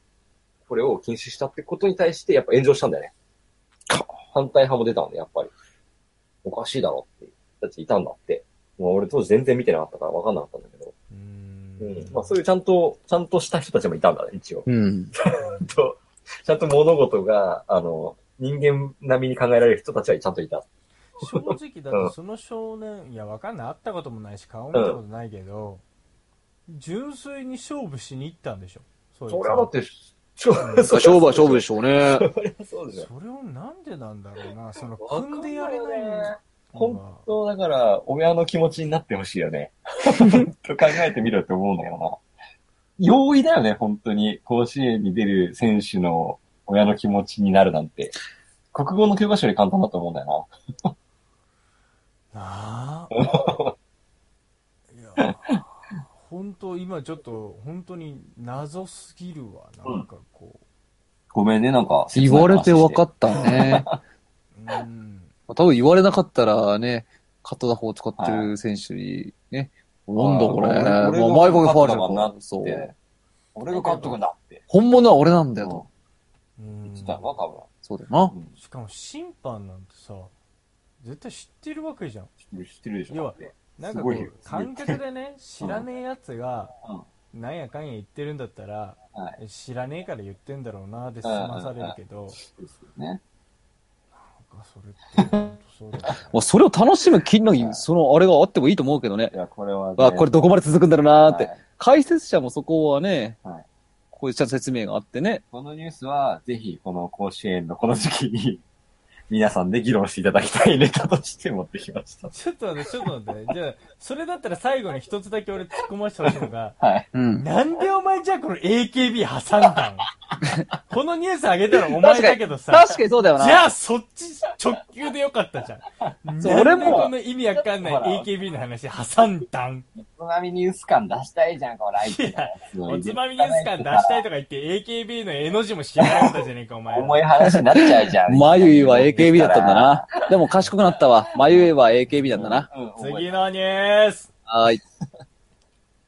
Speaker 3: これを禁止したってことに対して、やっぱ炎上したんだよね。反対派も出たのね、やっぱり。おかしいだろっていう人たちいたんだって。もう俺当時全然見てなかったから分かんなかったんだけど。
Speaker 1: う
Speaker 3: うん
Speaker 1: ん。
Speaker 3: まあそういうちゃんと、ちゃんとした人たちもいたんだね、一応。
Speaker 4: うん。
Speaker 3: ちゃんと、ちゃんと物事が、あの、人間並みに考えられる人たちはちゃんといた。
Speaker 1: 正直だ
Speaker 3: うん
Speaker 1: ってその少年、いや、わかんない、会ったこともないし、顔見たことないけど、純粋に勝負しに行ったんでしょ、そいつ
Speaker 3: そ
Speaker 1: は
Speaker 3: れはだって、勝負
Speaker 4: 勝負は勝負で
Speaker 3: し
Speaker 4: しょうね。
Speaker 3: ょ。そうでしょ。
Speaker 1: それをなんでなんだろうな、その、
Speaker 3: わか
Speaker 1: 組んでやれないのが
Speaker 3: 本当だから、親の気持ちになってほしいよ ね。と考えてみろって思うんだけどな。容易だよね、本当に。甲子園に出る選手の親の気持ちになるなんて。国語の教科書より簡単だと思うんだよ
Speaker 1: なあ。いや、本当今ちょっと、本当に謎すぎるわ、なんかこ
Speaker 3: な。ごめんね、なんか。
Speaker 4: 言われて分か
Speaker 3: っ
Speaker 4: ったね。
Speaker 1: う。うん。
Speaker 4: 多分言われなかったらね、カット打法を使ってる選手にね、なんだこれ、もう前ボケファールじゃん。そ
Speaker 3: そうう。。俺がカット君だって。
Speaker 4: 本物は俺なんだよと。
Speaker 1: うん
Speaker 3: 言ってたよな、多
Speaker 4: そうだよ
Speaker 3: 分。
Speaker 1: しかも審判なんてさ、絶対知ってるわけじゃん。
Speaker 3: うん知ってるでしょ。
Speaker 1: 要は
Speaker 3: だって
Speaker 1: なんかこ
Speaker 3: すごいよ
Speaker 1: う、観客でね、知らねえやつが
Speaker 3: うん、
Speaker 1: なんやかんや言ってるんだったら、
Speaker 4: は
Speaker 1: 知らねえから言ってんだろうなで済まされるけど、
Speaker 3: ですよね。
Speaker 1: なんかそれって本当そうだよね、
Speaker 4: もうそれを楽しむ気の、そのあれがあってもいいと思うけどね
Speaker 3: い。や、これは、ね。
Speaker 4: わあ、これどこまで続くんだろうなーって。
Speaker 3: はい
Speaker 4: 解説者もそこはね、
Speaker 3: はい
Speaker 4: こういうちゃんと説明があってね。
Speaker 3: このニュースは、ぜひ、この甲子園のこの時期に、皆さんで議論していただきたいネタとして持ってきました。
Speaker 1: ちょっと待って、ちょっと待って。じゃあ、それだったら最後に一つだけ俺突っ込ませてほしいのが、
Speaker 3: はい。
Speaker 4: うん。
Speaker 1: なんでお前じゃあこの AKB 挟んだ んこのニュースあげたらお前
Speaker 4: 確か
Speaker 1: だ
Speaker 4: に、
Speaker 1: けど
Speaker 4: 確
Speaker 1: さ。
Speaker 4: かにそうだよ
Speaker 1: じ
Speaker 4: な。
Speaker 1: ゃあそっち直球でよかったじゃん。
Speaker 4: そ
Speaker 1: な
Speaker 4: う
Speaker 1: んで
Speaker 4: 俺も
Speaker 1: この意味わかんない AKB の話挟んだん。
Speaker 3: おつまみニュース感出したいじゃん、これ。
Speaker 1: いや、おつまみニュース感出したいとか言って AKB の絵の字も知らなかったじゃねえか、お前。
Speaker 3: 重い話になっちゃうじゃん。
Speaker 4: 眉ゆは AKB だったんだな。でも賢くなったわ。眉ゆは AKB だったな。
Speaker 3: うん。覚え
Speaker 1: 次のニュース
Speaker 4: はーい。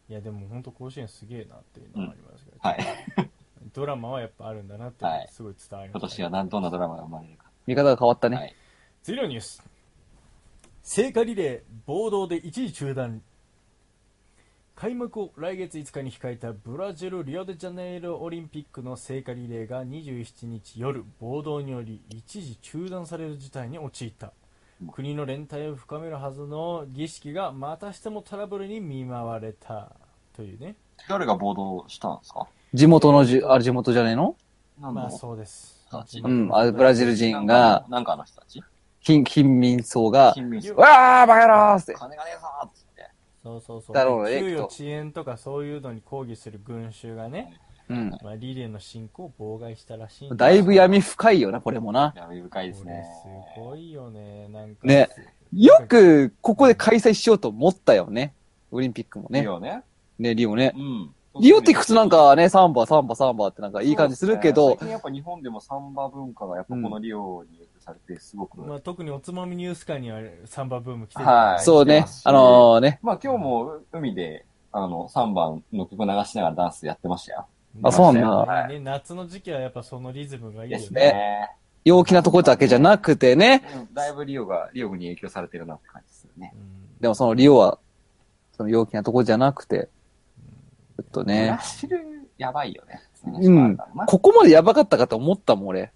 Speaker 1: いや、でも本当甲子園すげえなっていうのはありますけど、
Speaker 3: たはい。
Speaker 1: ドラマはやっぱあるんだなっていうのがすごい伝わりま
Speaker 3: 今
Speaker 1: し
Speaker 3: 年
Speaker 1: た。
Speaker 3: は何、どんなドラマが生まれるか。
Speaker 4: 見方が変わった
Speaker 3: は
Speaker 4: ね。
Speaker 3: い。
Speaker 1: 次のニュース聖火リレー暴動で一時中断開幕を来月5日に控えたブラジル・リオデジャネイロオリンピックの聖火リレーが27日夜暴動により一時中断される事態に陥った国の連帯を深めるはずの儀式がまたしてもトラブルに見舞われたというね
Speaker 3: 誰が暴動したんですか
Speaker 4: 地元のじ、あれ地元じゃねえの
Speaker 3: なんだ
Speaker 1: まあ
Speaker 3: ろう
Speaker 1: そうです
Speaker 3: あち
Speaker 4: うん、あブラジル人が、、
Speaker 3: なんかあの人たち
Speaker 4: 貧、貧民層が、
Speaker 3: 金民さん
Speaker 1: う
Speaker 4: わーバカ野郎ーって。
Speaker 3: 金がねえぞーっつって。
Speaker 1: そうそうそう
Speaker 4: だろうね
Speaker 1: 給与
Speaker 4: きっと
Speaker 1: 遅延とかそういうのに抗議する群衆がね、
Speaker 4: うん。
Speaker 1: まあ、リレーの進行を妨害したらしいん
Speaker 4: だいぶ闇深いよな、これもな。
Speaker 3: 闇深いです
Speaker 1: これ
Speaker 3: ね。
Speaker 1: すごいよね、なんか。
Speaker 4: ねよく、ここで開催しようと思ったよね。オリンピックもね
Speaker 3: リ。オね。
Speaker 4: ね、リオね
Speaker 3: う。ん。
Speaker 4: リオっていくつなんかね、サンバ、サンバ、サンバってなんかいい感じするけ
Speaker 3: そう
Speaker 4: ど
Speaker 3: ですね最、近やっぱ日本でもサンバ文化がやっぱこのリオに影響されてすごく。
Speaker 1: まあ、特におつまみニュース界にはサンバブーム来てる
Speaker 3: は
Speaker 1: か
Speaker 3: い
Speaker 4: そう
Speaker 3: して
Speaker 4: ね
Speaker 3: ますし、
Speaker 4: あのーね。
Speaker 3: まあ今日も海で、あの、3番の曲流しながらダンスやってましたよ。
Speaker 1: ら。
Speaker 4: あそうなんだ
Speaker 1: まあ
Speaker 3: は
Speaker 1: ね、夏の時期はやっぱそのリズムがいいよ
Speaker 3: です
Speaker 1: ね。
Speaker 3: ね。
Speaker 4: 陽気なとこだけじゃなくてね。
Speaker 3: うんだいぶリオが、リオに影響されてるなって感じですよね。
Speaker 1: うん
Speaker 4: でもそのリオは、その陽気なとこじゃなくて、ちょっと
Speaker 3: ブ
Speaker 4: ね
Speaker 3: ラ、ジル、やばいよね。
Speaker 4: うん
Speaker 3: まあ
Speaker 4: ここまでやばかったかと思ったもん、俺。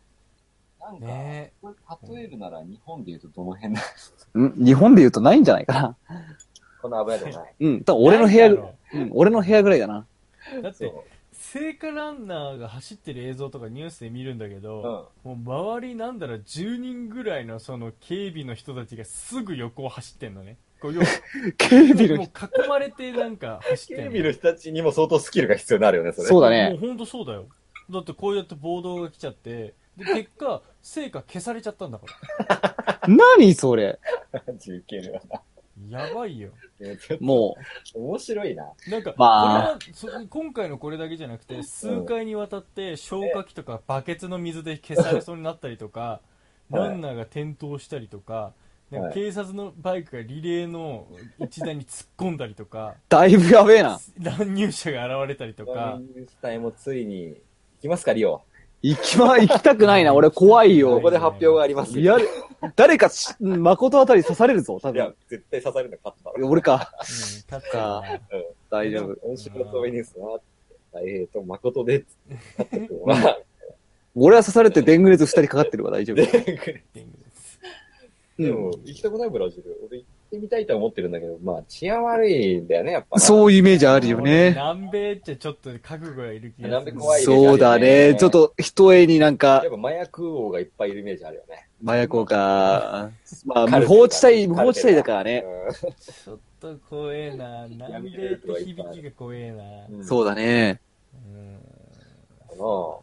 Speaker 3: なんか、
Speaker 1: ね
Speaker 3: これ例えるなら日本で言うとどの辺だ
Speaker 4: ん日本で言うとないんじゃないかな。
Speaker 3: この油じゃない。
Speaker 4: うん、多分俺の部屋、
Speaker 1: な
Speaker 4: うん
Speaker 1: だろ
Speaker 4: ん、俺の部屋ぐらいだな。
Speaker 1: うだっ
Speaker 3: そう
Speaker 1: て、。聖火ランナーが走ってる映像とかニュースで見るんだけ
Speaker 3: う
Speaker 1: ど、
Speaker 3: ん。
Speaker 1: もう周りなんだろう、10人ぐらいのその警備の人たちがすぐ横を走ってんのね。こ う、要は
Speaker 4: 警備の
Speaker 1: もう
Speaker 4: 人。
Speaker 1: 囲まれてなんか走ってんの。
Speaker 3: の人たちにも相当スキルが必要になるよね、そ
Speaker 4: そう
Speaker 1: も
Speaker 4: だ
Speaker 1: う
Speaker 4: ね。
Speaker 1: 本当そうだよ。だってこうやって暴動が来ちゃって、で、結果、成果消されちゃったんだから。
Speaker 4: 何それ。
Speaker 3: 受験は。
Speaker 1: やばいよ。
Speaker 4: も
Speaker 3: 面白いな。
Speaker 1: なんか、
Speaker 4: まあ
Speaker 1: これはそ今回のこれだけじゃなくて、数回にわたって消火器とかバケツの水で消されそうになったりとか、
Speaker 3: はい
Speaker 1: ランナーが転倒したりとか、なんか
Speaker 3: はい
Speaker 1: 警察のバイクがリレーの一台に突っ込んだりとか、
Speaker 4: う、だいぶやべえな。
Speaker 1: 乱入者が現れたりとか、
Speaker 3: 自体もついに、行きますか、リオ。
Speaker 4: 行きま、行きたくないな。俺怖い
Speaker 1: こ
Speaker 4: よ
Speaker 1: こ。で発表が
Speaker 3: ありま
Speaker 4: いや、誰かし、誠あたり刺されるぞ、多分。、
Speaker 3: 絶対刺されるの勝ったろ
Speaker 4: 俺か。
Speaker 1: うん、立っ
Speaker 4: か
Speaker 1: た
Speaker 4: 大丈夫。
Speaker 3: 面白そうニュースな。大平と誠で、勝ったくんは、
Speaker 4: 俺は刺されてデング熱二人かかってるわ、大丈夫。
Speaker 3: でも、行きたくないブラジル。俺行ってみたいとは思ってるんだけど、まあ、治安悪いんだよね、やっぱ。う。
Speaker 4: そういうイメージあるよ
Speaker 1: 俺
Speaker 4: ね。
Speaker 1: 南米ってちょっと覚悟がいる気がする。
Speaker 3: 南米怖いですよね
Speaker 4: そうだね。ちょっと、一重になんか
Speaker 3: やっ、ぱ麻薬王がいっぱいいるイメージあるよね。
Speaker 4: 麻薬王か。まあ、
Speaker 3: カルテル
Speaker 4: 無法地帯、無
Speaker 3: カルテル
Speaker 4: 法地帯だからね。
Speaker 1: ちょっと怖えな。南米って響きが怖えな。
Speaker 3: うん
Speaker 4: そうだね。
Speaker 1: うん。
Speaker 3: かな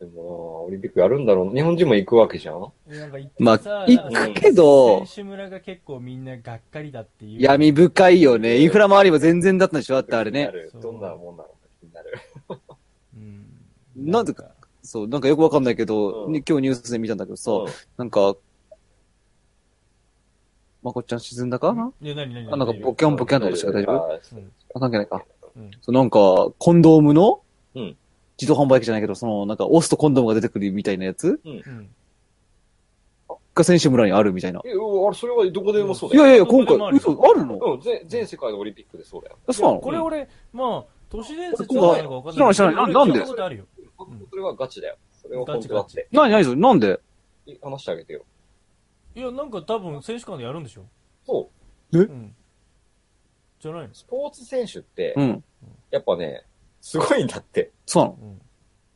Speaker 3: でもな、オリンピックやるんだろう。日本人も行くわけじゃん
Speaker 1: なんか行って
Speaker 4: まあ
Speaker 1: さ
Speaker 4: 行くけど
Speaker 1: 選手村が結構みんながっかりだっていう。
Speaker 4: 闇深いよね。インフラ周りも全然だったんでしょだってあれ
Speaker 3: 気にな
Speaker 4: ね。
Speaker 3: る
Speaker 1: そう
Speaker 3: どんなもんなのか気になる。
Speaker 1: うん。
Speaker 4: なんでか。そう、なんかよくわかんないけど、
Speaker 3: うん
Speaker 4: ね今日ニュースで見たんだけどさ、なんか、まこっちゃん沈んだかない
Speaker 1: や、なになに
Speaker 4: あなんかボキャンボキャンとかしてる大丈夫
Speaker 3: 夫
Speaker 1: うん。
Speaker 4: あ関係ないか。
Speaker 1: うん。
Speaker 4: そうなんか、コンドームの、
Speaker 3: うん
Speaker 4: 自動販売機じゃないけど、その、なんか、オスとコンドームが出てくるみたいなやつ
Speaker 1: うん。
Speaker 4: が選手村にあるみたいな。
Speaker 3: え、うんあれ、それはどこでもそう
Speaker 4: い
Speaker 3: だよ。
Speaker 4: やいやいや、今
Speaker 1: どこでもあ
Speaker 4: 回、
Speaker 1: る
Speaker 4: 嘘、あるの
Speaker 3: うん、全、全世界のオリンピックでそうだよ。
Speaker 4: そうなの
Speaker 1: これ俺、まあ、都市伝説はなんかわかんない。
Speaker 4: 知らない知らないななんで
Speaker 1: 聞いたことあるよ
Speaker 3: 僕それはガチだよ。それは本当だって。
Speaker 4: 何、何それなんで
Speaker 3: 話してあげてよ。
Speaker 1: いや、なんか多分選手間でやるんでしょ
Speaker 3: そう。
Speaker 1: うん。じゃないの
Speaker 3: スポーツ選手って
Speaker 4: う、ん。
Speaker 3: やっぱね、すごいんだって、
Speaker 4: そうなの
Speaker 1: うん。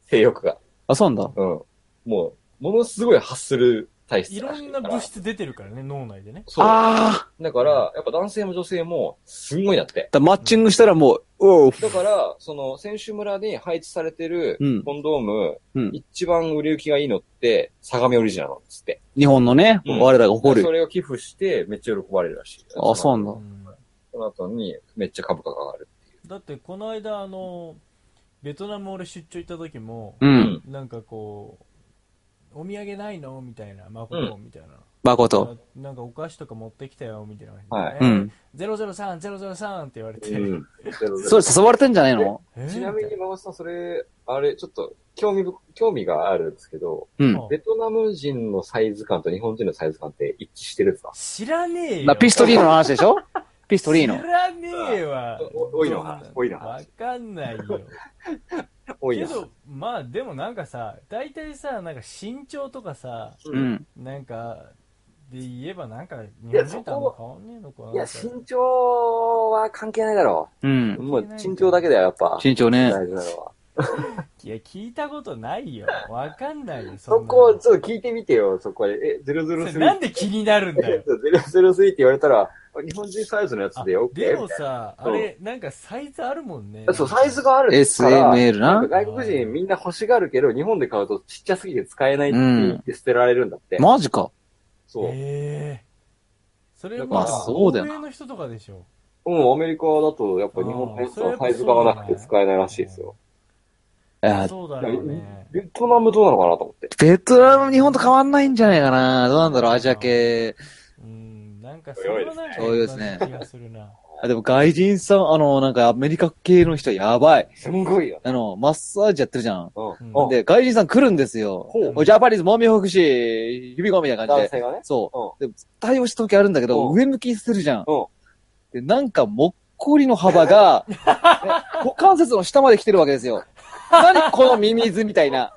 Speaker 3: 性欲が。
Speaker 4: あ、そうなんだ。
Speaker 3: うん。もう、ものすごい発する体質
Speaker 1: いろんな物質出てるからね、脳内でね。
Speaker 3: そう。
Speaker 4: ああ
Speaker 3: だから、やっぱ男性も女性も、すんごいんだって。
Speaker 4: だマッチングしたらもう、おう。
Speaker 3: だから、その、選手村に配置されてる
Speaker 4: うん、
Speaker 3: コンドーム、
Speaker 4: うん
Speaker 3: 一番売れ行きがいいのって、相模オリジナルなんですって。
Speaker 4: 日本のね、
Speaker 3: うん
Speaker 4: 我らが誇
Speaker 3: そ
Speaker 4: る。
Speaker 3: れを寄付して、めっちゃ喜ばれるらしい。
Speaker 4: あ、そうなん
Speaker 1: う
Speaker 4: だ。
Speaker 1: ん。
Speaker 3: その後に、めっちゃ株価が上がる。
Speaker 1: だって、この間、あの、ベトナム俺出張行った時も、
Speaker 4: うん。
Speaker 1: なんかこう、お土産ないのみたいな、マコトみたいな。
Speaker 4: 誠。
Speaker 1: ななんかお菓子とか持ってきたよみたいな。
Speaker 3: はい
Speaker 4: うん。
Speaker 1: 003、003って言われて。
Speaker 3: うん。
Speaker 4: それ誘われてんじゃないの
Speaker 1: えー
Speaker 3: ちなみに、馬場さん、それ、あれ、ちょっと、興味ぶ、興味があるんですけど、
Speaker 4: うん。
Speaker 1: あ
Speaker 3: ベトナム人のサイズ感と日本人のサイズ感って一致してるんですか
Speaker 1: 知らねえ
Speaker 4: な
Speaker 1: よ。
Speaker 4: ピストリーノの話でしょピストリーノ
Speaker 1: 知。らねえわ。
Speaker 3: おおいの話おいの話
Speaker 1: わかんないよ。
Speaker 3: 多い
Speaker 1: け
Speaker 3: な。
Speaker 1: ど、まあでもなんかさ、大体さ、なんか身長とかさ、
Speaker 4: う。ん。
Speaker 1: なんか、で言えばなんか、日
Speaker 3: や
Speaker 1: 本
Speaker 3: そ
Speaker 1: 人
Speaker 3: こと
Speaker 1: あんま変わんねえのかな。
Speaker 3: いや、身長は関係ないだろ
Speaker 4: う
Speaker 3: う。
Speaker 4: ん。
Speaker 3: もう身長だけだよ、やっぱ。
Speaker 4: 身長ね。
Speaker 3: 大事なのは。
Speaker 1: いや、聞いたことないよ。わかんないよ。
Speaker 3: そ
Speaker 1: んなの
Speaker 3: こ、ちょっと聞いてみてよ、そこで。え、
Speaker 1: それなん
Speaker 3: 003。
Speaker 1: で気になるん だよ。
Speaker 3: 003って言われたら、日本人サイズのやつ
Speaker 1: あ
Speaker 3: で OK。
Speaker 1: でもさ、
Speaker 3: う
Speaker 1: あ
Speaker 3: ん
Speaker 1: れ、なんかサイズあるもんね。
Speaker 3: そう、サイズがあるから
Speaker 4: SML な
Speaker 3: なんか外国人みんな欲しがるけど、日本で買うとちっちゃすぎて使えないって
Speaker 4: うん
Speaker 3: 言って捨てられるんだって。
Speaker 4: マジか。
Speaker 3: そう。
Speaker 1: ええそれは
Speaker 3: まあ
Speaker 4: そうだよ
Speaker 1: 欧
Speaker 4: な
Speaker 1: 米の人とかでしょ。
Speaker 3: うん、アメリカだとやっぱ日本のやつはサイズが合わなくて使えないらしいですよ。
Speaker 4: いや
Speaker 1: そうだよね。
Speaker 3: ベトナムどうなのかなと思って。
Speaker 4: ベトナム日本と変わんないんじゃないかな。どうなんだろう、アジア系。
Speaker 1: うん、なんかそれはなんか
Speaker 4: 強いですね
Speaker 1: 同じ気がするな。
Speaker 4: あ、でも外人さん、あの、なんかアメリカ系の人やばい。
Speaker 3: すんごいよ。
Speaker 4: あの、マッサージやってるじゃん。
Speaker 3: うん。あ
Speaker 1: うん
Speaker 4: で、外人さん来るんですよ。
Speaker 3: ほう
Speaker 4: おジャパニーズ、もみほぐし、指込みたいな
Speaker 3: 男
Speaker 4: 感じで。
Speaker 3: 性がね。
Speaker 4: そう。で、対応した時あるんだけど、
Speaker 3: うん
Speaker 4: 上向きにするじゃん。
Speaker 3: うん
Speaker 4: で、なんか、もっこりの幅 が、ね股関節の下まで来てるわけですよ。何このミミズみたいな。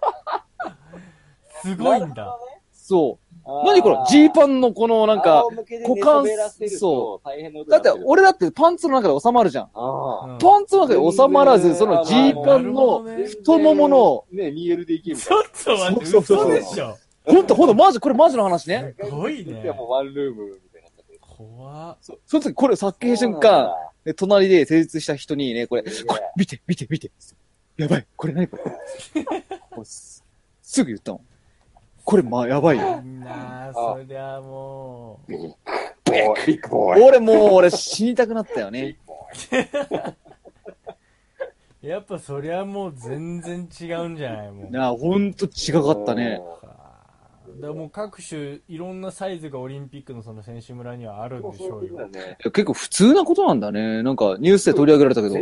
Speaker 1: すごいんだ。
Speaker 4: そう。何このジー
Speaker 3: ン
Speaker 4: パンのこのなんか、、股関節そ
Speaker 3: そう。大変なこと
Speaker 4: だっ
Speaker 3: に
Speaker 4: て
Speaker 3: なる、
Speaker 4: 俺だってパンツの中で収まるじゃん。
Speaker 3: あ
Speaker 1: うん
Speaker 4: パンツの中で収まらず、そのジーパン
Speaker 3: あ。
Speaker 4: の
Speaker 1: うん
Speaker 4: 太ももの、
Speaker 3: ね、2L でいけるみ
Speaker 1: ち
Speaker 3: たい
Speaker 1: ょっと待って、
Speaker 4: そうそ
Speaker 1: 嘘
Speaker 4: うそう
Speaker 1: でしょ。
Speaker 4: ほんとほんと、マジ、これマジの話ね。
Speaker 1: す
Speaker 3: な。
Speaker 1: ごいね
Speaker 3: で。もワンルームみたいになっちゃってる。
Speaker 1: 怖っ
Speaker 4: その時、これを撮影瞬間、で隣で成立した人にね、これ、これ、見て、見て、見て。やばい、これ何これ。これすすぐ言ったの。これ、まあ、やばい よ。
Speaker 1: みんな、そりゃもう。
Speaker 3: ビッグビッグボーイ。
Speaker 4: 俺もう、俺死にたくなったよね。
Speaker 1: やっぱそりゃもう全然違うんじゃないもう。
Speaker 4: なあ、ほんと違かったね。
Speaker 1: あーだからもう各種いろんなサイズがオリンピックのその選手村にはあるんでしょうよ。
Speaker 4: いや結構普通なことなんだね。なんかニュースで取り上げられたけど、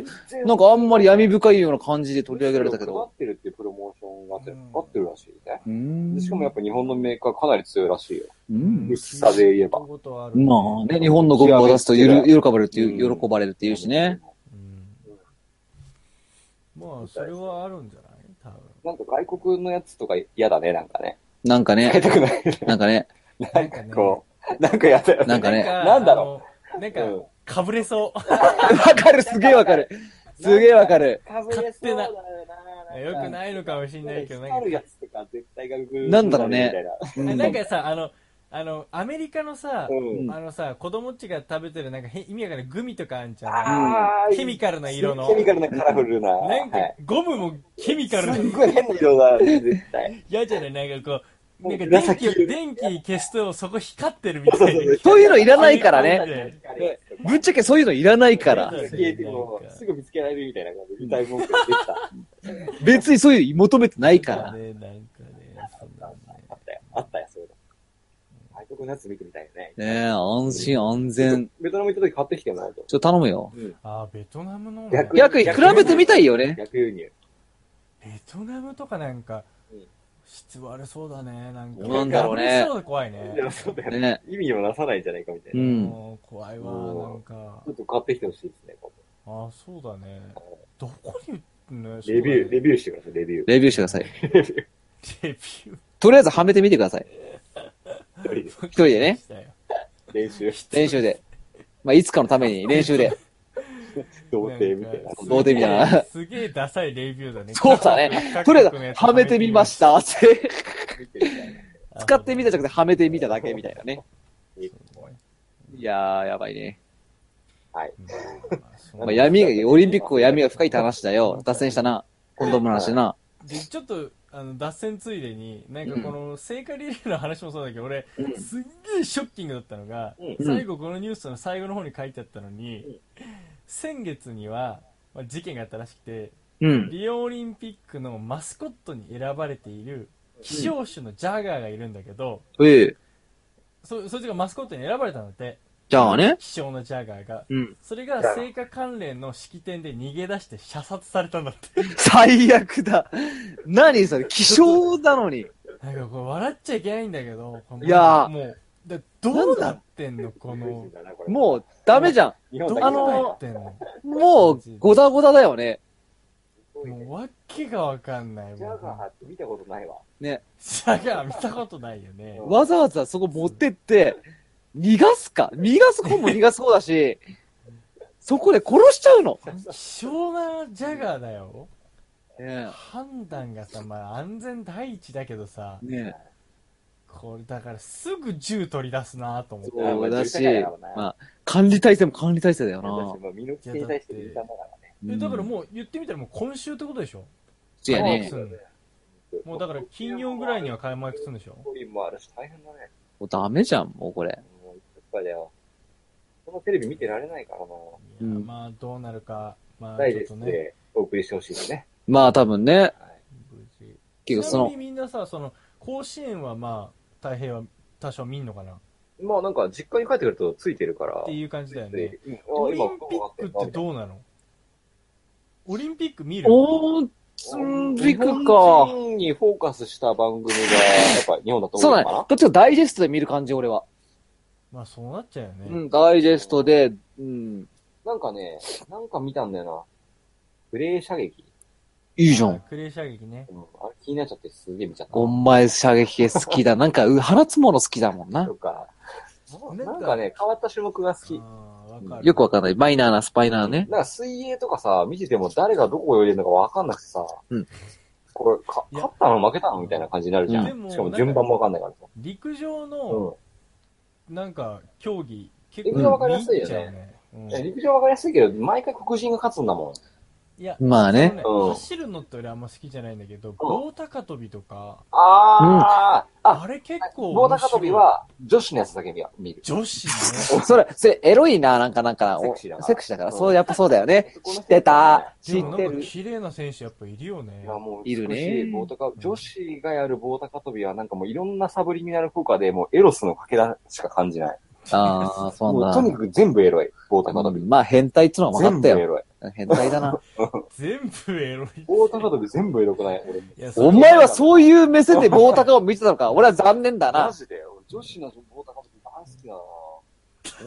Speaker 4: なんかあんまり闇深いような感じで取り上げられたけ
Speaker 3: な
Speaker 4: ど。
Speaker 3: ってるっていうプロモーションがあってる
Speaker 1: うん
Speaker 3: なってるらしいね。
Speaker 4: うー
Speaker 3: で
Speaker 4: ん。
Speaker 3: しかもやっぱ日本のメーカーかなり強いらしいよ。
Speaker 4: うん。
Speaker 3: 薄さで言えば
Speaker 1: 聞いたことある
Speaker 4: まあね、日本のゴムを出すとゆる喜ばれるっていう、
Speaker 3: うん
Speaker 4: 喜ばれるっていうしね。。
Speaker 1: うんまあ、それはあるんじゃない多分。
Speaker 3: なんか外国のやつとか嫌だね、なんかね。
Speaker 4: なんか
Speaker 3: 買い
Speaker 4: ね、
Speaker 3: たくない。
Speaker 4: なんかね、
Speaker 3: なんかこう、なんか嫌だよね。
Speaker 4: なんかね
Speaker 3: なんだろ
Speaker 1: う。なんか
Speaker 3: うん、
Speaker 1: かぶれそう。
Speaker 4: わかる、すげえわかる。すげえわかる。
Speaker 1: 勝手な。よく
Speaker 3: い。
Speaker 1: ないのかもしれないけど、
Speaker 3: 光
Speaker 1: なん
Speaker 3: るや
Speaker 1: か、
Speaker 3: つとか絶対外国
Speaker 4: なんだろうね
Speaker 3: みたいな。
Speaker 4: うん
Speaker 1: なんかさ、あの、あの、アメリカのさ、
Speaker 3: うん
Speaker 1: あのさ、子供っちが食べてるなんかへ意味わかんないグミとかあんじゃん。
Speaker 3: あー
Speaker 1: ケミカルな色の
Speaker 3: ケミカルなカラフルな。
Speaker 1: なんか
Speaker 3: はい、
Speaker 1: ゴムもケミカルな
Speaker 3: すっごい変な色だ、絶対。
Speaker 1: 嫌じゃないなんかこう、
Speaker 3: も
Speaker 1: な
Speaker 3: うん
Speaker 1: か電気を、
Speaker 3: 紫色
Speaker 1: 電気消すとそこ光ってるみたい
Speaker 3: そうそう
Speaker 1: な
Speaker 3: そ。
Speaker 4: そういうのいらないからね。
Speaker 1: ね
Speaker 3: で
Speaker 4: ぶっちゃけそういうのいらないから。
Speaker 3: 消えても、すぐ見つけられるみたいな感じで、大文句が出てた。
Speaker 4: 別にそういうの求めてないから。
Speaker 1: ね、なんかね、そんなのね
Speaker 3: あったよ、あったよ、そういうの。外国のやつ見てみたいよね。
Speaker 4: ねえ、安心安全。
Speaker 3: ベトナム行った時買ってきてもらうと。
Speaker 4: ちょ、頼むよ。
Speaker 1: あー、ベトナムのね、
Speaker 3: 逆
Speaker 4: 逆に比べてみたいよね。
Speaker 3: 逆輸入。
Speaker 1: ベトナムとかなんか
Speaker 3: うん、
Speaker 1: 質悪そうだね、なんか。
Speaker 4: なんだろうね
Speaker 1: ガブりそうで怖いね
Speaker 3: で。もそうだよね。
Speaker 4: ね
Speaker 3: 意味をなさないんじゃないかみたいうな。
Speaker 4: ん。
Speaker 1: もう怖いわ、なんか
Speaker 3: ちょ。っと買ってきてほしいですね、こ
Speaker 1: あー、そうだね。
Speaker 3: こ
Speaker 1: どこにね
Speaker 3: レビュ
Speaker 1: レビュ
Speaker 3: ー、
Speaker 1: ー
Speaker 3: レビューしてください、レビュー。
Speaker 4: レビューしてください。
Speaker 1: レビュ
Speaker 4: とりあえずはめてみてください。
Speaker 3: 一人
Speaker 1: ー一
Speaker 4: 人でね
Speaker 3: で練習して、
Speaker 4: 練習で。まあ、いつかのために練習 で。
Speaker 3: 童貞みたいな。
Speaker 4: 童貞みたいな
Speaker 1: すげえダサいレビューだね
Speaker 4: そうだね。とりあえず、はめてみましたって。使ってみたじゃなくて、はめてみただけみたいなね。 いやー、やばいね。
Speaker 3: はい。
Speaker 1: うんまあそう
Speaker 4: まあ、闇が、オリンピックを闇が深いって話だよ。脱線したな。今度の話だな。
Speaker 1: でちょっとあの脱線ついでになんかこの聖火リレーの話もそうだけど俺、
Speaker 4: うん
Speaker 1: すっげえショッキングだったのが、
Speaker 3: うん
Speaker 1: 最後このニュースの最後の方に書いてあったのに、先月には、まあ、事件があったらしくて
Speaker 4: うん。
Speaker 1: リオオリンピックのマスコットに選ばれている希少種のジャガーがいるんだけど、
Speaker 4: ええ。
Speaker 1: そそいつがマスコットに選ばれたんだって
Speaker 4: じゃあね。
Speaker 1: 希少のジャガーが
Speaker 4: うん。
Speaker 1: それが聖火関連の式典で逃げ出して射殺されたんだって
Speaker 4: 最悪だ。何それ、気象なのに。
Speaker 1: なんかこれ笑っちゃいけないんだけど、これ
Speaker 4: いやー
Speaker 1: もう、だどうなってんの、この、
Speaker 4: もう、ダメじゃ
Speaker 3: う、日
Speaker 1: ど
Speaker 3: 本
Speaker 1: う
Speaker 3: だ
Speaker 1: な
Speaker 3: け
Speaker 1: ってんの、
Speaker 4: ん。もう、ごだごだだよね。
Speaker 1: もうわけがわかんないもん。
Speaker 3: ジ
Speaker 1: ジ
Speaker 3: ャガーって見たことないわ。
Speaker 1: ャガー見たことないよね。
Speaker 4: わざわざそこ持ってって、逃がすか逃がす方も逃がす方だ し、そこで殺しちゃうの。
Speaker 1: 希少なジャガーだよ。
Speaker 4: ね
Speaker 1: 判断がさ、まあ安全第一だけどさ
Speaker 4: え。、ね
Speaker 1: これだからすぐ銃取り出すなと思っ
Speaker 4: え。そうだし
Speaker 3: まあ住宅街だろうな、
Speaker 4: まあ、管理体制も管理体制だよ
Speaker 3: 私
Speaker 4: な。
Speaker 3: も身の危険に対して見たんだからね。
Speaker 1: て。えだからもう言ってみたらもう今週ってことでしょ
Speaker 4: うん、違う
Speaker 1: 開幕
Speaker 4: ね
Speaker 1: す。るのもうだから金曜ぐらいには開幕するんでしょ
Speaker 3: ストーリーもあるし、大変だね。
Speaker 4: もうダメじゃん、もうこれ。
Speaker 3: もう、いっぱいだよ。このテレビ見てられないからな。
Speaker 1: いや、
Speaker 4: うん
Speaker 1: まあどうなるか、まあ
Speaker 3: ダイ
Speaker 1: ちょっ
Speaker 3: ジェ
Speaker 1: と
Speaker 3: スト
Speaker 1: ね。
Speaker 3: でお送りしてほしいですね。
Speaker 4: まあ多分ね、
Speaker 1: 無事
Speaker 4: 結構そ
Speaker 1: ちな
Speaker 4: の、
Speaker 1: みにみんなさその甲子園はまあ太平は多少見んのかなっ
Speaker 3: まあなんか、実家に帰ってくるとついてるから。
Speaker 1: ていう感じだよね
Speaker 3: うんあ
Speaker 1: オリン
Speaker 3: 今
Speaker 1: ピックってどうなのオリンピック見る
Speaker 4: おー、つんびく
Speaker 3: 日
Speaker 4: か。
Speaker 3: 本にフォーカスした番組が、やっぱ日本だと
Speaker 4: そう
Speaker 3: 思うの
Speaker 4: だね
Speaker 3: か。な
Speaker 4: どっちかダイジェストで見る感じ、俺は。
Speaker 1: まあそうなっちゃうよね、
Speaker 4: うん、ダイジェストで、うん。
Speaker 3: なんかね、なんか見たんだよな。グレー射撃、
Speaker 4: いいじゃん。
Speaker 1: クレー射撃ね
Speaker 3: うん、あれ気になっちゃってすげえ見ちゃった。
Speaker 4: お前射撃系好 きだ。なんか、う、放つもの好きだもんな
Speaker 3: と。か、
Speaker 1: なんか
Speaker 3: なんかね、変わった種目が好き。
Speaker 1: あーわかる
Speaker 4: よくわかんない。マイナーなスパイナー ね。
Speaker 3: なんか水泳とかさ、見てても誰がどこ泳いでるのかわかんなくてさ、
Speaker 4: うん
Speaker 3: これ、か
Speaker 1: いや
Speaker 3: 勝ったの負けたのみたいな感じになるじゃ
Speaker 1: で
Speaker 3: ん。
Speaker 1: も
Speaker 3: しかも順番もわかんないからさ。
Speaker 1: 陸上の
Speaker 3: う
Speaker 1: なんか競技結
Speaker 3: 陸上わ
Speaker 1: 構
Speaker 3: かりや
Speaker 1: 見
Speaker 3: すい
Speaker 1: 入っち
Speaker 3: よね
Speaker 1: ゃうよねうん
Speaker 3: ん。いや陸上わかりやすいけど、毎回黒人が勝つんだもん。
Speaker 1: いや
Speaker 4: まあ
Speaker 1: その
Speaker 4: ね。
Speaker 1: ね
Speaker 3: うん
Speaker 1: 走るのって俺あんま好きじゃないんだけど棒高跳びとか
Speaker 3: あー、あ、
Speaker 1: あれ結構
Speaker 3: 棒
Speaker 1: 面
Speaker 3: 高
Speaker 1: 白
Speaker 3: 跳
Speaker 1: い
Speaker 3: びは女子のやつだけ見る。
Speaker 1: 女子ね
Speaker 4: それ、それ、エロいな、なんか、なんか、
Speaker 3: セ
Speaker 4: お
Speaker 3: クシーだから
Speaker 4: セクシーだから。そう、やっぱそうだよね。知ってた。知
Speaker 1: で
Speaker 4: っ
Speaker 1: も
Speaker 4: て
Speaker 1: なんか
Speaker 4: る。
Speaker 1: 綺麗な選手やっぱいるよね
Speaker 3: いや、もう、
Speaker 4: いるね
Speaker 3: 美しい棒高、女子がやる棒高跳びはなんかもういろんなサブリミナル効果でもうエロスのかけらしか感じない。
Speaker 4: ああ、そう
Speaker 3: もう
Speaker 4: な
Speaker 3: と
Speaker 4: ん
Speaker 3: に
Speaker 4: だ。
Speaker 3: かく全部エロい。棒高跳び。
Speaker 4: まあ、変態っつうのは分か
Speaker 3: 全
Speaker 4: っ
Speaker 3: 部
Speaker 4: た
Speaker 3: エ
Speaker 4: よ。
Speaker 3: ロい。
Speaker 4: 変態だな。
Speaker 1: 全部エロい
Speaker 3: 棒高跳び全部エロくない俺。
Speaker 1: いやそれ
Speaker 4: お前はそういう目線で棒高を見てたの か。俺は残念だ
Speaker 3: マ
Speaker 4: な。
Speaker 3: ジで俺女子の棒高跳び大好きだな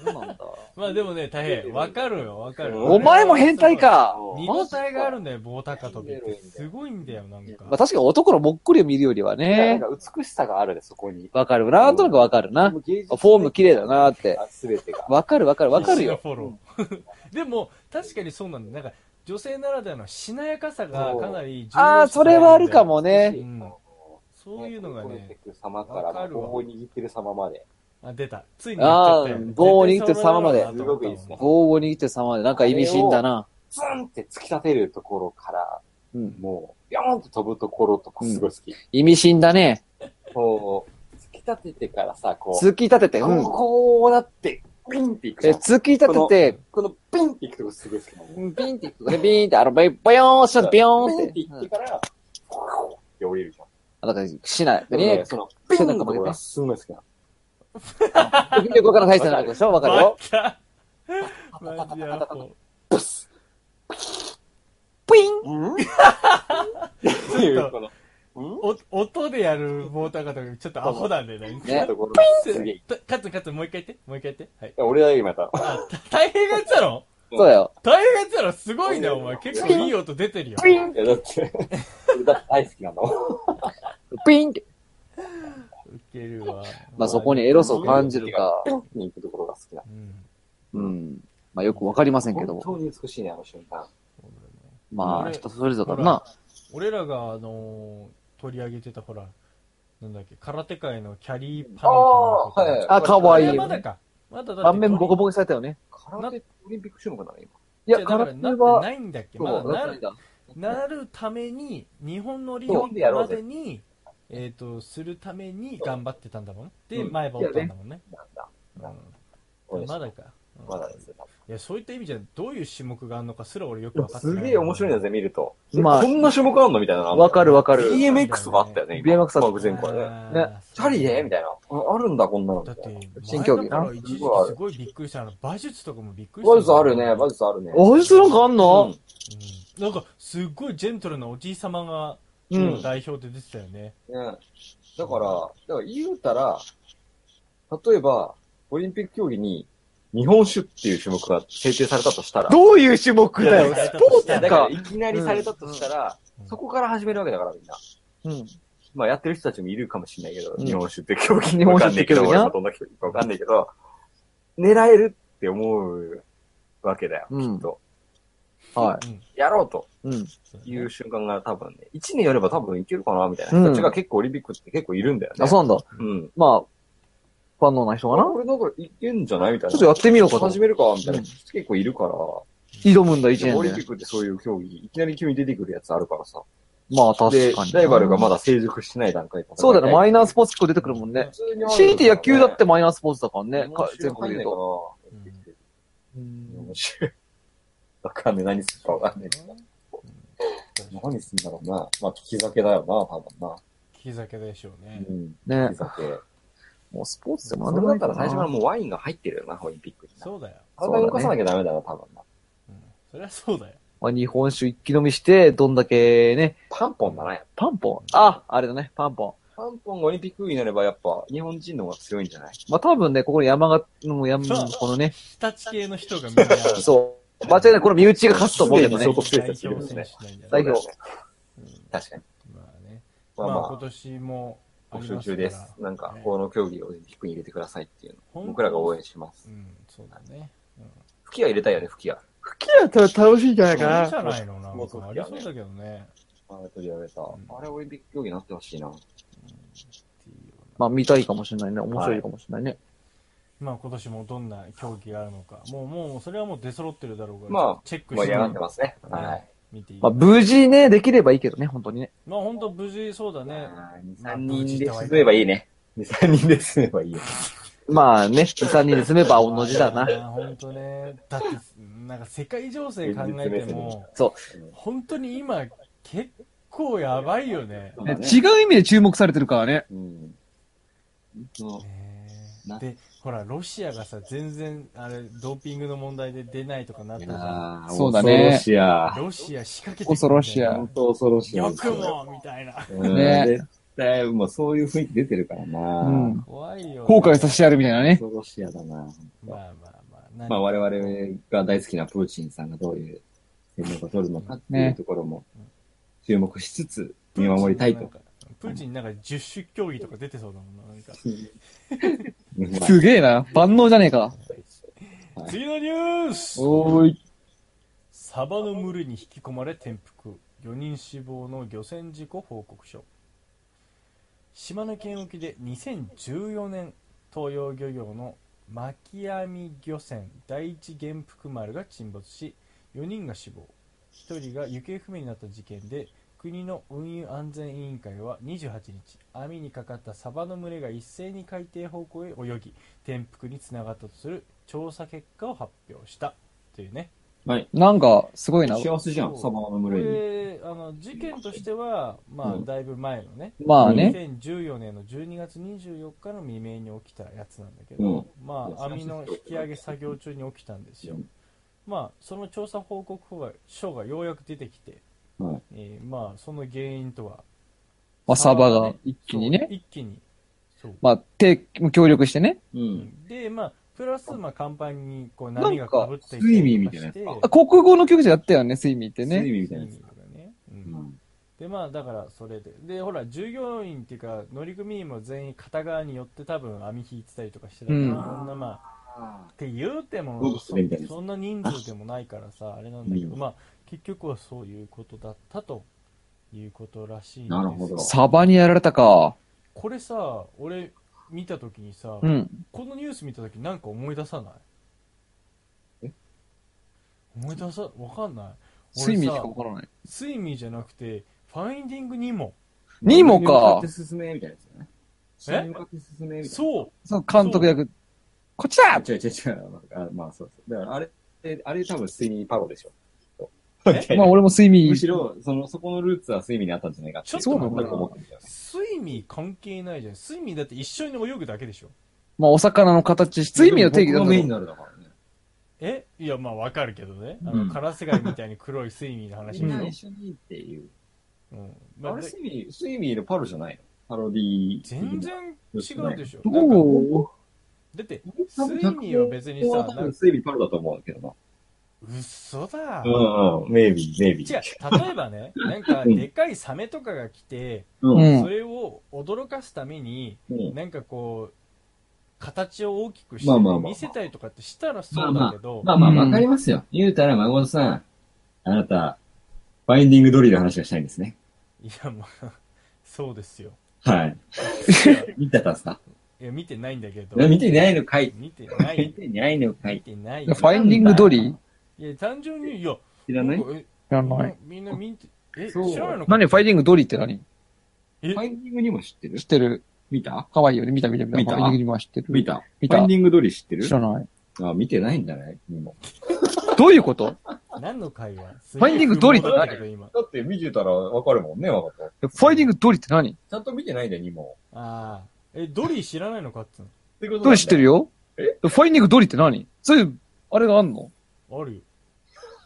Speaker 4: そうなんだ。
Speaker 1: まあでもね、大変。わかるよ、わかる。
Speaker 4: お前も変態。か。
Speaker 1: 二の体があるんだよ、棒高跳びっ
Speaker 3: マジ
Speaker 1: て。
Speaker 3: です
Speaker 1: ごいんだよ、なんか。
Speaker 4: まあ、確かに男のもっこりを見るよりはい
Speaker 3: や
Speaker 4: ね。
Speaker 3: なんか美しさがあるで、そこに。
Speaker 4: わかる。なんとなくわかるな。
Speaker 3: もう芸術
Speaker 4: フォーム綺麗だなって。
Speaker 3: すべてが。
Speaker 4: わかるわかるわかるよ。
Speaker 1: フォロー。 でも、確かにそうなんだよ。なんか、女性ならではのしなやかさがかなり重要視されるんだよ
Speaker 4: ああ、それはあるか。もね。
Speaker 1: うんそういうのが
Speaker 3: こねて
Speaker 1: ね、
Speaker 3: く様から、
Speaker 1: わかるわ
Speaker 3: 棒を握ってる様まで。
Speaker 1: あ、出た。ついに言っちゃったよ
Speaker 4: あー棒を握ってる様まで
Speaker 1: 絶対そうなるだろうなと思ったもん
Speaker 3: すごくいいですね
Speaker 4: 棒を握って様で、なんか意味深だな。
Speaker 3: ズンって突き立てるところから、
Speaker 4: うん。
Speaker 3: もう、ビョーンと飛ぶところとかすごい好き。
Speaker 4: 意味深だね。
Speaker 3: こう、突き立ててからさ、こう、
Speaker 4: 突き立てて、うん。
Speaker 3: こうなって、ピンっていくじ
Speaker 4: え、
Speaker 3: ゃん。
Speaker 4: 突き立てて、
Speaker 3: このピンっていくとこすごい好きなの。
Speaker 4: うんビンっていくとね、ビーンって、あの、ビボヨーンしょビヨーンっ
Speaker 3: ピ
Speaker 4: て
Speaker 3: ンっていってから、ポーンって降りるじゃん。
Speaker 4: あ。なんか、しない。
Speaker 3: でもね
Speaker 4: ね、
Speaker 3: その、ピンのところがすごい好きなの。
Speaker 4: よくわからない体勢なことでしょわかる
Speaker 1: バ
Speaker 4: よ。
Speaker 1: カ。マジやろ。
Speaker 3: ブス
Speaker 4: プイン
Speaker 3: うん っていう、この、うん
Speaker 1: お音でやる棒高跳び、ちょっとアホなんだよ、なんか。
Speaker 4: ね
Speaker 3: ところすげえ。い
Speaker 1: カツンカツン、もう一回言って、もう一回言って。はい。
Speaker 3: や俺は今やったの。
Speaker 1: あ、た大変がやってたの
Speaker 4: そうだよ。
Speaker 1: 大変ってたらすごいな、お前。結構いい音出てるよ。
Speaker 4: ピン
Speaker 3: いや、だって、だって大好きなの。
Speaker 4: ピンって。
Speaker 1: ウケるわ。
Speaker 4: まあそこにエロさを感じるか。
Speaker 3: に行くところが好きな
Speaker 1: うん。
Speaker 4: うん。まあよくわかりませんけ
Speaker 3: の。
Speaker 4: ど
Speaker 3: 本
Speaker 4: も。
Speaker 3: 当に美しいね、あの瞬間。
Speaker 1: そうだよね
Speaker 4: まあ
Speaker 1: 俺
Speaker 4: 人それぞれだ
Speaker 1: ほら
Speaker 4: な。
Speaker 1: 俺らが、あのー取り上げてた、ほら、なんだっけ、空手界のキャリーパネット
Speaker 3: あーはい
Speaker 4: あ、かわ
Speaker 1: あ
Speaker 4: いい
Speaker 1: れ
Speaker 4: よ
Speaker 1: ま
Speaker 4: ね
Speaker 1: だ。か。まだだって
Speaker 4: 顔面ボコボコにされたよね。
Speaker 3: 空手オリンピック種目なの、今。
Speaker 4: いや、
Speaker 1: だから
Speaker 4: 空手
Speaker 1: なって
Speaker 4: は、
Speaker 1: ないんだっけ、ま
Speaker 4: そ
Speaker 1: だ
Speaker 4: うな
Speaker 1: な
Speaker 4: ってないんだ。
Speaker 1: なるために、日本のリ
Speaker 3: 日
Speaker 1: オ
Speaker 3: 本でやろ
Speaker 1: ま
Speaker 3: うぜ
Speaker 1: でに、えっ、と、するために
Speaker 3: そう
Speaker 1: 頑張ってたんだもん。で、
Speaker 3: うん
Speaker 1: 前歯折ったんだもんね。
Speaker 3: なんだ。
Speaker 1: うん
Speaker 3: 俺
Speaker 1: まだか。うん
Speaker 3: まだですよ。
Speaker 1: いや、そういった意味じゃ、どういう種目があるのかすら俺よく分かって
Speaker 3: す
Speaker 1: ない。
Speaker 3: げえ面白いんだぜ、見ると。
Speaker 4: まあ
Speaker 3: こんな種目あんのみたいなのあんの。
Speaker 4: わかるわかる。
Speaker 3: BMX もあったよね、今
Speaker 4: BMX あった
Speaker 3: 僕前回ね。
Speaker 1: あー
Speaker 4: ね
Speaker 3: チャリでみ
Speaker 1: だ
Speaker 3: たいな。ああるんだ、こんなの。
Speaker 1: って、
Speaker 4: 新競技な
Speaker 1: 前だから一時期すごいびっくりしたの。馬術とかもびっくりした。
Speaker 3: 馬術あるね、馬術あるね。
Speaker 4: あいつなんかあん
Speaker 3: う
Speaker 4: の
Speaker 3: ん
Speaker 1: うんなんか、すっごいジェントルなおじい様が、
Speaker 4: うん。
Speaker 1: 代表で出てたよね。
Speaker 3: ねだから、だから言うたら、例えば、オリンピック競技に、日本酒っていう種目が制定されたとしたら、
Speaker 4: どういう種目だ
Speaker 1: い
Speaker 4: よ。
Speaker 1: や
Speaker 4: スポ
Speaker 3: いやだか
Speaker 4: ーツ
Speaker 3: ら
Speaker 4: か。
Speaker 3: いきなりされたとしたら、
Speaker 1: うん
Speaker 3: そこから始めるわけだから、みんな。
Speaker 4: うん。
Speaker 3: まあ、やってる人たちもいるかもしれないけど、
Speaker 4: うん
Speaker 3: 日本酒って競技
Speaker 4: 日本
Speaker 3: わか
Speaker 4: 酒
Speaker 3: んな
Speaker 4: っ
Speaker 3: いけ
Speaker 4: て競技
Speaker 3: ど、
Speaker 4: な
Speaker 3: 俺もどんな競技かわかんないけど、狙えるって思うわけだよ、
Speaker 4: うん
Speaker 3: きっと。
Speaker 4: は
Speaker 1: うん
Speaker 3: やろうと
Speaker 4: い。うん。
Speaker 3: いう瞬間が多分ね、1年やれば多分いけるかな、みたいな人たちが結構オリンピックって結構いるんだよね。
Speaker 4: あ、そうなんだ。
Speaker 3: う。うん。
Speaker 4: まあ、ファンのな人かな
Speaker 3: これだからいけんじゃないみたいな。
Speaker 4: ちょっとやってみようかと
Speaker 3: 始。めるか、みたいな
Speaker 4: うん
Speaker 3: 人結構いるから。
Speaker 4: 挑むんだ、一
Speaker 3: でもオリ
Speaker 4: 年
Speaker 3: ンピ
Speaker 4: で
Speaker 3: ッ。クってそういう競技、いきなり急に出てくるやつあるからさ。
Speaker 4: まあ、確
Speaker 3: で
Speaker 4: かに。、
Speaker 3: ライバルがまだ成熟してない段階とか
Speaker 4: そうだよね。マイナースポーツ結構出て
Speaker 1: て
Speaker 4: くるもんね。
Speaker 3: 普通にある
Speaker 4: 強いて野球だって
Speaker 3: ね
Speaker 4: マイナースポーツだからね。か全
Speaker 3: 全
Speaker 4: 国
Speaker 3: 国
Speaker 4: で
Speaker 3: で言う
Speaker 4: 言うと。
Speaker 3: と。
Speaker 4: うん
Speaker 3: 面白い。わかんない。何するかわかんない。何するんだろうな。まあ、聞き酒だよな、多分な。
Speaker 1: 引き酒でしょうね。
Speaker 3: うん。
Speaker 4: ね
Speaker 3: 聞き。酒。
Speaker 4: もうスポーツでも
Speaker 3: そ
Speaker 4: なんで
Speaker 3: れ
Speaker 4: も
Speaker 3: だ
Speaker 4: いい
Speaker 3: った
Speaker 4: から
Speaker 3: ら
Speaker 4: な
Speaker 3: 最初からもうワインが入ってるよな、オリンピックにな。
Speaker 1: そうだよ。
Speaker 3: 体動かさなきゃダメだな、多分な。
Speaker 1: うんそりゃそうだよ。
Speaker 4: まあ、日本酒一気飲みして、どんだけね、
Speaker 3: パンポンだな、やっ
Speaker 4: パンポン。あ、あれだね、パンポ
Speaker 3: ぱ。パンポンがオリンピックになれば、やっぱ、日本人の方が強いんじゃない
Speaker 4: ン。まあ、多分ね、ここに山が、もう山
Speaker 1: そう、
Speaker 4: このね、
Speaker 1: 日立系の人 がみんな、
Speaker 4: そう。間違いない、この身内が勝つと思うけど
Speaker 3: す。
Speaker 4: ね
Speaker 3: でに
Speaker 1: 代表選手なんじゃな
Speaker 4: 代
Speaker 1: い
Speaker 4: 表
Speaker 3: そうだよね
Speaker 1: うん
Speaker 3: 確かに。
Speaker 1: まあね。
Speaker 3: ま
Speaker 1: ま
Speaker 3: あ
Speaker 1: あ今
Speaker 3: ま
Speaker 1: 年も
Speaker 3: あ、
Speaker 1: あ
Speaker 3: 募
Speaker 1: り
Speaker 3: 集
Speaker 1: ます
Speaker 3: 中
Speaker 1: から
Speaker 3: です。なんか
Speaker 1: ね、
Speaker 3: この競技をオリンピックに入れてくださいっていう
Speaker 1: 本当
Speaker 3: の。僕らが応援します
Speaker 1: う。ん、そうだね。
Speaker 3: 吹き矢入れたいよね、吹き矢。
Speaker 4: 吹き合ったら楽しいんじゃない
Speaker 1: いいじゃ
Speaker 4: な。
Speaker 1: ないのなんかありそうだけどね。
Speaker 3: あれ取り上げた。
Speaker 1: ん
Speaker 3: あれオリンピック競技になってほしいな。
Speaker 4: まあ、見たいかもしれないね。面白いかもしれないね。
Speaker 1: まあ今年もどんな競技があるのか。もうもう、それはもう出揃ってるだろうから、
Speaker 3: まあ
Speaker 1: チェック
Speaker 3: 盛
Speaker 1: し
Speaker 3: り
Speaker 1: て
Speaker 3: 上がってますね。
Speaker 1: うん
Speaker 3: はい。
Speaker 1: 見ていい。
Speaker 4: ま
Speaker 1: ま
Speaker 4: あ、無事ね、できればいいけどね、本当にね。
Speaker 1: あ本当無事そうだね。
Speaker 3: 2、3人で進めばいいね。2、3人で進めばいいよ。
Speaker 4: まあね、2、3人で住めば同じだな。
Speaker 1: 本当ね。だって、なんか世界情勢考えても、
Speaker 4: そ
Speaker 1: 本当に今、結構やばいよね。
Speaker 4: う。ね違う意味で注目されてるからね。
Speaker 3: うん。本
Speaker 1: ねえ
Speaker 3: な
Speaker 1: で、ほら、ロシアがさ、全然、あれ、ドーピングの問題で出ないとかなった
Speaker 3: 当
Speaker 1: じゃん。
Speaker 4: そうだ
Speaker 3: 恐
Speaker 4: ね
Speaker 3: ろしや。
Speaker 1: ロシア仕掛けてくる
Speaker 4: 恐ろしや
Speaker 3: 本当恐ろしや。
Speaker 1: よくもみたいな。
Speaker 3: うん
Speaker 4: ね
Speaker 3: 絶対、もうそういう雰囲気出てるからな。
Speaker 4: うん。
Speaker 1: 怖いよ、
Speaker 4: 後悔させてやるみたいなね。
Speaker 3: 恐ろしやだな。
Speaker 1: まあまあまあ。何
Speaker 3: まあ我々が大好きなプーチンさんがどういう戦略を取るのかっていう
Speaker 4: ね
Speaker 3: ところも注目しつつ見守りたいと。。
Speaker 1: プーチンなんか10種競技とか出てそうだもんな。なんか
Speaker 3: うんまあ
Speaker 4: すげえな。万能じゃねえか。
Speaker 3: はい
Speaker 1: 次のニュース
Speaker 4: おーい。
Speaker 1: サバの群れに引き込まれ転覆4人死亡の漁船事故報告書島根県沖で2014年東洋漁業の巻網漁船第一元福丸が沈没し4人が死亡1人が行方不明になった事件で国の運輸安全委員会は28日網にかかったサバの群れが一斉に海底方向へ泳ぎ転覆につながったとする調査結果を発表したというね
Speaker 4: なんか、すごいな。
Speaker 3: 幸せじゃん、サバの
Speaker 1: こ
Speaker 3: 群れに。
Speaker 1: れあの事件としては、ま
Speaker 3: う
Speaker 1: あ、
Speaker 3: ん
Speaker 1: だいぶ前のね、
Speaker 4: まあね。
Speaker 1: 2014年の12月24日の未明に起きたやつなんだけど、
Speaker 3: うん
Speaker 1: まあ、
Speaker 3: いや
Speaker 1: 網の引き上げ作業中に起きたんですよ、
Speaker 3: うん
Speaker 1: まあ、その調査報告書がようやく出てきて、
Speaker 3: はい
Speaker 1: えーまあ、その原因とは
Speaker 4: まあ、サバが一気に
Speaker 1: そう
Speaker 4: ね。
Speaker 1: 一気にそう
Speaker 4: まあ、手、協力してね。
Speaker 3: うん。
Speaker 1: で、まあ、プラス、まあ、甲板に、こう、
Speaker 5: なんか
Speaker 1: 波がかぶってい
Speaker 3: スイミーみたいなやつ
Speaker 1: て
Speaker 3: か
Speaker 4: あ国語の教科書やったよね、スイミーってね。
Speaker 3: み
Speaker 1: ス
Speaker 3: た
Speaker 1: イ
Speaker 3: い
Speaker 1: ミー
Speaker 3: なやつ
Speaker 1: とかね。うん
Speaker 5: うん
Speaker 1: でまあだからそれででほら従業員っていうか乗組員も全員片側に寄って多分網引いてたりとかしてたから、
Speaker 4: うん
Speaker 1: そんなまあって言うても
Speaker 3: うん
Speaker 1: そそんな人数でもないからさあれなんだけど、
Speaker 3: うん
Speaker 1: まあ結局はそういうことだったということらしいんです
Speaker 3: なるほど
Speaker 4: サバにやられたか。
Speaker 1: これさ俺見た時にさ、
Speaker 4: うん。
Speaker 1: このニュース見た時なんか思い出さない思い出さわかんない
Speaker 4: スイミー
Speaker 1: 俺
Speaker 4: し
Speaker 1: さ
Speaker 4: かわからない。
Speaker 1: スイミーじゃなくてファインディングニモ
Speaker 4: ニモか
Speaker 3: 向って進めみたいなやつだね。下に向かって進めみたいな。
Speaker 1: そう
Speaker 4: そう、監督役。こっちだ
Speaker 3: 違う違う違う。あまあそうそう。だからあれ、えあれ多分睡眠パロでしょ。
Speaker 4: まあ俺もスイミ
Speaker 3: むし
Speaker 4: ー。
Speaker 3: ろ、その、そこのルーツは睡眠にあったんじゃないかってい。
Speaker 1: ちょっと
Speaker 3: なんか思ったんだよね。
Speaker 1: スイミー関係ないじゃん。スイミーだって一緒に泳ぐだけでしょ。
Speaker 4: まあお魚の形、スイミーの定義
Speaker 3: 僕
Speaker 4: だ
Speaker 3: がメインに
Speaker 4: と。
Speaker 3: なるだからね。
Speaker 1: えいや、まあわかるけどね。あ
Speaker 3: う
Speaker 1: の、
Speaker 3: ん
Speaker 1: カラス貝みたいに黒いスイミーの話でし
Speaker 3: みん
Speaker 1: ょ
Speaker 3: な一緒にっていう。
Speaker 1: うん。ま
Speaker 3: あ
Speaker 1: あ
Speaker 3: れ
Speaker 1: で
Speaker 3: 睡眠、睡眠のパロじゃないのパロディ
Speaker 1: 全然違うでしょ。なんか
Speaker 4: おー
Speaker 1: だって、スイ
Speaker 3: 多分
Speaker 1: ミーは別に
Speaker 3: ここ
Speaker 1: さ
Speaker 3: は、多
Speaker 1: なん
Speaker 3: 分
Speaker 1: か
Speaker 3: 睡眠パロだと思うんだけどな。
Speaker 1: 嘘だ。
Speaker 3: うんうん。メイビー、メイビ
Speaker 1: 違
Speaker 3: ー
Speaker 1: う。、例えばね、なんか、
Speaker 3: うん
Speaker 1: でかいサメとかが来て、
Speaker 3: う。
Speaker 4: うんん
Speaker 1: それを驚かすために、
Speaker 3: うん
Speaker 1: なんかこう、形を大きくし
Speaker 3: まあまあ
Speaker 1: て
Speaker 3: まあ
Speaker 1: 見せたりとかってしたらそうだけど、
Speaker 3: まあまあ、
Speaker 4: うん
Speaker 3: わかりますよ。言うたら、孫さん、あなた、バインディングドリルの話がしたいんですね。
Speaker 1: いや、まあ、そうです よ。
Speaker 3: はい。見てたんすか
Speaker 1: いや、見てないんだけど。
Speaker 3: いや見てないのかい。
Speaker 1: 見てな
Speaker 3: 見
Speaker 1: い。
Speaker 3: てないのか
Speaker 1: 見
Speaker 3: い。
Speaker 1: てない
Speaker 4: フ。ァインディングドリー
Speaker 1: いや、単純に、いや、
Speaker 3: 知らない
Speaker 1: な
Speaker 3: フ
Speaker 1: んかえ
Speaker 4: やんない。
Speaker 1: みんな見て、え、知
Speaker 3: そう
Speaker 1: らないのか
Speaker 4: 何ファインディングドリーって何
Speaker 3: ァインディングにも知ってる
Speaker 4: 知ってる。
Speaker 3: 見た
Speaker 4: かわいいよね。見た見た見た。
Speaker 3: 見た
Speaker 4: ファインディングニモは知ってる。
Speaker 3: 見た
Speaker 4: 見た
Speaker 3: ファインディングドリル知ってる
Speaker 4: 知らない。
Speaker 3: あ、見てないんじゃないにも。
Speaker 4: どういうこと
Speaker 1: 何の会話フ
Speaker 4: ァインディングドリって何
Speaker 1: 今。
Speaker 3: だって見てたらわかるもんね、わかった。
Speaker 4: ファインディングドリーって何
Speaker 3: ちゃんと見てないんだよ、にも。
Speaker 1: ああ。え、ドリー知らないのかっつう
Speaker 3: ってこと
Speaker 4: ドリー知ってる
Speaker 3: よ。
Speaker 4: よ
Speaker 3: え
Speaker 4: ファインディングドリーって何そういう、あれがあんの
Speaker 1: のあるよ。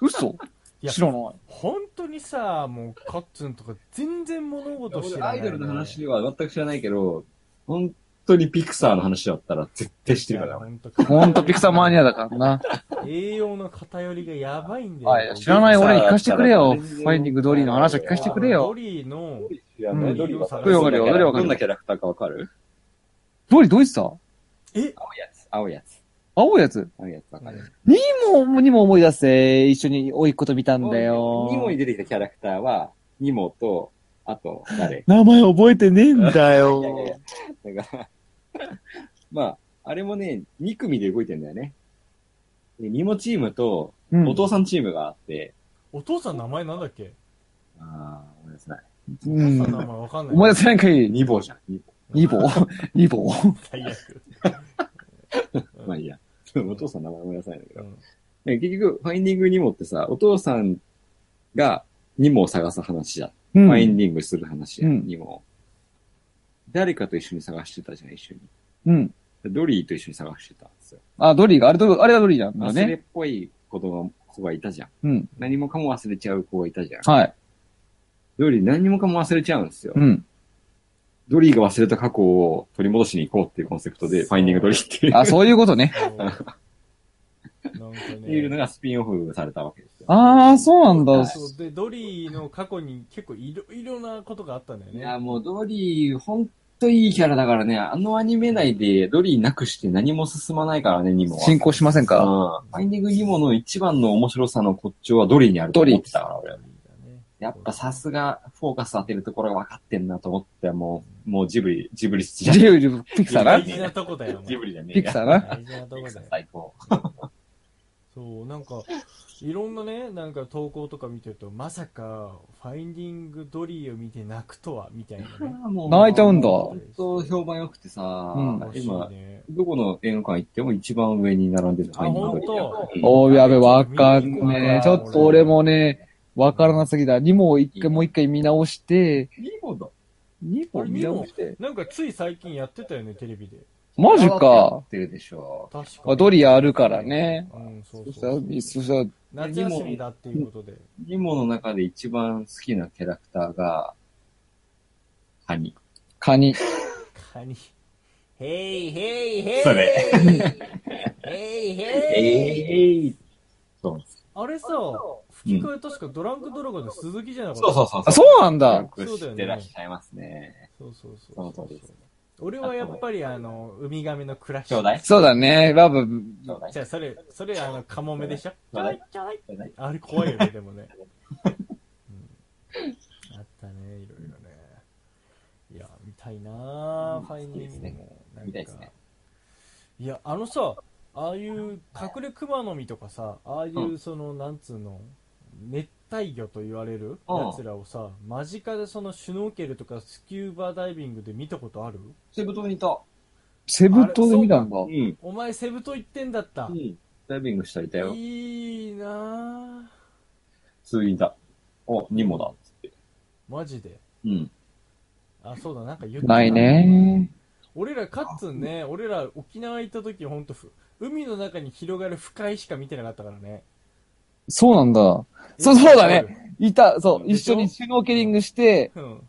Speaker 4: 嘘
Speaker 1: いや
Speaker 4: 知らない。
Speaker 1: 本当にさ、もう、カッツンとか全然物事知ら
Speaker 3: 俺
Speaker 1: な
Speaker 3: ア
Speaker 1: い、
Speaker 3: イドルの話は全く知らないけど、本当にピクサーの話だったら絶対知ってるから。
Speaker 1: 本当
Speaker 4: ほんと、ピクサーマニアだからな。
Speaker 1: 栄養の偏りがやばいんだよ。
Speaker 4: はい、知らない俺に聞かせてくれよ。
Speaker 3: ピ
Speaker 4: フ
Speaker 3: クサーだったら
Speaker 4: ァインディングドリーの話を聞かせてくれ
Speaker 1: ド
Speaker 4: よ。
Speaker 1: リーの、
Speaker 3: いや
Speaker 4: うん
Speaker 3: ドリルわか
Speaker 1: ドリ
Speaker 3: る
Speaker 1: ルわかる
Speaker 4: よドリルわかる
Speaker 3: どんなキャラクターかわかる
Speaker 4: ド リーどうした
Speaker 1: え
Speaker 3: 青いやつ。青いやつ。
Speaker 4: 青いやつ。
Speaker 3: 青いやつわかる。
Speaker 4: にも、にも思い出せ。一緒に甥いっ子と見たんだ
Speaker 3: ニモ
Speaker 4: よ
Speaker 3: に。出てきたキャラクターは、ニモと、あと、誰
Speaker 4: 名前覚えてねえんだ
Speaker 3: いやいやい
Speaker 4: よ。
Speaker 3: やだから、 まあ、あれもね、2組で動いてんだよね。でニモチームと、
Speaker 4: うん
Speaker 3: お父さんチームがあって、
Speaker 1: お父さん名前なんだっけ
Speaker 3: ああ、思い出せない。
Speaker 4: う
Speaker 1: お
Speaker 4: ん
Speaker 1: 父さんの名前わかんない。
Speaker 4: 思い出せないんかい。
Speaker 3: ニボじゃん。ニボ。
Speaker 4: ニボ ニボ
Speaker 1: 最悪。
Speaker 3: まあいいや。 お父さんの名前思い出せないんだけ
Speaker 1: う
Speaker 3: ど。
Speaker 1: ん
Speaker 3: で結局、ファインディングニモってさ、お父さんがニモを探す話じゃん。
Speaker 4: う
Speaker 3: ファイ
Speaker 4: ん。
Speaker 3: ンディングする話や、
Speaker 4: うん
Speaker 3: にも。誰かと一緒に探してたじゃん、一緒に。
Speaker 4: うん。
Speaker 3: ドリーと一緒に探してたんですよ。
Speaker 4: あ、ドリーが、あれドリー、あれがドリーなんだ
Speaker 3: 忘れ
Speaker 4: ね。
Speaker 3: っぽい子供、子がいたじゃん。
Speaker 4: うん。
Speaker 3: 何もかも忘れちゃう子がいたじゃん。
Speaker 4: はい。
Speaker 3: ドリー何もかも忘れちゃうんですよ。
Speaker 4: うん。
Speaker 3: ドリーが忘れた過去を取り戻しに行こうっていうコンセプトで、
Speaker 1: そう
Speaker 3: ファインディングドリーっていう
Speaker 4: あ、そういうことね。
Speaker 1: そうなんか
Speaker 3: っていうの
Speaker 1: ね。
Speaker 3: がスピンオフされたわけですよ。
Speaker 4: あー、そうなん だ。
Speaker 1: そうで、ドリーの過去に結構いろいろなことがあったんだよ
Speaker 3: い
Speaker 1: ね。
Speaker 3: や、もうドリー、ほんといいキャラだからね、あのアニメ内でドリーなくして何も進まないからね、ニモは。
Speaker 4: 進行しませんか
Speaker 3: うんファインディングニモの一番の面白さの骨頂はドリーにあると思ってたから、俺。やっぱさすが、フォーカス当てるところが分かってんなと思って、もう、もうジブリ、ジブリじゃ
Speaker 4: ジ
Speaker 3: ね
Speaker 4: ブリ、ピクサー
Speaker 1: 大
Speaker 4: な。
Speaker 1: 事なとこだよ
Speaker 3: え。。 ジブリじゃねえ
Speaker 4: ピ
Speaker 3: や
Speaker 4: クサーな。
Speaker 1: 大事なとこ
Speaker 3: ピク
Speaker 1: だ
Speaker 3: サー
Speaker 1: よ。
Speaker 3: 最高。
Speaker 1: そう、なんか、いろんなね、なんか投稿とか見てると、まさか、ファインディングドリーを見て泣くとは、みたいなね。
Speaker 4: 泣いちゃうんだ
Speaker 3: 本当評判良くてさ、
Speaker 4: うん
Speaker 1: 欲しい
Speaker 3: 今、
Speaker 1: ね。
Speaker 3: どこの映画館行っても一番上に並んでるファインディング
Speaker 1: あほんと
Speaker 3: ドリー。
Speaker 4: おー、やべ、わかんねえ。ちょっと俺もね、わからなすぎだ。にも一回、もう一回見直して、
Speaker 3: いいこと。
Speaker 4: にも見直して。
Speaker 1: なんかつい最近やってたよね、テレビで。
Speaker 4: マジ
Speaker 3: や
Speaker 4: か
Speaker 3: っ。てるでしょ。
Speaker 1: 確か
Speaker 4: あドリアあるからね。
Speaker 1: うん、そ
Speaker 4: そうした
Speaker 1: そうそう。
Speaker 4: ら、そしたら、
Speaker 1: 夏休みだっていうことで。
Speaker 3: ニモの中で一番好きなキャラクターが、ハニ。
Speaker 4: カニ。
Speaker 1: カニ。ヘイヘイヘイ
Speaker 3: それ
Speaker 1: えい
Speaker 3: え
Speaker 1: へい
Speaker 3: えー。そうなんです。
Speaker 1: あれさ、吹き替え確かドランクドラゴンの鈴木じゃなかった
Speaker 3: そうそうそう。
Speaker 4: あ、そうなん
Speaker 3: よ
Speaker 4: だ。
Speaker 3: く知ってらっしゃいますね。
Speaker 1: そうそうそう
Speaker 3: その通りです。
Speaker 1: 俺はやっぱりあの、ウミガメのクラッシ
Speaker 3: ちょう
Speaker 1: ュ。
Speaker 3: だい
Speaker 4: そうだね。ラブ、
Speaker 3: ちょうだい
Speaker 1: じ。ゃあそれ、それあの、カモメでしょ
Speaker 3: ちょうだい
Speaker 1: ちょうだい
Speaker 3: ちょうだい
Speaker 1: あれ怖 いよね、でもね。うんあったね、いろいろね。いや、見たいなぁ、
Speaker 3: うん
Speaker 1: ファインディング
Speaker 3: そうです
Speaker 1: も。なんか
Speaker 3: 見たいですね。
Speaker 1: いや、あのさ、ああいう隠れ熊の実とかさ、ああいううその、なんつうの、熱帯魚と言われる
Speaker 3: うん
Speaker 1: やつらをさ、間近でそのシュノーケルとかスキューバダイビングで見たことある
Speaker 3: セブ島にいた。
Speaker 4: セブ島で見たんだ
Speaker 3: う。ん。
Speaker 1: お前セブ島行ってんだった。
Speaker 3: うん。ダイビングしたりいたよ。
Speaker 1: いいなぁ。
Speaker 3: 普通にいた。お、ニモだ。つって。
Speaker 1: マジで。
Speaker 3: うん。
Speaker 1: あ、そうだ、なんか言ってた
Speaker 4: ない。ね。
Speaker 1: 俺ら、かっつんね、俺ら沖縄行った時、ほんとふ、海の中に広がる不快しか見てなかったからね。
Speaker 4: そうなんだ。そうそうだね。いた、そう、
Speaker 1: で
Speaker 4: 一
Speaker 1: しょ
Speaker 4: 緒にシュノーケリングして、
Speaker 1: うん。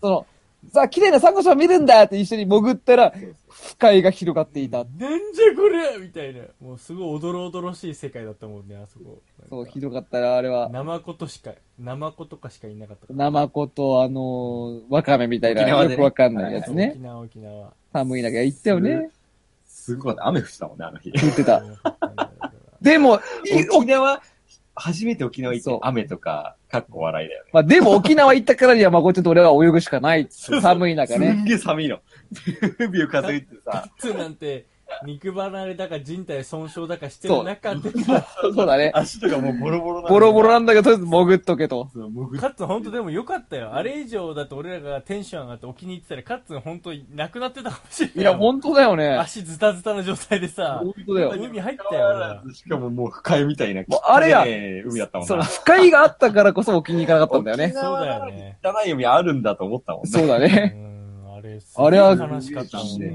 Speaker 4: その、さあ、綺麗なサンゴ礁見るんだって一緒に潜ったら、不快が広がっていた。
Speaker 1: なんじゃこりゃみたいな。もうすごいおどろおどろしい世界だったもんね、あそこ。
Speaker 4: そう、
Speaker 1: ひ
Speaker 4: ひどかったら、あれは。
Speaker 1: ナマコとしか、ナマコとかしかいなかったから。
Speaker 4: ナマコと、あのー、ワカメみたいな、
Speaker 3: 沖縄でね
Speaker 4: よくわかんないやつね
Speaker 1: 沖。縄、沖縄。
Speaker 4: 寒い中行ったよね。
Speaker 3: すごかった。雨降ってたもんね、あの日。
Speaker 4: 言って た。
Speaker 1: う
Speaker 4: でも、い
Speaker 3: 沖縄、初めて沖縄行っ
Speaker 4: そう
Speaker 3: て雨とか、かっこ笑いだよね。
Speaker 4: まあ、でも沖縄行ったからには、まこちょっと俺は泳ぐしかないっつって。寒い中
Speaker 3: す
Speaker 4: ね。
Speaker 3: んげえ寒いの。 手首をかずいてさ、
Speaker 1: つなんて、肉離れだか人体損傷だかしてる中で、
Speaker 4: そうだね。
Speaker 3: 足とかもうボロボロな
Speaker 4: ボロボロ
Speaker 3: な
Speaker 4: なんだけど、とりあえず潜っとけと。
Speaker 3: そう、潜っ
Speaker 1: カッツン本当でも よかったよ。あれ以上だと俺らがテンション上がってお気に入ってたら、カッツン本当になくなってたかもしれないい。
Speaker 4: や、本当だよね。
Speaker 1: 足ズタズタの状態でさ、
Speaker 4: 本当だよ。
Speaker 1: 海入ったよ、俺ら。
Speaker 3: しかももう深いみたいな。
Speaker 4: もうあれや
Speaker 3: ねえ海だったもん
Speaker 4: その、
Speaker 3: な。
Speaker 4: 不快があったからこそ沖に行かなかったんだよね。
Speaker 1: そうだよ ね。
Speaker 3: 汚い海あるんだと思ったもんね。
Speaker 4: そうだね。
Speaker 1: うんあれ、す
Speaker 4: あれは
Speaker 1: 悲しかったもんね。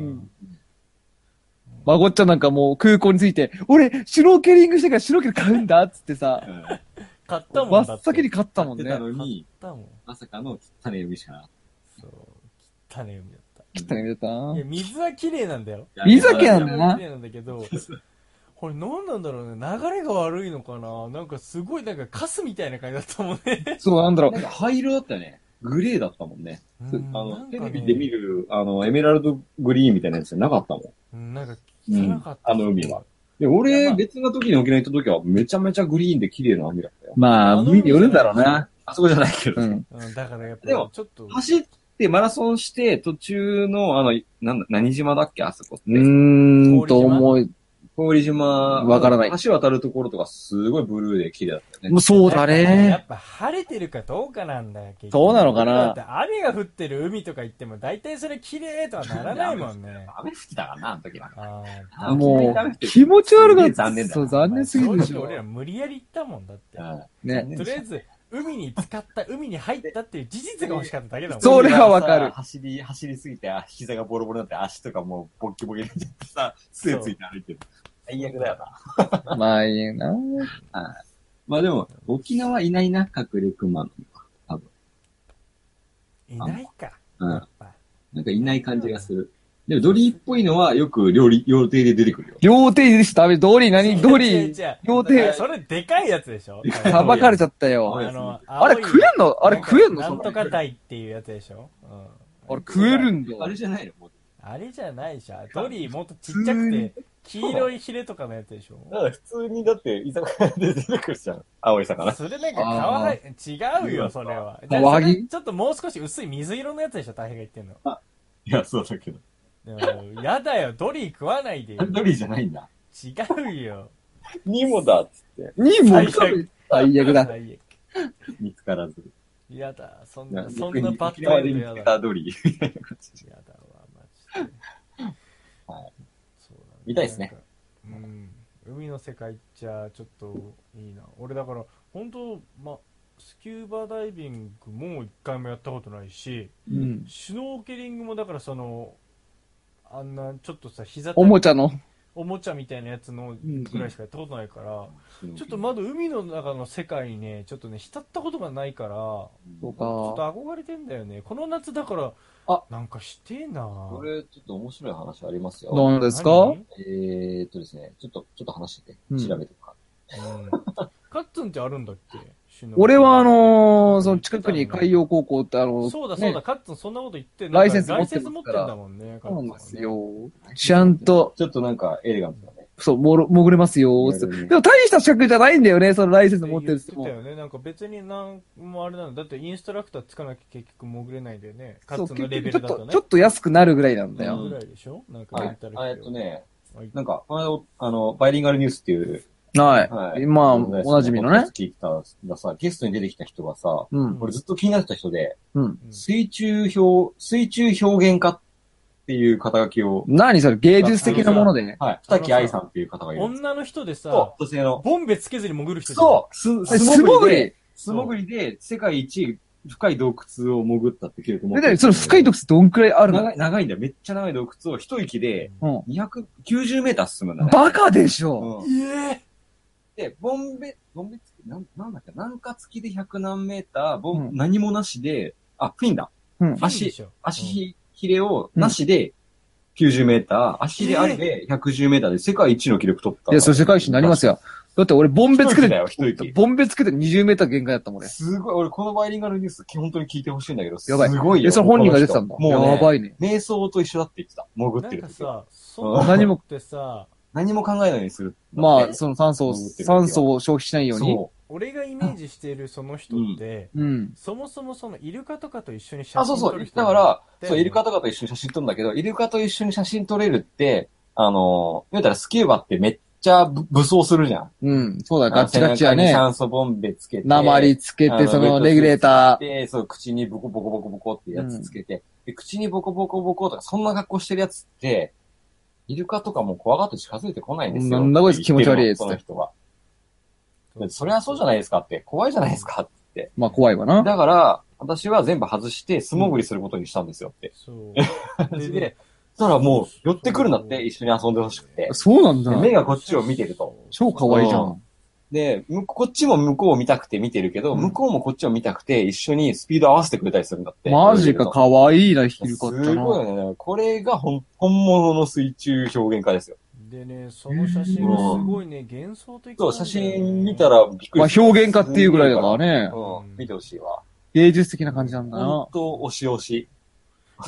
Speaker 4: まごっちゃんなんかもう空港について、俺、シュノーケリングしてからシュノーケル買うんだっつってさ、
Speaker 3: うん。
Speaker 1: 買ったも
Speaker 4: 真
Speaker 1: んだ
Speaker 4: っ先に買った
Speaker 3: 買
Speaker 4: も
Speaker 3: っ
Speaker 4: ん
Speaker 3: て
Speaker 4: ね
Speaker 3: た。のに、
Speaker 1: 買ったもん。
Speaker 3: まさかの汚い海しかなかっ
Speaker 1: そう。汚ね海だっ
Speaker 4: 切ったね、見れた
Speaker 1: た。いや、水は綺麗なんだよ。
Speaker 3: た。
Speaker 4: 水だけやん
Speaker 1: 水
Speaker 4: な
Speaker 1: は綺麗なんだけど、 これ何なんだろうね。流れが悪いのかななんかすごい、なんかカスみたいな感じだったもんね。
Speaker 4: そう、なんだろう
Speaker 3: なん。か灰色だったよね。グレーだったもんね。
Speaker 1: う
Speaker 3: あ
Speaker 1: ん
Speaker 3: の、テレビ
Speaker 1: なんかね
Speaker 3: で見る、あの、エメラルドグリーンみたいなやつじゃなかったもん。
Speaker 1: うんなんか
Speaker 3: う
Speaker 1: 汚
Speaker 3: ん
Speaker 1: かった。
Speaker 3: あの海は。
Speaker 1: い
Speaker 3: で、
Speaker 1: やま
Speaker 3: 俺、
Speaker 1: あ
Speaker 3: 別な時に沖縄行った時は、めちゃめちゃグリーンで綺麗な海だったよ。
Speaker 4: まあ、海によるんだろうな。
Speaker 3: あそこじゃないけど。
Speaker 4: うん。
Speaker 1: うん。だからやっぱ、
Speaker 3: でも
Speaker 1: ちょっと、
Speaker 3: 走って、マラソンして、途中の、あの、なん何島だっけあそこって。
Speaker 4: うーん、と思い、
Speaker 3: 氷島。
Speaker 4: わからない
Speaker 3: 橋渡るところとか、すごいブルーで綺麗だったよね
Speaker 4: も。うそうだ
Speaker 1: や
Speaker 4: ね。
Speaker 1: っぱ晴れてるかどうかなんだよ、結局
Speaker 4: そうなのかな
Speaker 1: だって雨が降ってる海とか行っても、大体それ綺麗とはならないもん ね。
Speaker 3: 雨降ってたからな、あの時は。
Speaker 1: あー
Speaker 4: もう、気持ち悪
Speaker 3: す
Speaker 4: が
Speaker 3: げえ残念だな
Speaker 4: そう、残念すぎるでし
Speaker 1: 正直
Speaker 4: ょ
Speaker 1: 俺。ら無理やり行ったもんだって。
Speaker 4: ね。
Speaker 1: とりあえず、海に浸かった、海に入ったっていう事実が欲しかっただけだもん。
Speaker 4: それはわかる
Speaker 3: 走り、走りすぎて、あ膝がボロボロになって、足とかもうボッキボキになっちゃってさ、杖ついて歩いてる。最悪だよな。
Speaker 4: まあ、いいな。
Speaker 3: まあでも、沖縄いないな、隠れ熊の。
Speaker 1: いないか。
Speaker 3: うん。
Speaker 1: やっぱ
Speaker 3: なんかいない感じがする。でも、ドリーっぽいのはよく料理、料亭で出てくるよ。
Speaker 4: 両手でした。ダメ、ドリー何ドリー。
Speaker 1: 両
Speaker 4: 両手
Speaker 1: 手。それでかいやつでしょ
Speaker 4: さばかれちゃったよ。
Speaker 1: あの、
Speaker 4: あれ食えんのあれ食えんの
Speaker 1: な
Speaker 4: そ
Speaker 1: ん
Speaker 4: の
Speaker 1: とか鯛っていうやつでしょうん
Speaker 4: あれ食えるんだ。
Speaker 3: あれじゃないのもう。
Speaker 1: あれじゃないじゃん。ドリーもっとちっちゃくて、黄色いヒレとかのやつでしょ
Speaker 3: だから普通にだって、居酒屋で出てくるじゃん。青い魚。
Speaker 1: それなんか川は違うよ、それは。
Speaker 4: カ
Speaker 1: じゃ
Speaker 4: ワ
Speaker 1: あ
Speaker 4: ハギ
Speaker 1: それちょっともう少し薄い水色のやつでしょ、大変が言ってんの。
Speaker 3: いや、そうだけど。
Speaker 1: でもやだよ、ドリー食わないでよ。
Speaker 3: ドリーじゃないんだ。
Speaker 1: 違うよ。
Speaker 3: ニモだっつって、
Speaker 4: にも
Speaker 1: 最悪
Speaker 4: 最悪だ。
Speaker 1: 最悪
Speaker 3: 見つからず。
Speaker 1: やだ、そん
Speaker 3: な
Speaker 1: な、そ
Speaker 3: 逆
Speaker 1: んな
Speaker 3: に
Speaker 1: バッ
Speaker 3: 沖
Speaker 1: ドエ
Speaker 3: 縄で
Speaker 1: ンド
Speaker 3: 見
Speaker 1: や
Speaker 3: つ
Speaker 1: だ。
Speaker 3: け
Speaker 1: や
Speaker 3: たドリーみたいな感じで。
Speaker 1: だわ、マジで。
Speaker 3: はい
Speaker 1: そうだね
Speaker 3: 見たいですね。
Speaker 1: なんかうん。海の世界じゃ、ちょっといいな。俺だから、本当ま、スキューバダイビングも一回もやったことないし、
Speaker 4: うん。
Speaker 1: シュノーケリングもだからその、あんな、ちょっとさ、膝
Speaker 4: おもち
Speaker 1: ゃ、
Speaker 4: ゃの。
Speaker 1: おもちゃみたいなやつの
Speaker 4: うん
Speaker 1: ぐらいしかやったことないから、ちょっとまだ海の中の世界にね、ちょっとね、浸ったことがないから、
Speaker 4: そう
Speaker 1: ちょっと
Speaker 4: か。
Speaker 1: 憧れてんだよね。この夏だから、
Speaker 6: あ
Speaker 1: なんかしてえな
Speaker 3: これ、ちょっと面白い話ありますよ。
Speaker 4: 何ですか
Speaker 1: 何
Speaker 3: えーっとですね、ちょっと、ちょっと話して
Speaker 4: うん
Speaker 3: て、調べておくか。
Speaker 1: うんカッツンってあるんだっけ
Speaker 4: 俺はあのーその近くに海洋高校ってあの、
Speaker 1: そうだそうだ、
Speaker 4: ね
Speaker 1: カッツンそんなこと言ってん
Speaker 4: ライセンス持
Speaker 1: ライ
Speaker 4: っ
Speaker 1: セ
Speaker 4: て
Speaker 1: ンス持
Speaker 4: ま
Speaker 1: っ
Speaker 4: す
Speaker 1: て
Speaker 4: か
Speaker 1: ん
Speaker 4: ら
Speaker 1: だもんね、カ
Speaker 4: そう
Speaker 1: ッツンはね
Speaker 4: なんですよ。ちゃんと、
Speaker 3: ちょっとなんか、エレガントだね。
Speaker 4: そう、もろ潜れますよ。
Speaker 3: いろいろね
Speaker 4: でも大した資格じゃないんだよね、そのライセンス持ってる
Speaker 1: 言って
Speaker 4: 人
Speaker 1: た
Speaker 4: も。
Speaker 1: よね、なんか別になんもあれなの、だってインストラクターつかなきゃ結局潜れないでね、カッ
Speaker 4: そう、
Speaker 1: ツンの
Speaker 4: 結
Speaker 1: レベ
Speaker 4: 局ち
Speaker 1: ルだ
Speaker 4: ょっ
Speaker 1: と
Speaker 4: と、
Speaker 1: ね
Speaker 4: ちょ。っと安くなるぐらいなんだ
Speaker 1: その
Speaker 4: よ。
Speaker 1: ぐらいでしょなんか
Speaker 3: は
Speaker 1: レ
Speaker 3: い
Speaker 1: ンタ。ル
Speaker 3: あ
Speaker 1: 費
Speaker 3: えっ
Speaker 1: 用
Speaker 3: とね、
Speaker 1: はい
Speaker 3: なんか、あの、あの、バイリンガルニュースっていう、
Speaker 4: はい。まあ、おなじみのね。。
Speaker 3: 聞いたんださ、ゲストに出てきた人がさ、
Speaker 4: うん。
Speaker 3: 俺ずっと気になってた人で、
Speaker 4: うん。
Speaker 1: うん
Speaker 3: 水中表、水中表現家っていう肩書きを、
Speaker 4: 何それ、芸術的なものでね。
Speaker 3: はい、二木愛さんっていう方がいるんです。
Speaker 1: 女の人でさ
Speaker 3: そ、う、女性の。
Speaker 1: ボンベつけずに潜る人
Speaker 3: そう、
Speaker 4: え
Speaker 3: す、
Speaker 4: 素潜
Speaker 3: で
Speaker 4: り。
Speaker 3: 素潜りで世界一深い洞窟を潜ったって記録も。
Speaker 4: え、だその深い
Speaker 3: 洞
Speaker 4: 洞窟どんくらいある
Speaker 3: 長
Speaker 4: の
Speaker 3: い、長いんだよ。めっちゃ長い洞窟を一息で
Speaker 4: う
Speaker 3: 290メーター進むんだ
Speaker 4: ん。
Speaker 3: ね。
Speaker 4: バカでしょ。
Speaker 3: うん
Speaker 1: う。え
Speaker 3: で、ボンベ、ボンベ付き、なん、なんだっけ、南下付きで100何メーター、ボン、
Speaker 4: うん
Speaker 3: 何もなしで、あ、フィンだ。
Speaker 4: うん
Speaker 1: え。
Speaker 3: 足
Speaker 1: いいでしょ
Speaker 3: 足
Speaker 1: うん
Speaker 3: ひ、ひれをなしで90メーター、足でありで110メーターで世界一の記録取った。
Speaker 4: いや、それ世界一になりますよ。だって俺、ボンベつ
Speaker 3: 一息
Speaker 4: け
Speaker 3: だ
Speaker 4: て、
Speaker 3: よ、一息。
Speaker 4: ボンベつけて20メーター限界だったもん、俺。
Speaker 3: すごい、俺このバイリンガルニュース、本当に聞いてほしいんだけど、す
Speaker 4: やばい。
Speaker 3: ごいよ。
Speaker 4: え、それ本人が出てたんだ。
Speaker 3: この人もう、ね、
Speaker 4: やばいね。
Speaker 3: 瞑想と一緒だって言ってた。潜って
Speaker 1: なん
Speaker 3: る
Speaker 1: か
Speaker 3: 時。
Speaker 1: さ、
Speaker 3: う
Speaker 1: そ
Speaker 3: ん
Speaker 4: 何
Speaker 1: う
Speaker 4: も
Speaker 1: ってさ、
Speaker 3: 何も考えないようにする。
Speaker 4: まあ、その酸素を、
Speaker 3: 潜ってる
Speaker 4: 酸素を消費しないように。
Speaker 3: そ
Speaker 1: 俺がイメージしているその人って、
Speaker 4: うん。
Speaker 1: そもそもそのイルカとかと一緒に写
Speaker 3: う。あ、そ
Speaker 1: 真
Speaker 3: うそ
Speaker 1: 撮る
Speaker 3: う。
Speaker 1: 人
Speaker 3: だから、
Speaker 1: だよね
Speaker 3: そう、イルカとかと一緒に写真撮るんだけど、イルカと一緒に写真撮れるって、あの、言うたらスキューバってめっちゃぶ武装するじゃん。
Speaker 4: うん。そうだ、ガッチガチや
Speaker 3: 背中に
Speaker 4: ね。
Speaker 3: 酸素ボンベつけて。
Speaker 4: 鉛つけ
Speaker 3: あ
Speaker 4: て、
Speaker 3: の
Speaker 4: そ
Speaker 3: ウェッ
Speaker 4: の
Speaker 3: ト
Speaker 4: レギュレーター。
Speaker 3: で、そう、口にボコボコボコボコってやつつけて、で、口にボコボコボコとか、そんな格好してるやつって、イルカとかも怖がって近づいてこないんですよ。
Speaker 4: なんだこいつ気持ち悪い
Speaker 3: って言ってるのその人は。だってそれはそうじゃないですかって、怖いじゃないですかって。
Speaker 4: まあ、怖いわな。
Speaker 3: だから、私は全部外して素潜りすることにしたんですよって。
Speaker 1: そう。
Speaker 3: でで、そしたらもう寄ってくるんだって、一緒に遊んでほしくて。
Speaker 4: そうなん
Speaker 3: で
Speaker 4: だ。
Speaker 3: 目がこっちを見てると。
Speaker 4: 超可愛いじゃ。
Speaker 3: うんで、向ここっちも向こうを見たくて見てるけど、向こうもこっちを見たくて一緒にスピード合わせてくれたりするんだって。
Speaker 4: マジか、可愛いな、
Speaker 3: すご
Speaker 4: ヒルカって
Speaker 3: い
Speaker 4: な。
Speaker 3: よね。だからこれが本本物の水中表現家ですよ。
Speaker 1: でね、その写真がすごいね、幻想的
Speaker 3: そ
Speaker 1: なんだよ
Speaker 3: う、
Speaker 1: ね
Speaker 3: 写真見た、らびっく
Speaker 4: まあ
Speaker 3: り、する。
Speaker 4: 表現家っていうぐらいだからね。
Speaker 3: うん、見てほしいわ。
Speaker 4: 芸術的な感じなんだな
Speaker 3: 本。当押し押し。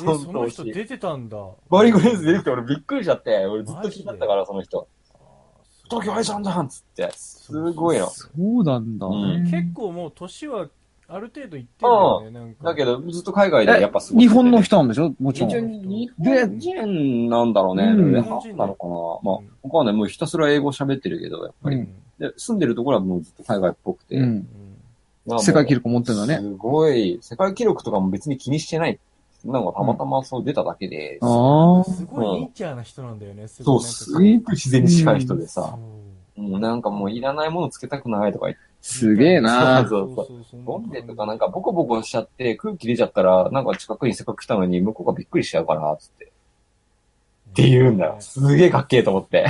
Speaker 1: え、そ
Speaker 3: 本当
Speaker 1: の
Speaker 3: 押
Speaker 1: 人
Speaker 3: し。
Speaker 1: 出てたんだ。
Speaker 3: バリンゴレンズ出てきて俺びっくりしちゃって、俺ずっと気になったから、その人。
Speaker 1: あーすごい
Speaker 3: 東京アイちゃんじゃんっつって。すごいな。
Speaker 4: そうなんだ
Speaker 3: うん
Speaker 4: ね
Speaker 1: 結。構もう年はある程度いってるよね、なんか。
Speaker 3: だけど、ずっと海外でやっぱすごい。
Speaker 4: 日本の人なんでしょもち
Speaker 3: 一
Speaker 4: ろ
Speaker 3: 応、
Speaker 4: ん。
Speaker 3: 日本人なんだろうね。
Speaker 4: うん
Speaker 3: でハーフなのかな。まあ、わかんない。もうひたすら英語喋ってるけど、やっぱ
Speaker 1: う
Speaker 3: り。
Speaker 1: ん。
Speaker 3: で、住んでるところはもうずっと海外っぽくて。
Speaker 4: うん。
Speaker 3: まあ
Speaker 4: 世界記録持ってるんだね。
Speaker 3: すごい、世界記録とかも別に気にしてない。なんかたまたまそう出ただけで、
Speaker 4: ああ。
Speaker 1: すごいネイチャーな人なんだよね、す
Speaker 3: そ
Speaker 1: ご
Speaker 3: う、
Speaker 1: いなんか
Speaker 3: すごく自然に近い人でさ
Speaker 1: そ、
Speaker 3: うん、なんかもういらないものつけたくないとか言って、
Speaker 4: すげえな。
Speaker 3: そうそう
Speaker 1: うそう
Speaker 3: ボンベとかなんかボコボコしちゃって空気出ちゃったら、なんか近くにせっかく来たのに向こうがびっくりしちゃうから、つって。って言うんだよ。すげえかっけえと思って。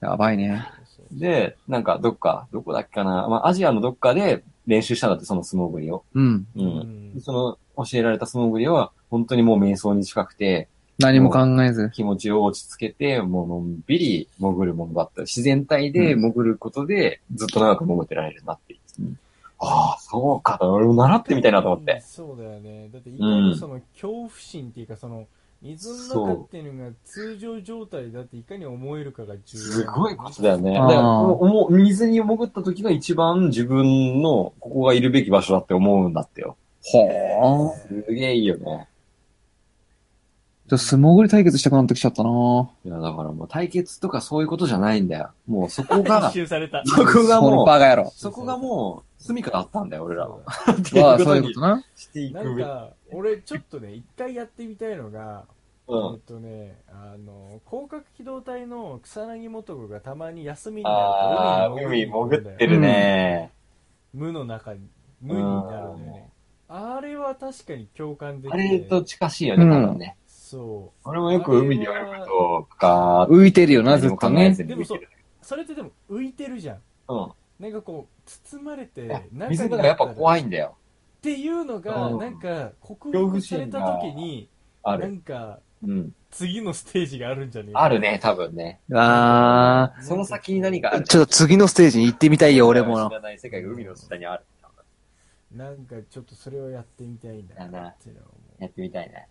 Speaker 4: やばいね。
Speaker 3: で、なんかどっか、どこだっけかな、まあアジアのどっかで練習したんだって、その素潜りを。
Speaker 4: うん。
Speaker 1: う
Speaker 3: うん。
Speaker 1: ん。
Speaker 3: その教えられた素潜りは、本当にもう瞑想に近くて、
Speaker 4: 何も考えず。
Speaker 3: 気持ちを落ち着けて、もうのんびり潜るものだった。自然体で潜ることで、ずっと長く潜ってられるなって言ってああ、そうかと。俺も習ってみたいなと思って。
Speaker 1: そうだよね。だって、いかにその恐怖心っていうか、その、水の中っていうのが通常状態だっていかに思えるかが重要。
Speaker 3: すごいことだよね。だ
Speaker 4: あー
Speaker 3: からもうもう水に潜った時が一番自分の、ここがいるべき場所だって思うんだってよ。
Speaker 4: はあ。
Speaker 3: すげえいいよね。
Speaker 4: ちょっと素潜り対決したくなってきちゃったな。
Speaker 3: いや、だからもう対決とかそういうことじゃないんだよ。もうそこ
Speaker 1: 一
Speaker 3: が、
Speaker 1: 周された。
Speaker 3: そこが
Speaker 4: この
Speaker 3: もう、
Speaker 4: バカ野郎。
Speaker 3: そこがもう、隅からあったんだよ、俺らは。 って
Speaker 4: ああ、
Speaker 3: こ
Speaker 4: そう
Speaker 3: と
Speaker 4: いう
Speaker 3: に
Speaker 4: ことな。
Speaker 3: してい
Speaker 1: な
Speaker 3: く
Speaker 1: ん
Speaker 3: べき。
Speaker 1: か、俺ちょっとね、一回やってみたいのが、
Speaker 3: うん
Speaker 1: えっ。とね、あの、広角機動隊の草薙素子がたまに休みにな
Speaker 3: あ
Speaker 1: ると
Speaker 3: ー、海
Speaker 1: に
Speaker 3: 潜
Speaker 1: るん
Speaker 3: っ
Speaker 1: だ
Speaker 3: て
Speaker 1: よ
Speaker 3: るね。
Speaker 1: 無の中に、無になるんだよね。あれは確かに共感でき
Speaker 3: あ
Speaker 1: て。
Speaker 3: れと近しいよね、
Speaker 4: うん
Speaker 3: 多分ね。
Speaker 1: そう。
Speaker 3: 俺もよく海で泳ぐと、ガーッと
Speaker 4: 浮いてるよな、ずっ
Speaker 3: 何
Speaker 4: と
Speaker 3: も考え
Speaker 4: ね
Speaker 3: ず。に見てる。
Speaker 1: それってでも浮いてるじゃん。
Speaker 3: う
Speaker 1: なんかこう、包まれて、
Speaker 3: ん。水の中やっぱ
Speaker 1: い。
Speaker 3: 怖いんだよ。
Speaker 1: っていうのが、
Speaker 3: うん
Speaker 1: なんか、克服された時に、
Speaker 3: あ
Speaker 1: な
Speaker 3: る。
Speaker 1: んか、
Speaker 3: うん。
Speaker 1: 次のステージがあるんじゃねえ
Speaker 3: あるね、多分ね。
Speaker 7: あ
Speaker 3: その先に何かあ
Speaker 7: ー
Speaker 3: る。
Speaker 7: ちょっと次のステージに行ってみたいよ、俺も
Speaker 3: 知。らない世界が海の下にある。
Speaker 1: なんかちょっとそれをやってみたいんだなっていうのは
Speaker 3: やってみたいね。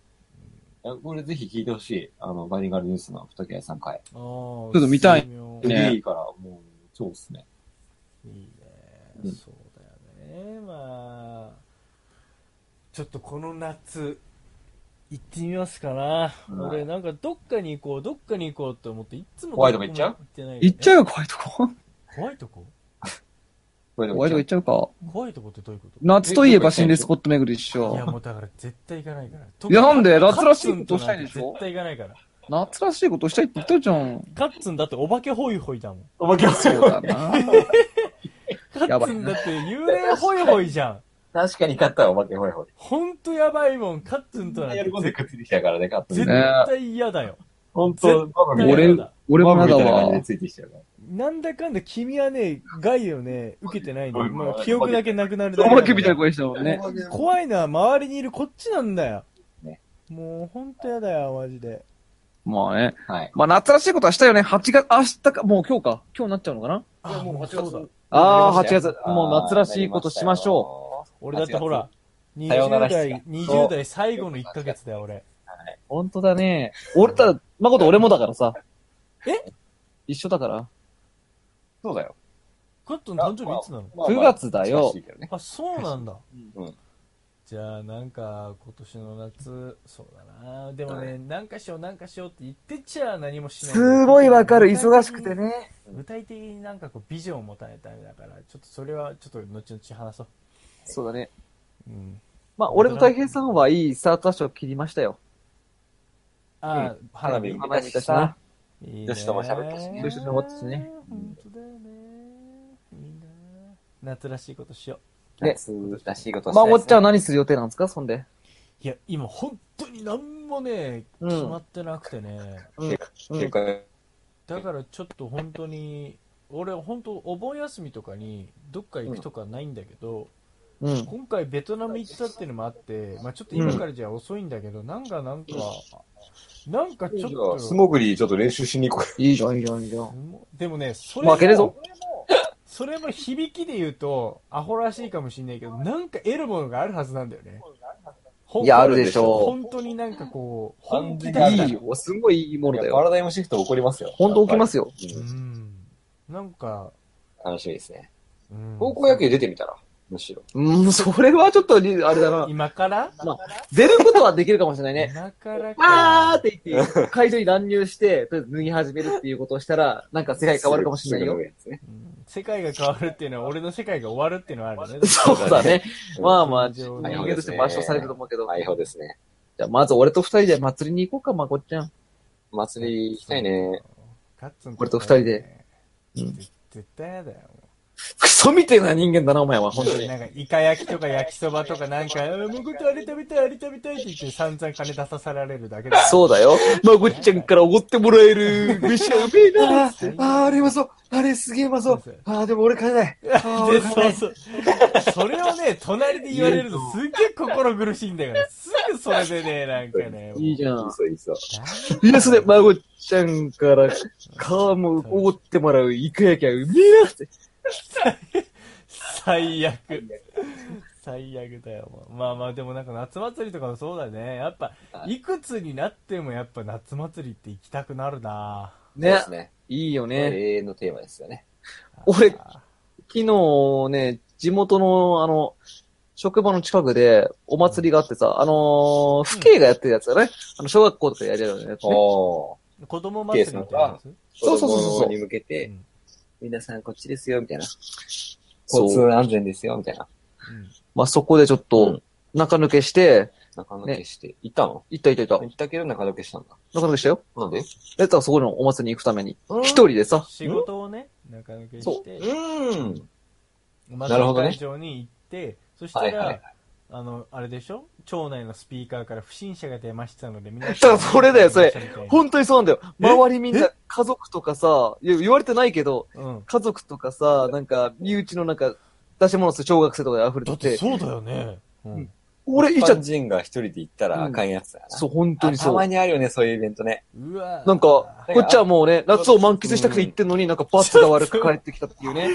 Speaker 3: あこれぜひ聞いてほしい。あの、バニガルニュースの二木屋さん回。
Speaker 1: 思う。
Speaker 4: ちょっと見たい
Speaker 1: ね
Speaker 3: い
Speaker 4: ね
Speaker 3: いから、もう、超おすすめ。
Speaker 1: いい
Speaker 3: うん
Speaker 1: ね。そうだよね。まあ、ちょっとこの夏、行ってみますかな。
Speaker 3: うん
Speaker 1: 俺、なんかどっかに行こう、どっかに行こうって思って、いつも
Speaker 3: 怖いとこ行っちゃう
Speaker 1: どこもってないよね
Speaker 4: 行っちゃうよ、怖いとこ。
Speaker 1: 怖いとこ
Speaker 3: これで
Speaker 4: 怖いとこ行っちゃうか。
Speaker 1: 怖いとこってどういうこと
Speaker 4: 夏といえば心霊スポット巡りっし
Speaker 1: いや、
Speaker 4: ょ。
Speaker 1: もうだから絶対行かないから。
Speaker 4: いやなんで
Speaker 1: 特に
Speaker 4: 夏らしいことしたいでし
Speaker 1: カッツ
Speaker 4: ょ
Speaker 1: ンとなんて絶対行かないから。
Speaker 4: 夏らしいことしたいって言ったじゃん。
Speaker 1: カッツンだってお化けホイホイだもん。
Speaker 3: おまけ
Speaker 4: そうだな。
Speaker 1: カ
Speaker 4: や
Speaker 1: ッ
Speaker 4: ば
Speaker 1: ツ
Speaker 4: い
Speaker 1: ン
Speaker 4: な
Speaker 1: だって幽霊ホイホイじゃん。
Speaker 3: 確かに買ったらおまけほいほい。
Speaker 1: ほんとやばいもん。カッツンとなんて
Speaker 3: 喜んで食ってきたからね、買った
Speaker 1: 絶
Speaker 3: ね。
Speaker 1: 対嫌だよ。
Speaker 3: 本当ママみたい
Speaker 4: 俺
Speaker 3: な。
Speaker 4: 俺も
Speaker 3: ママ
Speaker 4: ま
Speaker 3: み
Speaker 4: だ
Speaker 3: たいな感じで
Speaker 4: わ。
Speaker 3: ついてきたから。
Speaker 1: なんだかんだ君はね、害をね、受けてないんだよ。
Speaker 3: うん
Speaker 1: まあ、記憶だけなくなるだけ
Speaker 4: お
Speaker 1: だから
Speaker 4: まけみたいな声したもんね。
Speaker 1: 怖いのは周りにいるこっちなんだよ。
Speaker 3: ね
Speaker 1: もうほんとやだよ、マジで。
Speaker 4: まあね。
Speaker 3: はい。
Speaker 4: まあ夏らしいことはしたよね。8月、明日か、もう今日か。今日なっちゃうのかな
Speaker 1: あ、もうそうだ。
Speaker 4: ああ、8月。もう夏らしいことしましょ
Speaker 1: 俺だってほら、
Speaker 3: さようなら
Speaker 1: 20
Speaker 3: して
Speaker 1: 代、
Speaker 3: そう
Speaker 1: 20代最後の1ヶ月だよ、俺。
Speaker 4: う。ほんとだね。俺た、まこと俺もだからさ。
Speaker 1: え
Speaker 4: 一緒だから。
Speaker 3: う。そうだよ。
Speaker 1: カットの誕生日いつなの
Speaker 4: 9月だよ
Speaker 3: 近しいけどね
Speaker 1: あ、そうなんだ。
Speaker 3: うん
Speaker 1: じゃあ、なんか、今年の夏、そうだな。でもね、なんかしよう、なんかしようって言ってちゃ何もしない。
Speaker 4: ね。
Speaker 1: 具体的になんかこうビジョンを持たないためだから、ちょっとそれはちょっと後々話そう。
Speaker 4: そうだね。
Speaker 1: うん。
Speaker 4: まあ俺と大平さんはいいスタートダッシュを切りましたよ。
Speaker 1: ああ、花火。い
Speaker 3: 花
Speaker 4: 花見たしな。
Speaker 1: いね
Speaker 3: 女子とも喋ったしね
Speaker 4: 女子とも喋ったしね。
Speaker 1: 本当だよね。いいな。夏らしいことしよ
Speaker 4: ね
Speaker 3: 夏らしいことをした
Speaker 4: まあ
Speaker 3: いですね
Speaker 4: おっちゃんは何する予定なんですかそんで。
Speaker 1: う。いや、今本当になんもね、
Speaker 4: うん
Speaker 1: 決まってなくてね。
Speaker 3: 結構
Speaker 1: だからちょっと本当に、俺本当お盆休みとかにどっか行くとかないんだけど、
Speaker 4: うん。
Speaker 1: 今回ベトナム行ったっていうのもあって、まあちょっと今からじゃ遅いんだけど、なんかなんか、なんかちょっと、
Speaker 3: 素潜りちょっと練習しに行こ
Speaker 4: いいじゃん、いいじゃん、いいじゃん。
Speaker 1: でもね、それ
Speaker 4: 負けねえぞ
Speaker 1: も、それも響きで言うと、アホらしいかもしれないけど、なんか得るものがあるはずなんだよね。ほん
Speaker 4: いやあるでしょう
Speaker 1: 本当になんかこう、本気
Speaker 3: 完
Speaker 1: だ
Speaker 3: 全にあ
Speaker 1: な
Speaker 3: る
Speaker 4: いいよ。すごいいいも
Speaker 3: う。
Speaker 4: のだ
Speaker 3: いやパ
Speaker 4: よ。
Speaker 3: ラダイムシフト起こりますよ。
Speaker 4: ほんと起きますよ。
Speaker 3: やっぱり。
Speaker 1: う
Speaker 3: うん
Speaker 1: ん。なんか、
Speaker 3: 楽しみですね。
Speaker 1: うん
Speaker 3: 高校野球出てみたら、むしろ。
Speaker 4: うん、それはちょっとり、あれだな。
Speaker 1: 今から
Speaker 4: 出ることはできるかもしれ ないね。
Speaker 1: 今からか
Speaker 4: あーっ。て言って、会場に乱入して、とりあえず脱ぎ始めるっていうことをしたら、なんか世界変わるかもしれない
Speaker 3: すぐ脱。ぐ
Speaker 4: よ
Speaker 3: やつね
Speaker 1: うん世界が変わるっていうのは、俺の世界が終わるっていうのはあるよね。
Speaker 4: そうだね。まあまあ、
Speaker 1: 人
Speaker 4: 人
Speaker 1: 間
Speaker 4: 間
Speaker 1: と
Speaker 4: と
Speaker 1: し
Speaker 4: してて
Speaker 1: 抹
Speaker 4: 抹
Speaker 1: 消さ
Speaker 4: 消さ
Speaker 1: れ
Speaker 4: れ
Speaker 1: ると
Speaker 4: ると思うけど。
Speaker 3: 相棒ですね。
Speaker 4: じゃあ、まず俺と二人で祭りに行こうか、まこっちゃん。
Speaker 3: 祭り行きたいね。
Speaker 1: カッツン
Speaker 4: 俺と二人で。
Speaker 1: うん絶対嫌だよ。
Speaker 4: クソみてえな人間だな、お前は、本当に。
Speaker 1: なんか、イカ焼きとか焼きそばとかなんか、あーもうこっちあれ食べたい、あれ食べたいって言って散々金出さされるだけだよ。
Speaker 4: そうだよ。まこっちゃんからおごってもらえる飯がうめえ な。
Speaker 1: あーあれうま
Speaker 4: そう。あれすげえうま
Speaker 1: そう
Speaker 4: ああ、でも俺買えない。あ
Speaker 1: でそうそう。それをね、隣で言われるのすっげえ心苦しいんだから、すぐそれでね、なんかね。
Speaker 4: いいじゃん。
Speaker 3: そういそう。
Speaker 4: いや、それ、まこちゃんから、かもう、おごってもらうイカ焼きはうめえなって。
Speaker 1: 最悪。最悪だよ。もうまあまあ、でもなんか夏祭りとかもそうだね。やっぱ、いくつになってもやっぱ夏祭りって行きたくなるな
Speaker 3: そうで
Speaker 4: ね
Speaker 3: す。ね。
Speaker 4: いいよ
Speaker 3: 永
Speaker 4: ね。
Speaker 3: 遠のテーマですよね。
Speaker 4: 俺昨日ね、地元の、あの、職場の近くで、お祭りがあってさ、あのー、父兄がやってるやつだね。あの、小学校とかやりやるやつね。
Speaker 3: おー。
Speaker 1: 子供祭りみたいなやつ
Speaker 4: そうそうそうそう
Speaker 3: 子供に向けて、
Speaker 1: うん
Speaker 3: 皆さんこっちですよ、みたいな。
Speaker 4: そう
Speaker 3: 交通安全ですよ、みたいな。
Speaker 1: うん
Speaker 4: まあ、そこでちょっ
Speaker 3: う
Speaker 4: と
Speaker 3: ん、
Speaker 4: 中抜けして、
Speaker 3: 中抜けして。行ったの
Speaker 4: 行った行った行
Speaker 3: 行
Speaker 4: っ
Speaker 3: ったけど中抜けしたんだ。
Speaker 4: た。中抜けしたよ。
Speaker 3: なんで
Speaker 4: えっと、そこのお祭りに行くために。一人でさ、
Speaker 1: 仕事をね、中抜け
Speaker 4: そ
Speaker 1: して、
Speaker 3: うん。
Speaker 1: ま
Speaker 3: なるほどね
Speaker 1: 会場に行って、そしたら、
Speaker 3: はいはいはい
Speaker 1: あの、あれでしょ町内のスピーカーから不審者が出ましたので、皆
Speaker 4: だからそれだよそれ
Speaker 1: ほ
Speaker 4: 本当にそうなんだよ。周りみんな、家族とかさ、いや言われてないけど、
Speaker 1: うん。
Speaker 4: 家族とかさ、なんか、身内のなんか、出し物する小学生とかで溢れ
Speaker 1: だ
Speaker 4: て
Speaker 1: って
Speaker 4: て、
Speaker 1: そうだよね。うん。
Speaker 4: 俺、い
Speaker 3: 一
Speaker 4: ちゃ
Speaker 3: 般、人が一人で行ったらあかんやつだな。
Speaker 4: そう、本当
Speaker 3: あ
Speaker 4: に
Speaker 3: た
Speaker 4: そ
Speaker 3: ま
Speaker 4: う。
Speaker 3: にあるよね、そういうイベントね。
Speaker 1: うわ
Speaker 4: なんか、こっちはもうね、夏を満喫したくて行ってんのに、なんか罰が悪く帰ってきたっていうね。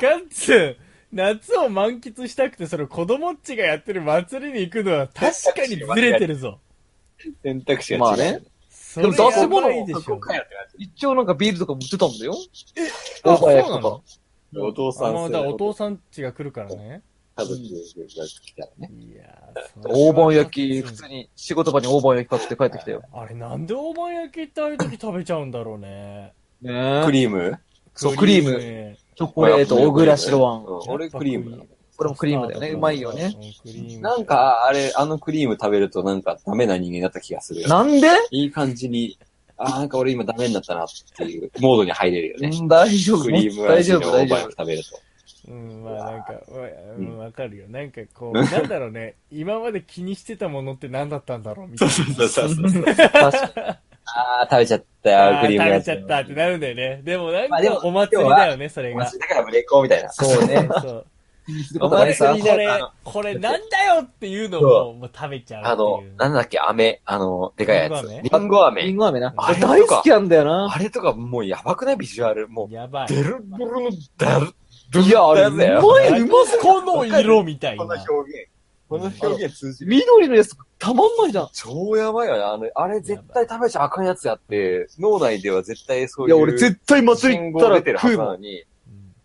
Speaker 1: ガッツ夏を満喫したくて、それ子供っちがやってる祭りに行くのは確かにずれてるぞ。
Speaker 3: 選択肢
Speaker 4: ま
Speaker 3: が違
Speaker 4: あ
Speaker 3: う。
Speaker 4: ね。
Speaker 1: それ
Speaker 4: でも出せ物
Speaker 1: やばいでしょ。
Speaker 3: かよってなっ
Speaker 4: 一応なんかビールとかも売ってたんだよ。
Speaker 1: あ
Speaker 4: 大林
Speaker 1: そうなの
Speaker 4: と
Speaker 3: てるお父さ
Speaker 1: あ
Speaker 3: ん
Speaker 1: まあ、
Speaker 3: 世
Speaker 1: だから
Speaker 3: 代
Speaker 1: お父さんちが来るからね。
Speaker 3: 家族が来たらね。
Speaker 1: いや
Speaker 4: か。大判焼き、普通に仕事場に大判焼き買って帰ってきたよ。
Speaker 1: あれなんで大判焼きってああいう時食べちゃうんだろうね。
Speaker 4: ね
Speaker 3: クリーム
Speaker 4: そうクリーム
Speaker 1: ね
Speaker 4: チョコレート、小倉白
Speaker 3: う
Speaker 4: ワ
Speaker 3: ん
Speaker 4: ン。
Speaker 3: 俺クリームだ。
Speaker 4: これもクリームだよね。うまいよね。。
Speaker 1: うんクリーム
Speaker 3: なん、か、あれ、あのクリーム食べるとなんかダメな人間になった気がするよ。
Speaker 4: なんで
Speaker 3: いい感じに、あーなんか俺今ダメになったなっていうモードに入れるよね。
Speaker 4: うん大丈夫。
Speaker 3: クリーム
Speaker 4: 大
Speaker 3: 味
Speaker 4: 丈
Speaker 3: の
Speaker 4: 夫、
Speaker 3: オ
Speaker 4: 大
Speaker 3: ー
Speaker 4: 丈
Speaker 3: バー
Speaker 4: 夫
Speaker 3: を。食べると。
Speaker 1: うん、まあなんか、う、
Speaker 3: うん
Speaker 1: わかるよ。なんかこう、なんだろうね、今まで気にしてたものって何だったんだろうみたいな。
Speaker 3: そうそうそう。
Speaker 4: 確かに
Speaker 3: あー食べちゃった
Speaker 1: あ
Speaker 3: よ、
Speaker 1: あ、
Speaker 3: クリー
Speaker 1: 食
Speaker 3: ムの
Speaker 1: べ
Speaker 3: やつ
Speaker 1: ちゃったってなるんだよね。でもなんか
Speaker 3: まあでも
Speaker 1: お祭りだよね、それ
Speaker 3: お前
Speaker 1: が
Speaker 3: そ。れだからブレイクオンみたいな。
Speaker 4: そうね。
Speaker 1: そう。
Speaker 3: お
Speaker 1: こ
Speaker 3: 前
Speaker 1: れ、
Speaker 3: それ
Speaker 1: こ
Speaker 3: にね
Speaker 1: れ
Speaker 3: あの、
Speaker 1: これなんだよっていうの
Speaker 3: そ
Speaker 1: をもう食べちゃう
Speaker 3: あの
Speaker 1: っていう、
Speaker 3: なんだっけ、飴。あの、でかいやつ。
Speaker 1: リンゴ飴
Speaker 3: リンゴ
Speaker 4: リ
Speaker 3: 飴。
Speaker 4: ンゴ飴な。
Speaker 1: あ
Speaker 3: れ
Speaker 4: 大好きなんだよな。
Speaker 3: あれとかもうやばくないビジュアル。もう、
Speaker 1: やばい。
Speaker 3: ベルブルのダル、
Speaker 4: いや、あれ、うま
Speaker 3: だよ
Speaker 4: い、うまそう。
Speaker 1: この色みたいな。
Speaker 3: 表現。この表現通じる。
Speaker 4: 緑のやつ、たまんないじゃん。
Speaker 3: 超やばいよね。あの、あれ絶対食べちゃあかんやつやって、脳内では絶対そう
Speaker 4: い
Speaker 3: いう。
Speaker 4: や、俺絶対祭り行ったら
Speaker 3: 出てるは
Speaker 4: 食
Speaker 3: ず
Speaker 4: う
Speaker 3: な
Speaker 4: も
Speaker 3: の
Speaker 4: ん。
Speaker 3: に、
Speaker 1: うん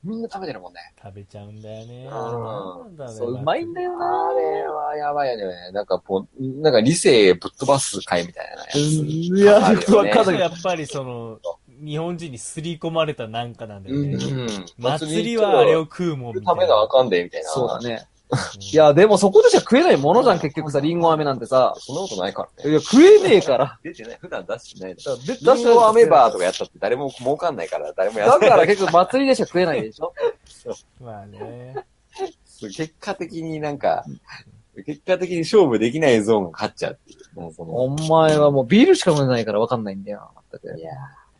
Speaker 3: みんな食べてるもんね。
Speaker 1: 食べちゃうんだよね。
Speaker 3: ん
Speaker 1: なんだろね
Speaker 4: そう、うまいんだよ
Speaker 3: あ
Speaker 4: な。
Speaker 3: れはやばいよね。なんかこう、なんか理性ぶっ飛ばす会みたいなやつ。
Speaker 4: いや、よくわかんないけ
Speaker 1: やっぱりその、日本人に刷り込まれたなんかなんだよね。
Speaker 3: うん。
Speaker 1: 祭りはあれを食うもんみたい
Speaker 3: 食べなあ
Speaker 1: な。
Speaker 3: かんで、みたい
Speaker 4: ど。
Speaker 3: な。
Speaker 4: そうだ。ね。
Speaker 1: うん
Speaker 4: い、や、でもそこでしか食えないものじゃん、結局さ、リンゴ飴なんてさ。
Speaker 3: そんなことないから
Speaker 4: い
Speaker 3: ね。
Speaker 4: や、食えねえから。
Speaker 3: 出てない。普段出してないだ
Speaker 4: だから出
Speaker 3: ろ。リンゴアメバー
Speaker 4: だ
Speaker 3: とかやったって誰も儲かんないから、誰もやら
Speaker 4: だ
Speaker 3: ない。
Speaker 4: から結構祭りでしか食えないでしょ。
Speaker 1: まあね。
Speaker 3: 結果的になんか、結果的に勝負できないゾーンが勝っちゃうっていう。もうその
Speaker 4: お前はもうビールしか飲んでないからわかんないんだよ。だって
Speaker 3: いや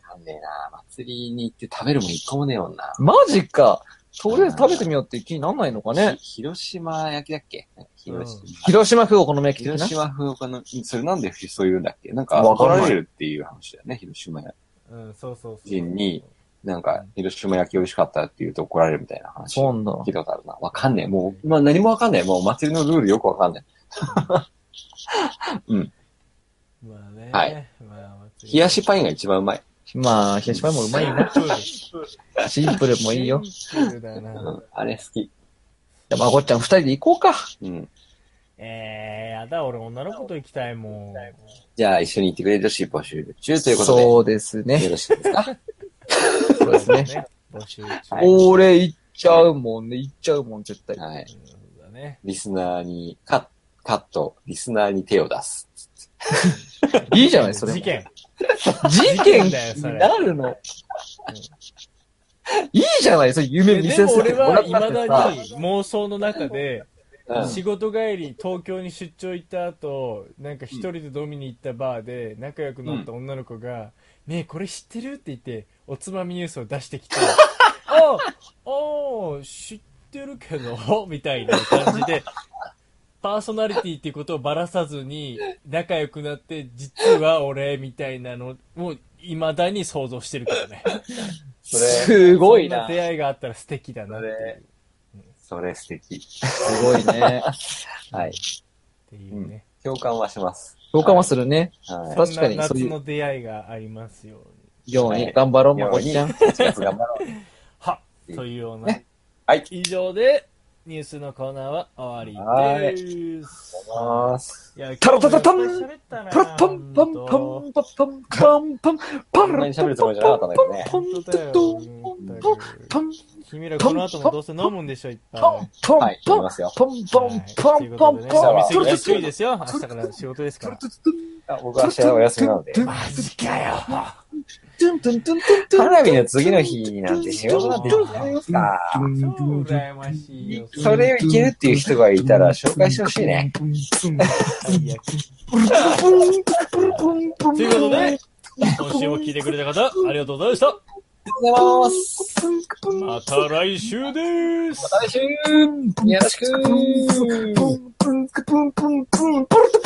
Speaker 3: ー、なんねえな祭りに行って食べるもん一個もねえもんな。
Speaker 4: マジか。とりあえず食べてみようっていう気になんないのかね。
Speaker 3: ひ広島焼きだっけ広島。
Speaker 4: 広島風お好み焼き的
Speaker 3: 広
Speaker 4: な。
Speaker 3: 島風かなそれなんでそういうんだっけなんか、
Speaker 4: わか
Speaker 3: 怒
Speaker 4: んない
Speaker 3: られるっていう話だよね、広島焼
Speaker 1: うん、そうそうそう。
Speaker 3: 人になんか、広島焼き美味しかったって言うと怒られるみたいな話。
Speaker 4: そうなんだ。
Speaker 3: 聞いたことあるな。わかんねえ。もう、まあ何もわかんない。もう祭りのルールよくわかんない。
Speaker 1: まあね。
Speaker 3: はい。
Speaker 1: まあ、祭り
Speaker 3: 冷やしパインが一番うまい。
Speaker 4: まあ、冷やしパイもうまいよね。
Speaker 1: そうです
Speaker 4: シンプルもいいよ。。
Speaker 1: シンプルだ
Speaker 3: う。
Speaker 1: なん
Speaker 3: あれ好き。
Speaker 4: じゃあ、まこっちゃん二人で行こうか。
Speaker 3: うん。
Speaker 1: えー、やだ、俺女の子と行きたいもん。
Speaker 3: じゃあ一緒に行ってくれる女子募集中ということで。
Speaker 4: そうですね
Speaker 3: よ。ろしいですか
Speaker 4: そうですね。
Speaker 1: 募集中。
Speaker 3: はい
Speaker 4: 俺行っちゃうもんね。行っちゃうもん、絶対。
Speaker 3: はい。
Speaker 1: そうだね。
Speaker 3: リスナーに、カッ、カット、リスナーに手を出す。
Speaker 4: いいじゃない、それも。
Speaker 1: 事件。
Speaker 4: 事
Speaker 1: 件
Speaker 4: 件
Speaker 1: だよそれ
Speaker 4: になるの。いいじゃない、それ夢見
Speaker 1: で
Speaker 4: せ
Speaker 1: も
Speaker 4: せ
Speaker 1: 俺
Speaker 4: てもら
Speaker 1: は
Speaker 4: ったって
Speaker 1: 未だ
Speaker 4: さ。
Speaker 1: に妄想の中で、
Speaker 3: うん
Speaker 1: 仕事帰り東京に出張行った後なんか一人で飲みに行ったバーで仲良くなった女の子が「ねえこれ知ってる?」って言っておつまみニュースを出して きて「ああ知ってるけど」 みたいな感じで。パーソナリティっていうことをばらさずに仲良くなって実は俺みたいなのを未だに想像してるからね。
Speaker 3: それ、
Speaker 4: すごいな
Speaker 1: そん。出会いがあったら素敵だなっていう。
Speaker 3: それ素敵。
Speaker 4: すごいね。
Speaker 3: はい。
Speaker 1: っていうね。
Speaker 3: 共感はします。
Speaker 4: 共感はするね。
Speaker 3: はい。
Speaker 4: 確かに
Speaker 1: そんな
Speaker 4: そう
Speaker 1: 夏
Speaker 4: いう
Speaker 1: の出会いがありますように。
Speaker 4: よう
Speaker 3: は
Speaker 4: に
Speaker 3: い
Speaker 4: 頑張ろう、ま
Speaker 3: よ
Speaker 4: こ
Speaker 3: う
Speaker 4: っ
Speaker 3: に
Speaker 4: ちゃん。
Speaker 3: 一月頑張ろう。
Speaker 1: は
Speaker 3: うん
Speaker 1: というような。
Speaker 3: ねはい。
Speaker 1: 以上で、ニュースのコーナーは終わりです。いや、
Speaker 4: タラタタタン
Speaker 1: 今日もいっぱい喋ったな
Speaker 4: パラッパンパンパンパッパンパンパンパ
Speaker 3: んなに
Speaker 4: ン
Speaker 3: 喋るつもりじゃなかったんだけどね
Speaker 4: パン
Speaker 1: 本当
Speaker 4: パ
Speaker 1: だよ
Speaker 4: ンパンパン
Speaker 1: 君らこの後もどうせ飲むんでしょ、いっぱい。
Speaker 4: パンパン
Speaker 3: はい、
Speaker 4: パ
Speaker 3: 飲
Speaker 4: ン
Speaker 3: みますよ。
Speaker 4: パンパンパンパンパン
Speaker 3: は
Speaker 4: パ
Speaker 3: いと
Speaker 4: ン
Speaker 3: いうこと
Speaker 1: は
Speaker 3: で
Speaker 1: 休みですよ。明日から仕事ですから。
Speaker 3: あ僕は明日お休みなので。
Speaker 1: ジかよ。
Speaker 3: 花火の次の日なんて仕事なんていいじゃないですか。
Speaker 1: 超羨ましいよ。
Speaker 3: それをいけるっていう人がいたら紹介してほしいね。
Speaker 1: 最悪ということで、今週も聞いてくれた方、ありがとうございました。
Speaker 3: ありがとうございます。
Speaker 1: また来週です。
Speaker 3: 来週よろしく
Speaker 4: パンプンプンプン、プルト